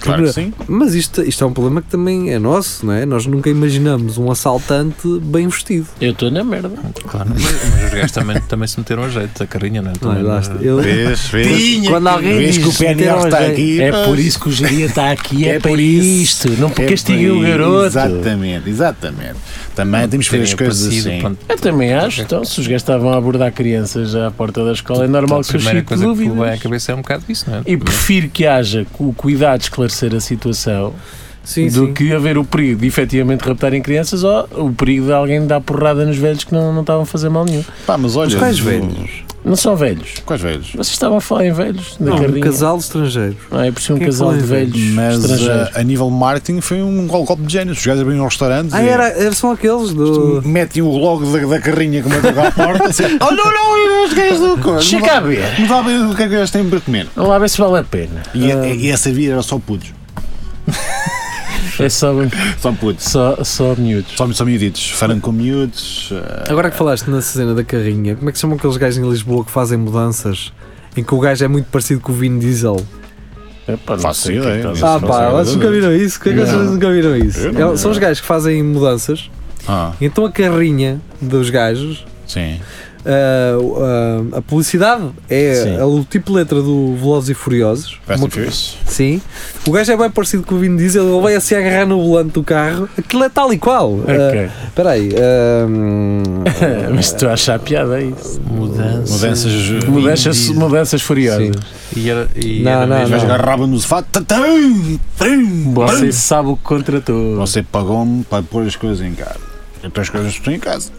[SPEAKER 3] Claro que sim.
[SPEAKER 2] Mas isto, isto é um problema que também é nosso, não é? Nós nunca imaginamos um assaltante bem vestido.
[SPEAKER 4] Eu estou na merda.
[SPEAKER 5] Claro, mas, mas os gajos também, também se meteram a jeito da carrinha, não é?
[SPEAKER 2] Não é?
[SPEAKER 5] Também,
[SPEAKER 2] Lá
[SPEAKER 5] eh,
[SPEAKER 2] está. Eu-
[SPEAKER 3] Vês, vês.
[SPEAKER 5] Tinha
[SPEAKER 2] quando alguém
[SPEAKER 3] Vês
[SPEAKER 2] diz
[SPEAKER 3] que o PNR
[SPEAKER 2] meteram
[SPEAKER 3] está
[SPEAKER 2] jeito-
[SPEAKER 3] aqui.
[SPEAKER 4] É
[SPEAKER 3] pois.
[SPEAKER 4] por isso que o Jeria está
[SPEAKER 3] [laughs]
[SPEAKER 4] aqui, é,
[SPEAKER 3] É
[SPEAKER 4] por
[SPEAKER 3] por
[SPEAKER 4] isto. Não
[SPEAKER 3] É
[SPEAKER 4] porque castiguei
[SPEAKER 3] por
[SPEAKER 4] o
[SPEAKER 3] aí,
[SPEAKER 4] garoto.
[SPEAKER 3] Exatamente, exatamente. Também É, temos que ver
[SPEAKER 5] terem
[SPEAKER 3] as coisas
[SPEAKER 5] aparecido,
[SPEAKER 3] assim.
[SPEAKER 5] pronto,
[SPEAKER 4] Eu também acho. Então, se os gajos estavam a abordar crianças já à porta da escola, é normal que
[SPEAKER 5] Então, a primeira
[SPEAKER 4] suscite
[SPEAKER 5] coisa que me vem à
[SPEAKER 4] dúvidas.
[SPEAKER 5] cabeça é um bocado isso, não é?
[SPEAKER 4] E prefiro que haja o cuidado de esclarecer a situação
[SPEAKER 2] Sim,
[SPEAKER 4] do
[SPEAKER 2] sim.
[SPEAKER 4] que haver o perigo de efetivamente raptarem crianças ou o perigo de alguém dar porrada nos velhos que não, não estavam a fazer mal nenhum.
[SPEAKER 3] Pá, mas olha.
[SPEAKER 2] Mas quais
[SPEAKER 3] o-
[SPEAKER 2] velhos?
[SPEAKER 4] Não são velhos.
[SPEAKER 3] Quais velhos?
[SPEAKER 4] Vocês estavam a falar em velhos, na
[SPEAKER 2] Não, um
[SPEAKER 4] carrinha.
[SPEAKER 2] casal estrangeiro.
[SPEAKER 4] Não, é por ser um
[SPEAKER 2] Quem é que
[SPEAKER 4] casal
[SPEAKER 2] fala em
[SPEAKER 4] de velhos
[SPEAKER 3] Mas eh,
[SPEAKER 4] estrangeiros.
[SPEAKER 3] a, a nível de marketing foi um gol- golpe de gênio. Os gajos abriram um restaurante.
[SPEAKER 2] Ah,
[SPEAKER 3] e-
[SPEAKER 2] era, era- são aqueles do.
[SPEAKER 3] Metem o logo da, da carrinha que mandou à porta. assim, [laughs] oh, não, não, os gajos do coisa.
[SPEAKER 4] Chega a ver.
[SPEAKER 3] Não sabem o que é que eles têm para comer.
[SPEAKER 4] Vamos lá ver se vale a pena.
[SPEAKER 3] E, a, e a servir era só putos.
[SPEAKER 4] É só,
[SPEAKER 3] Só putos.
[SPEAKER 4] só, só miúdos.
[SPEAKER 3] Só, só miúditos. Falam com miúdos. eh,
[SPEAKER 2] Agora que falaste na cena da carrinha, como é que chamam aqueles gajos em Lisboa que fazem mudanças em que o gajo é muito parecido com o Vin Diesel?
[SPEAKER 4] Epá, não
[SPEAKER 3] Faço
[SPEAKER 4] sei o que é que
[SPEAKER 3] ideia.
[SPEAKER 4] estás a
[SPEAKER 2] Ah,
[SPEAKER 3] não
[SPEAKER 2] pá,
[SPEAKER 3] sei,
[SPEAKER 2] vocês
[SPEAKER 3] não.
[SPEAKER 2] nunca viram isso? Que é que vocês nunca viram isso?
[SPEAKER 3] Eu não.
[SPEAKER 2] É, são os gajos que fazem mudanças,
[SPEAKER 3] Ah,
[SPEAKER 2] então a carrinha dos gajos.
[SPEAKER 3] sim.
[SPEAKER 2] ah, ah, a publicidade é
[SPEAKER 4] Sim.
[SPEAKER 2] o tipo de letra do Velozes e Furiosos.
[SPEAKER 3] Fast
[SPEAKER 2] Uma-
[SPEAKER 3] and Furious.
[SPEAKER 2] Sim. O gajo é bem parecido com o Vin Diesel. Ele vai assim agarrar no volante do carro. Aquilo é tal e qual. Ah,
[SPEAKER 4] Ok.
[SPEAKER 2] Espera aí. ah,
[SPEAKER 3] [laughs]
[SPEAKER 4] [laughs] Mas tu achas a piada é isso?
[SPEAKER 5] Mudanças.
[SPEAKER 3] Mudanças.
[SPEAKER 4] Mudanças,
[SPEAKER 5] Indies.
[SPEAKER 4] mudanças furiosas.
[SPEAKER 5] E era, e
[SPEAKER 2] Não,
[SPEAKER 5] era
[SPEAKER 2] não,
[SPEAKER 5] mesmo- assim,
[SPEAKER 3] Os gajos
[SPEAKER 2] não.
[SPEAKER 3] agarravam no sofá. tatam, trim,
[SPEAKER 4] Você sabe o que contratou.
[SPEAKER 3] Você pagou-me para pôr as coisas em casa. Eu tenho as coisas que estou em casa.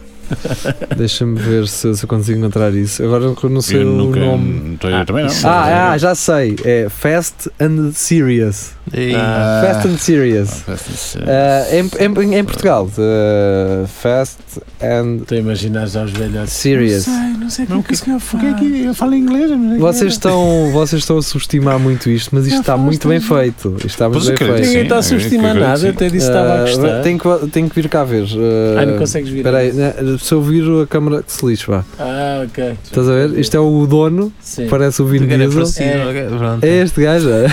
[SPEAKER 2] Deixa-me ver se, se eu consigo encontrar isso. Agora eu não sei
[SPEAKER 3] eu
[SPEAKER 2] é o
[SPEAKER 3] nunca.
[SPEAKER 2] nome.
[SPEAKER 3] não estou- eu também não.
[SPEAKER 4] isso-
[SPEAKER 2] Ah, ah, já sei. É Fast and Serious.
[SPEAKER 5] E-
[SPEAKER 3] Ah,
[SPEAKER 2] Fast and Serious.
[SPEAKER 3] Fast and Furious.
[SPEAKER 2] Ah, em, em- em Portugal. ah, fast and
[SPEAKER 4] Estou a imaginar já os velhos.
[SPEAKER 2] Serious.
[SPEAKER 4] não sei
[SPEAKER 3] Não, é. o que, o que é que eu falo em inglês? mas-
[SPEAKER 2] Vocês estão, vocês estão a subestimar muito isto, mas isto está muito bem feito. Isto está muito
[SPEAKER 3] Pois
[SPEAKER 2] bem
[SPEAKER 3] eu acredito,
[SPEAKER 2] feito.
[SPEAKER 4] Ninguém
[SPEAKER 3] Sim,
[SPEAKER 4] está a
[SPEAKER 3] eu
[SPEAKER 4] subestimar
[SPEAKER 3] acredito que
[SPEAKER 4] nada,
[SPEAKER 3] sim.
[SPEAKER 4] até disse que estava a
[SPEAKER 2] Ah,
[SPEAKER 4] gostar.
[SPEAKER 2] tenho, que, tenho que vir cá ver. ah,
[SPEAKER 4] Ah, não consegues vir.
[SPEAKER 2] Espera aí, né, se eu viro a câmara que se lixe, vá.
[SPEAKER 4] Ah, ok.
[SPEAKER 2] Estás a ver? Isto é o dono,
[SPEAKER 4] Sim.
[SPEAKER 2] parece o Vin
[SPEAKER 5] Era
[SPEAKER 2] Diesel.
[SPEAKER 5] parecido,
[SPEAKER 4] É.
[SPEAKER 5] ok, pronto.
[SPEAKER 2] É este gajo, é?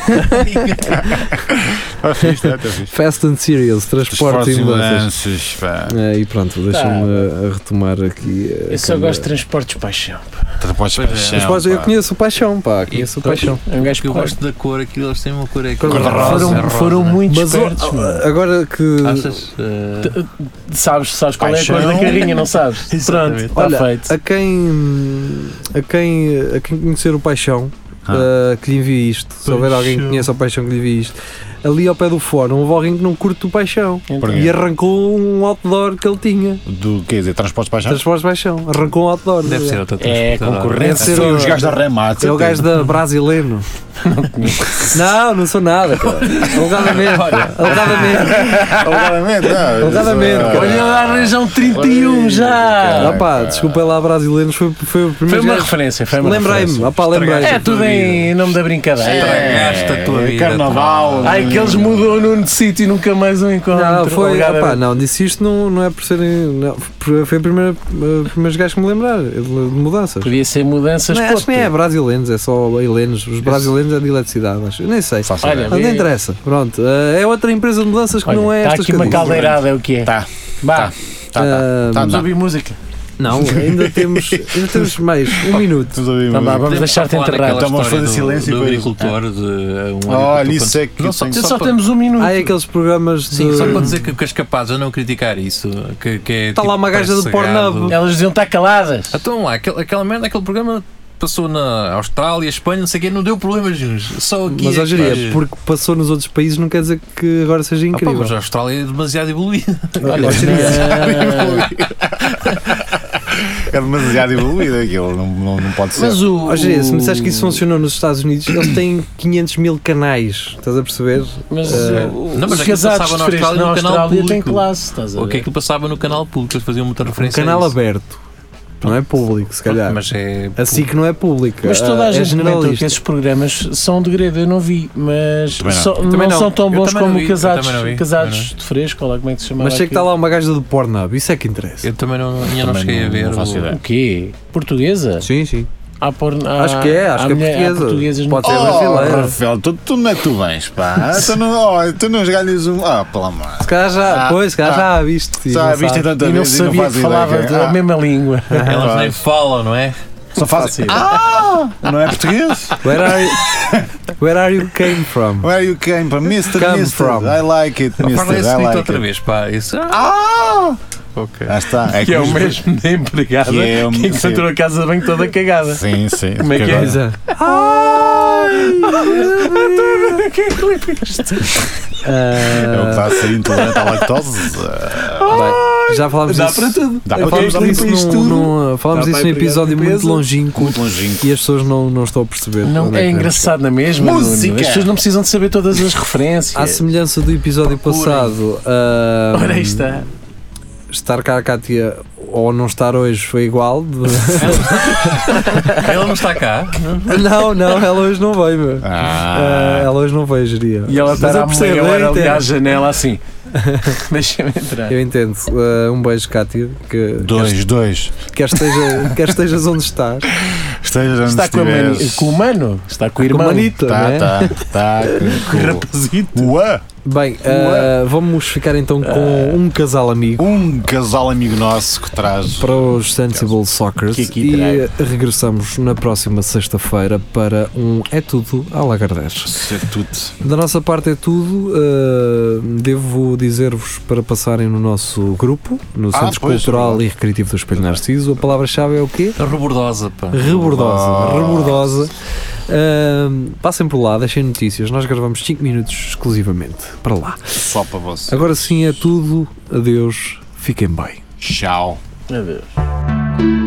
[SPEAKER 3] Está fixe, está está fixe.
[SPEAKER 2] Fast and Serious, transportes e mudanças.
[SPEAKER 3] Esforços, pá.
[SPEAKER 2] É, e pronto, deixa-me uh, retomar aqui. uh,
[SPEAKER 4] Tá. Eu só
[SPEAKER 2] como-
[SPEAKER 4] gosto de transportes paixão.
[SPEAKER 3] Transportes
[SPEAKER 5] Pois é.
[SPEAKER 3] paixão,
[SPEAKER 2] Mas podes- eu
[SPEAKER 3] pá.
[SPEAKER 2] conheço o Paixão, pá, conheço o
[SPEAKER 5] Então,
[SPEAKER 2] Paixão.
[SPEAKER 4] É um gajo
[SPEAKER 5] Porque eu
[SPEAKER 4] que
[SPEAKER 5] gosto da cor, aquilo eles têm uma cor é
[SPEAKER 2] Cor-de-rosa,
[SPEAKER 5] cor-de-rosa, é
[SPEAKER 4] Foram,
[SPEAKER 5] rosa,
[SPEAKER 4] foram
[SPEAKER 5] não é?
[SPEAKER 4] muito
[SPEAKER 2] Mas o-
[SPEAKER 4] espertos, mano.
[SPEAKER 2] agora que.
[SPEAKER 5] Achas? eh,
[SPEAKER 4] Sabes, sabes qual é a cor
[SPEAKER 3] Paixão.
[SPEAKER 4] da carrinha, não sabes? Pronto,
[SPEAKER 5] Exatamente.
[SPEAKER 4] está
[SPEAKER 2] Olha,
[SPEAKER 4] feito.
[SPEAKER 2] a quem, a quem a quem conhecer o Paixão uh, que lhe envie isto, se houver alguém que
[SPEAKER 5] Paixão.
[SPEAKER 2] conheça o Paixão que lhe envie isto, ali ao pé do fórum houve alguém que não curte o Paixão
[SPEAKER 3] Porquê?
[SPEAKER 2] e arrancou um outdoor que ele tinha,
[SPEAKER 3] Do, quer dizer, transportes paixão?
[SPEAKER 2] Transportes Paixão, arrancou um outdoor.
[SPEAKER 5] Deve ser outra
[SPEAKER 4] É,
[SPEAKER 5] transportadora.
[SPEAKER 4] concorrente.
[SPEAKER 2] ser
[SPEAKER 3] Foi
[SPEAKER 2] o-
[SPEAKER 3] Assim, os gajos da Remate.
[SPEAKER 2] É o gajo da
[SPEAKER 4] [laughs]
[SPEAKER 2] Brasileno. Não, não sou nada, cara. Alegadamente. Alegadamente.
[SPEAKER 3] [laughs] Alegadamente, não. é-
[SPEAKER 2] Alegadamente, cara.
[SPEAKER 4] Olha lá, arranjão 31 já!
[SPEAKER 3] Olha,
[SPEAKER 2] Ah, pá, desculpa lá, brasileiros. Foi, foi o
[SPEAKER 4] Foi
[SPEAKER 2] primeiro.
[SPEAKER 4] uma
[SPEAKER 2] gajo-
[SPEAKER 4] referência, foi uma
[SPEAKER 2] é- Lembrei-me,
[SPEAKER 4] referência.
[SPEAKER 2] ah, pá, lembrei-me.
[SPEAKER 4] É tudo em nome da brincadeira.
[SPEAKER 5] Estragaste a tua
[SPEAKER 3] É,
[SPEAKER 5] vida.
[SPEAKER 3] carnaval.
[SPEAKER 4] Ai, que eles mudou o nome de sítio e nunca mais o encontro.
[SPEAKER 2] Não, foi,
[SPEAKER 4] Obrigado.
[SPEAKER 2] opá, não, disse isto não, não é por serem. Não, foi o primeiro, eh, primeiro gajo que me lembrar de de mudanças.
[SPEAKER 4] Podia ser mudanças.
[SPEAKER 2] Não,
[SPEAKER 4] pô,
[SPEAKER 2] acho que nem é brasileiros, é só helenos. Os brasileiros é de eletricidade, acho. Eu nem sei.
[SPEAKER 3] Faço
[SPEAKER 4] Olha,
[SPEAKER 3] ideia.
[SPEAKER 2] Mas
[SPEAKER 4] vê-
[SPEAKER 2] não interessa. Pronto, eh, é outra empresa de mudanças que
[SPEAKER 4] olha,
[SPEAKER 2] não é
[SPEAKER 4] Está
[SPEAKER 2] estas
[SPEAKER 4] aqui uma
[SPEAKER 2] que eu digo.
[SPEAKER 4] caldeirada, é o que é.
[SPEAKER 3] Tá.
[SPEAKER 4] Vá,
[SPEAKER 3] Tá, tá.
[SPEAKER 2] Ah,
[SPEAKER 3] Tá,
[SPEAKER 4] vamos
[SPEAKER 3] tá.
[SPEAKER 4] ouvir música.
[SPEAKER 2] Não, ainda temos, ainda temos mais
[SPEAKER 4] [laughs]
[SPEAKER 2] um minuto.
[SPEAKER 3] Estamos a ouvir
[SPEAKER 4] Tá, vá,
[SPEAKER 3] música.
[SPEAKER 4] vamos
[SPEAKER 5] Podemos
[SPEAKER 4] deixar-te
[SPEAKER 5] falar
[SPEAKER 4] enterrado.
[SPEAKER 5] daquela
[SPEAKER 3] Então vamos
[SPEAKER 5] história
[SPEAKER 3] fazer
[SPEAKER 5] do-
[SPEAKER 3] silêncio e
[SPEAKER 5] Do
[SPEAKER 3] coisa.
[SPEAKER 5] agricultor, de um
[SPEAKER 3] Olha,
[SPEAKER 5] agricultor-
[SPEAKER 3] isso é que
[SPEAKER 5] Não só-
[SPEAKER 3] tem-
[SPEAKER 5] só
[SPEAKER 4] Só
[SPEAKER 5] para-
[SPEAKER 4] temos um minuto.
[SPEAKER 2] Há aqueles programas de.
[SPEAKER 5] Sim, só para dizer que, que és capaz de não criticar isso. Que, que é,
[SPEAKER 2] Tá lá uma gaja do
[SPEAKER 5] sossegado.
[SPEAKER 2] Pornhub.
[SPEAKER 4] Elas diziam, está caladas.
[SPEAKER 5] Então lá, aquele, aquela merda, aquele programa passou na Austrália, Espanha, não sei o quê, não deu problemas nenhuns. Só aqui.
[SPEAKER 2] mas
[SPEAKER 5] é
[SPEAKER 2] ó,
[SPEAKER 5] que
[SPEAKER 2] Jeria,
[SPEAKER 5] faz.
[SPEAKER 2] porque passou nos outros países não quer dizer que agora seja
[SPEAKER 5] Ah, pá,
[SPEAKER 2] incrível.
[SPEAKER 5] mas a Austrália é demasiado evoluída.
[SPEAKER 2] Ó, Jeria,
[SPEAKER 4] Não.
[SPEAKER 3] É demasiado evoluído aquilo, não, não, não pode ser.
[SPEAKER 4] Mas o.
[SPEAKER 2] Ó, Jeria, se me disseres que isso
[SPEAKER 4] o-
[SPEAKER 2] funcionou nos Estados Unidos, eles têm 500 mil canais, estás a perceber?
[SPEAKER 4] Mas
[SPEAKER 2] Eh,
[SPEAKER 4] o-
[SPEAKER 5] não, mas
[SPEAKER 4] os
[SPEAKER 5] aquilo passava na
[SPEAKER 4] casados diferentes
[SPEAKER 5] Austrália
[SPEAKER 4] na
[SPEAKER 5] no canal
[SPEAKER 4] Austrália têm
[SPEAKER 5] público.
[SPEAKER 4] classe, estás a
[SPEAKER 5] O que é
[SPEAKER 4] ver?
[SPEAKER 5] que passava no canal público? Eles faziam muita
[SPEAKER 2] Um
[SPEAKER 5] referência.
[SPEAKER 2] canal
[SPEAKER 5] a isso.
[SPEAKER 2] aberto, não é público, se calhar.
[SPEAKER 5] Mas é.
[SPEAKER 2] Assim que não é público,
[SPEAKER 4] Mas toda
[SPEAKER 2] ah,
[SPEAKER 4] a
[SPEAKER 2] é
[SPEAKER 4] gente comentou que
[SPEAKER 2] generalista.
[SPEAKER 4] esses programas são de greve, eu não vi, mas
[SPEAKER 3] Também não.
[SPEAKER 4] só-
[SPEAKER 5] também
[SPEAKER 4] não,
[SPEAKER 5] não.
[SPEAKER 4] são tão
[SPEAKER 5] Eu
[SPEAKER 4] bons
[SPEAKER 5] também não
[SPEAKER 4] como
[SPEAKER 5] vi, eu
[SPEAKER 4] casados,
[SPEAKER 5] também não vi.
[SPEAKER 4] casados de fresco, ou lá como é que se chama?
[SPEAKER 2] Mas sei que está lá uma gaja do Pornhub, isso é que interessa.
[SPEAKER 5] Eu também não, ainda não
[SPEAKER 3] Também
[SPEAKER 5] cheguei a
[SPEAKER 3] não-
[SPEAKER 5] ver.
[SPEAKER 3] não faço
[SPEAKER 5] o-
[SPEAKER 3] ideia.
[SPEAKER 4] é O quê? Portuguesa?
[SPEAKER 2] Sim, sim.
[SPEAKER 4] Há porno- há-
[SPEAKER 2] Acho que é, acho
[SPEAKER 4] há
[SPEAKER 2] que é
[SPEAKER 4] mulher- há
[SPEAKER 2] portuguesa.
[SPEAKER 4] portuguesas no-
[SPEAKER 2] Pode ser.
[SPEAKER 3] Oh,
[SPEAKER 2] brasileiro.
[SPEAKER 3] Rafael, tu, tu não é que tu vens, pá. tu, não, oh, tu não ganhas um. Ah, pelo amor.
[SPEAKER 2] Se calhar já,
[SPEAKER 3] Ah,
[SPEAKER 2] pois, se calhar
[SPEAKER 3] ah.
[SPEAKER 2] já a viste. sim,
[SPEAKER 3] Já
[SPEAKER 2] não
[SPEAKER 3] a viste
[SPEAKER 2] sabe.
[SPEAKER 3] tanta
[SPEAKER 4] E não
[SPEAKER 3] vez e não
[SPEAKER 4] sabia
[SPEAKER 3] faz
[SPEAKER 4] que
[SPEAKER 3] ideia.
[SPEAKER 4] falava
[SPEAKER 3] quem-
[SPEAKER 4] da
[SPEAKER 3] Ah,
[SPEAKER 2] [laughs]
[SPEAKER 4] mesma língua.
[SPEAKER 2] Ah,
[SPEAKER 5] Elas nem falam, não é?
[SPEAKER 3] Só faz Ah! Não é português?
[SPEAKER 2] Where are you, where are you came from?
[SPEAKER 3] Where you came from? Mr.
[SPEAKER 2] Come
[SPEAKER 3] Mr.
[SPEAKER 2] from.
[SPEAKER 3] I like it, Mr.
[SPEAKER 5] Fala esse
[SPEAKER 3] I
[SPEAKER 5] dito
[SPEAKER 3] like
[SPEAKER 5] outra
[SPEAKER 2] é-
[SPEAKER 3] it.
[SPEAKER 5] vez, pá. Isso. Ah,
[SPEAKER 3] Ah!
[SPEAKER 5] ok.
[SPEAKER 3] Ah, está.
[SPEAKER 4] Que é o
[SPEAKER 3] nos-
[SPEAKER 4] mesmo da empregada
[SPEAKER 3] Que é o
[SPEAKER 4] que
[SPEAKER 3] mesmo-
[SPEAKER 4] encontrou a casa de banho toda cagada.
[SPEAKER 3] Sim, sim.
[SPEAKER 4] Como é que é?
[SPEAKER 3] Agora-
[SPEAKER 2] Exato. Ai!
[SPEAKER 3] É o que
[SPEAKER 2] Ah,
[SPEAKER 3] está a ser intolerante à lactose. É
[SPEAKER 2] bem, Já falámos
[SPEAKER 4] Dá
[SPEAKER 2] disso.
[SPEAKER 4] para tudo.
[SPEAKER 3] eh, Dá
[SPEAKER 2] Eu
[SPEAKER 3] para
[SPEAKER 2] falámos
[SPEAKER 3] tudo.
[SPEAKER 2] disso
[SPEAKER 3] Isto
[SPEAKER 2] num,
[SPEAKER 3] tudo.
[SPEAKER 2] num, falámos
[SPEAKER 4] Dá
[SPEAKER 2] disso
[SPEAKER 4] para
[SPEAKER 2] num
[SPEAKER 4] empregar
[SPEAKER 2] episódio muito
[SPEAKER 4] empresa.
[SPEAKER 2] longínquo
[SPEAKER 3] Muito longínquo.
[SPEAKER 2] e as pessoas não, não estão a perceber.
[SPEAKER 4] Não,
[SPEAKER 2] onde
[SPEAKER 4] é
[SPEAKER 2] que
[SPEAKER 4] engraçado na mesma. Nuno.
[SPEAKER 3] Música!
[SPEAKER 4] As pessoas não precisam de saber todas as referências.
[SPEAKER 2] À semelhança do episódio passado, ah,
[SPEAKER 4] [laughs] Ora, aí está.
[SPEAKER 2] estar cá a Cátia ou não estar hoje foi igual. de- [laughs]
[SPEAKER 5] Ela não está cá.
[SPEAKER 2] não, não, ela hoje não veio. meu. Ah,
[SPEAKER 3] Ah,
[SPEAKER 2] ela hoje não veio, geria.
[SPEAKER 4] E ela
[SPEAKER 2] Mas
[SPEAKER 4] está
[SPEAKER 2] eu
[SPEAKER 4] a
[SPEAKER 2] percebo,
[SPEAKER 4] meia
[SPEAKER 2] eu
[SPEAKER 4] hora ali
[SPEAKER 2] entendo.
[SPEAKER 4] à janela [laughs] assim. Deixa-me entrar.
[SPEAKER 2] Eu entendo. Ah, um beijo, Cátia. Que,
[SPEAKER 3] dois, dois.
[SPEAKER 2] Quer,
[SPEAKER 3] [laughs]
[SPEAKER 2] esteja, quer estejas onde estás.
[SPEAKER 3] Esteja onde
[SPEAKER 4] Está com, a mani-
[SPEAKER 3] estiveres.
[SPEAKER 4] com o mano, está com o
[SPEAKER 2] Com
[SPEAKER 4] irmão.
[SPEAKER 2] manita, não
[SPEAKER 3] Tá,
[SPEAKER 2] é?
[SPEAKER 3] tá, tá.
[SPEAKER 4] com o
[SPEAKER 3] com-
[SPEAKER 4] rapazito.
[SPEAKER 3] com- Ué! Eh.
[SPEAKER 2] Bem, ah, vamos ficar então com um casal amigo
[SPEAKER 3] Um casal amigo nosso que traz.
[SPEAKER 2] para os Sensible Soccer.
[SPEAKER 3] Que aqui
[SPEAKER 2] E
[SPEAKER 3] trago.
[SPEAKER 2] ah, regressamos na próxima sexta-feira para um É Tudo à Lagardez.
[SPEAKER 3] Ser tudo.
[SPEAKER 2] Da nossa parte é tudo. uh, devo dizer-vos para passarem no nosso grupo, no
[SPEAKER 3] Ah,
[SPEAKER 2] Centro
[SPEAKER 3] pois, Tá
[SPEAKER 2] Cultural e Recreativo do Espelho Narciso. A palavra-chave é o quê?
[SPEAKER 5] Rebordosa, pá.
[SPEAKER 2] Rebordosa.
[SPEAKER 3] Ah.
[SPEAKER 2] Rebordosa. Uh, passem por lá, deixem notícias. Nós gravamos 5 minutos exclusivamente para lá.
[SPEAKER 3] Só para você.
[SPEAKER 2] Agora sim é tudo. Adeus. Fiquem bem.
[SPEAKER 3] Tchau.
[SPEAKER 4] Adeus.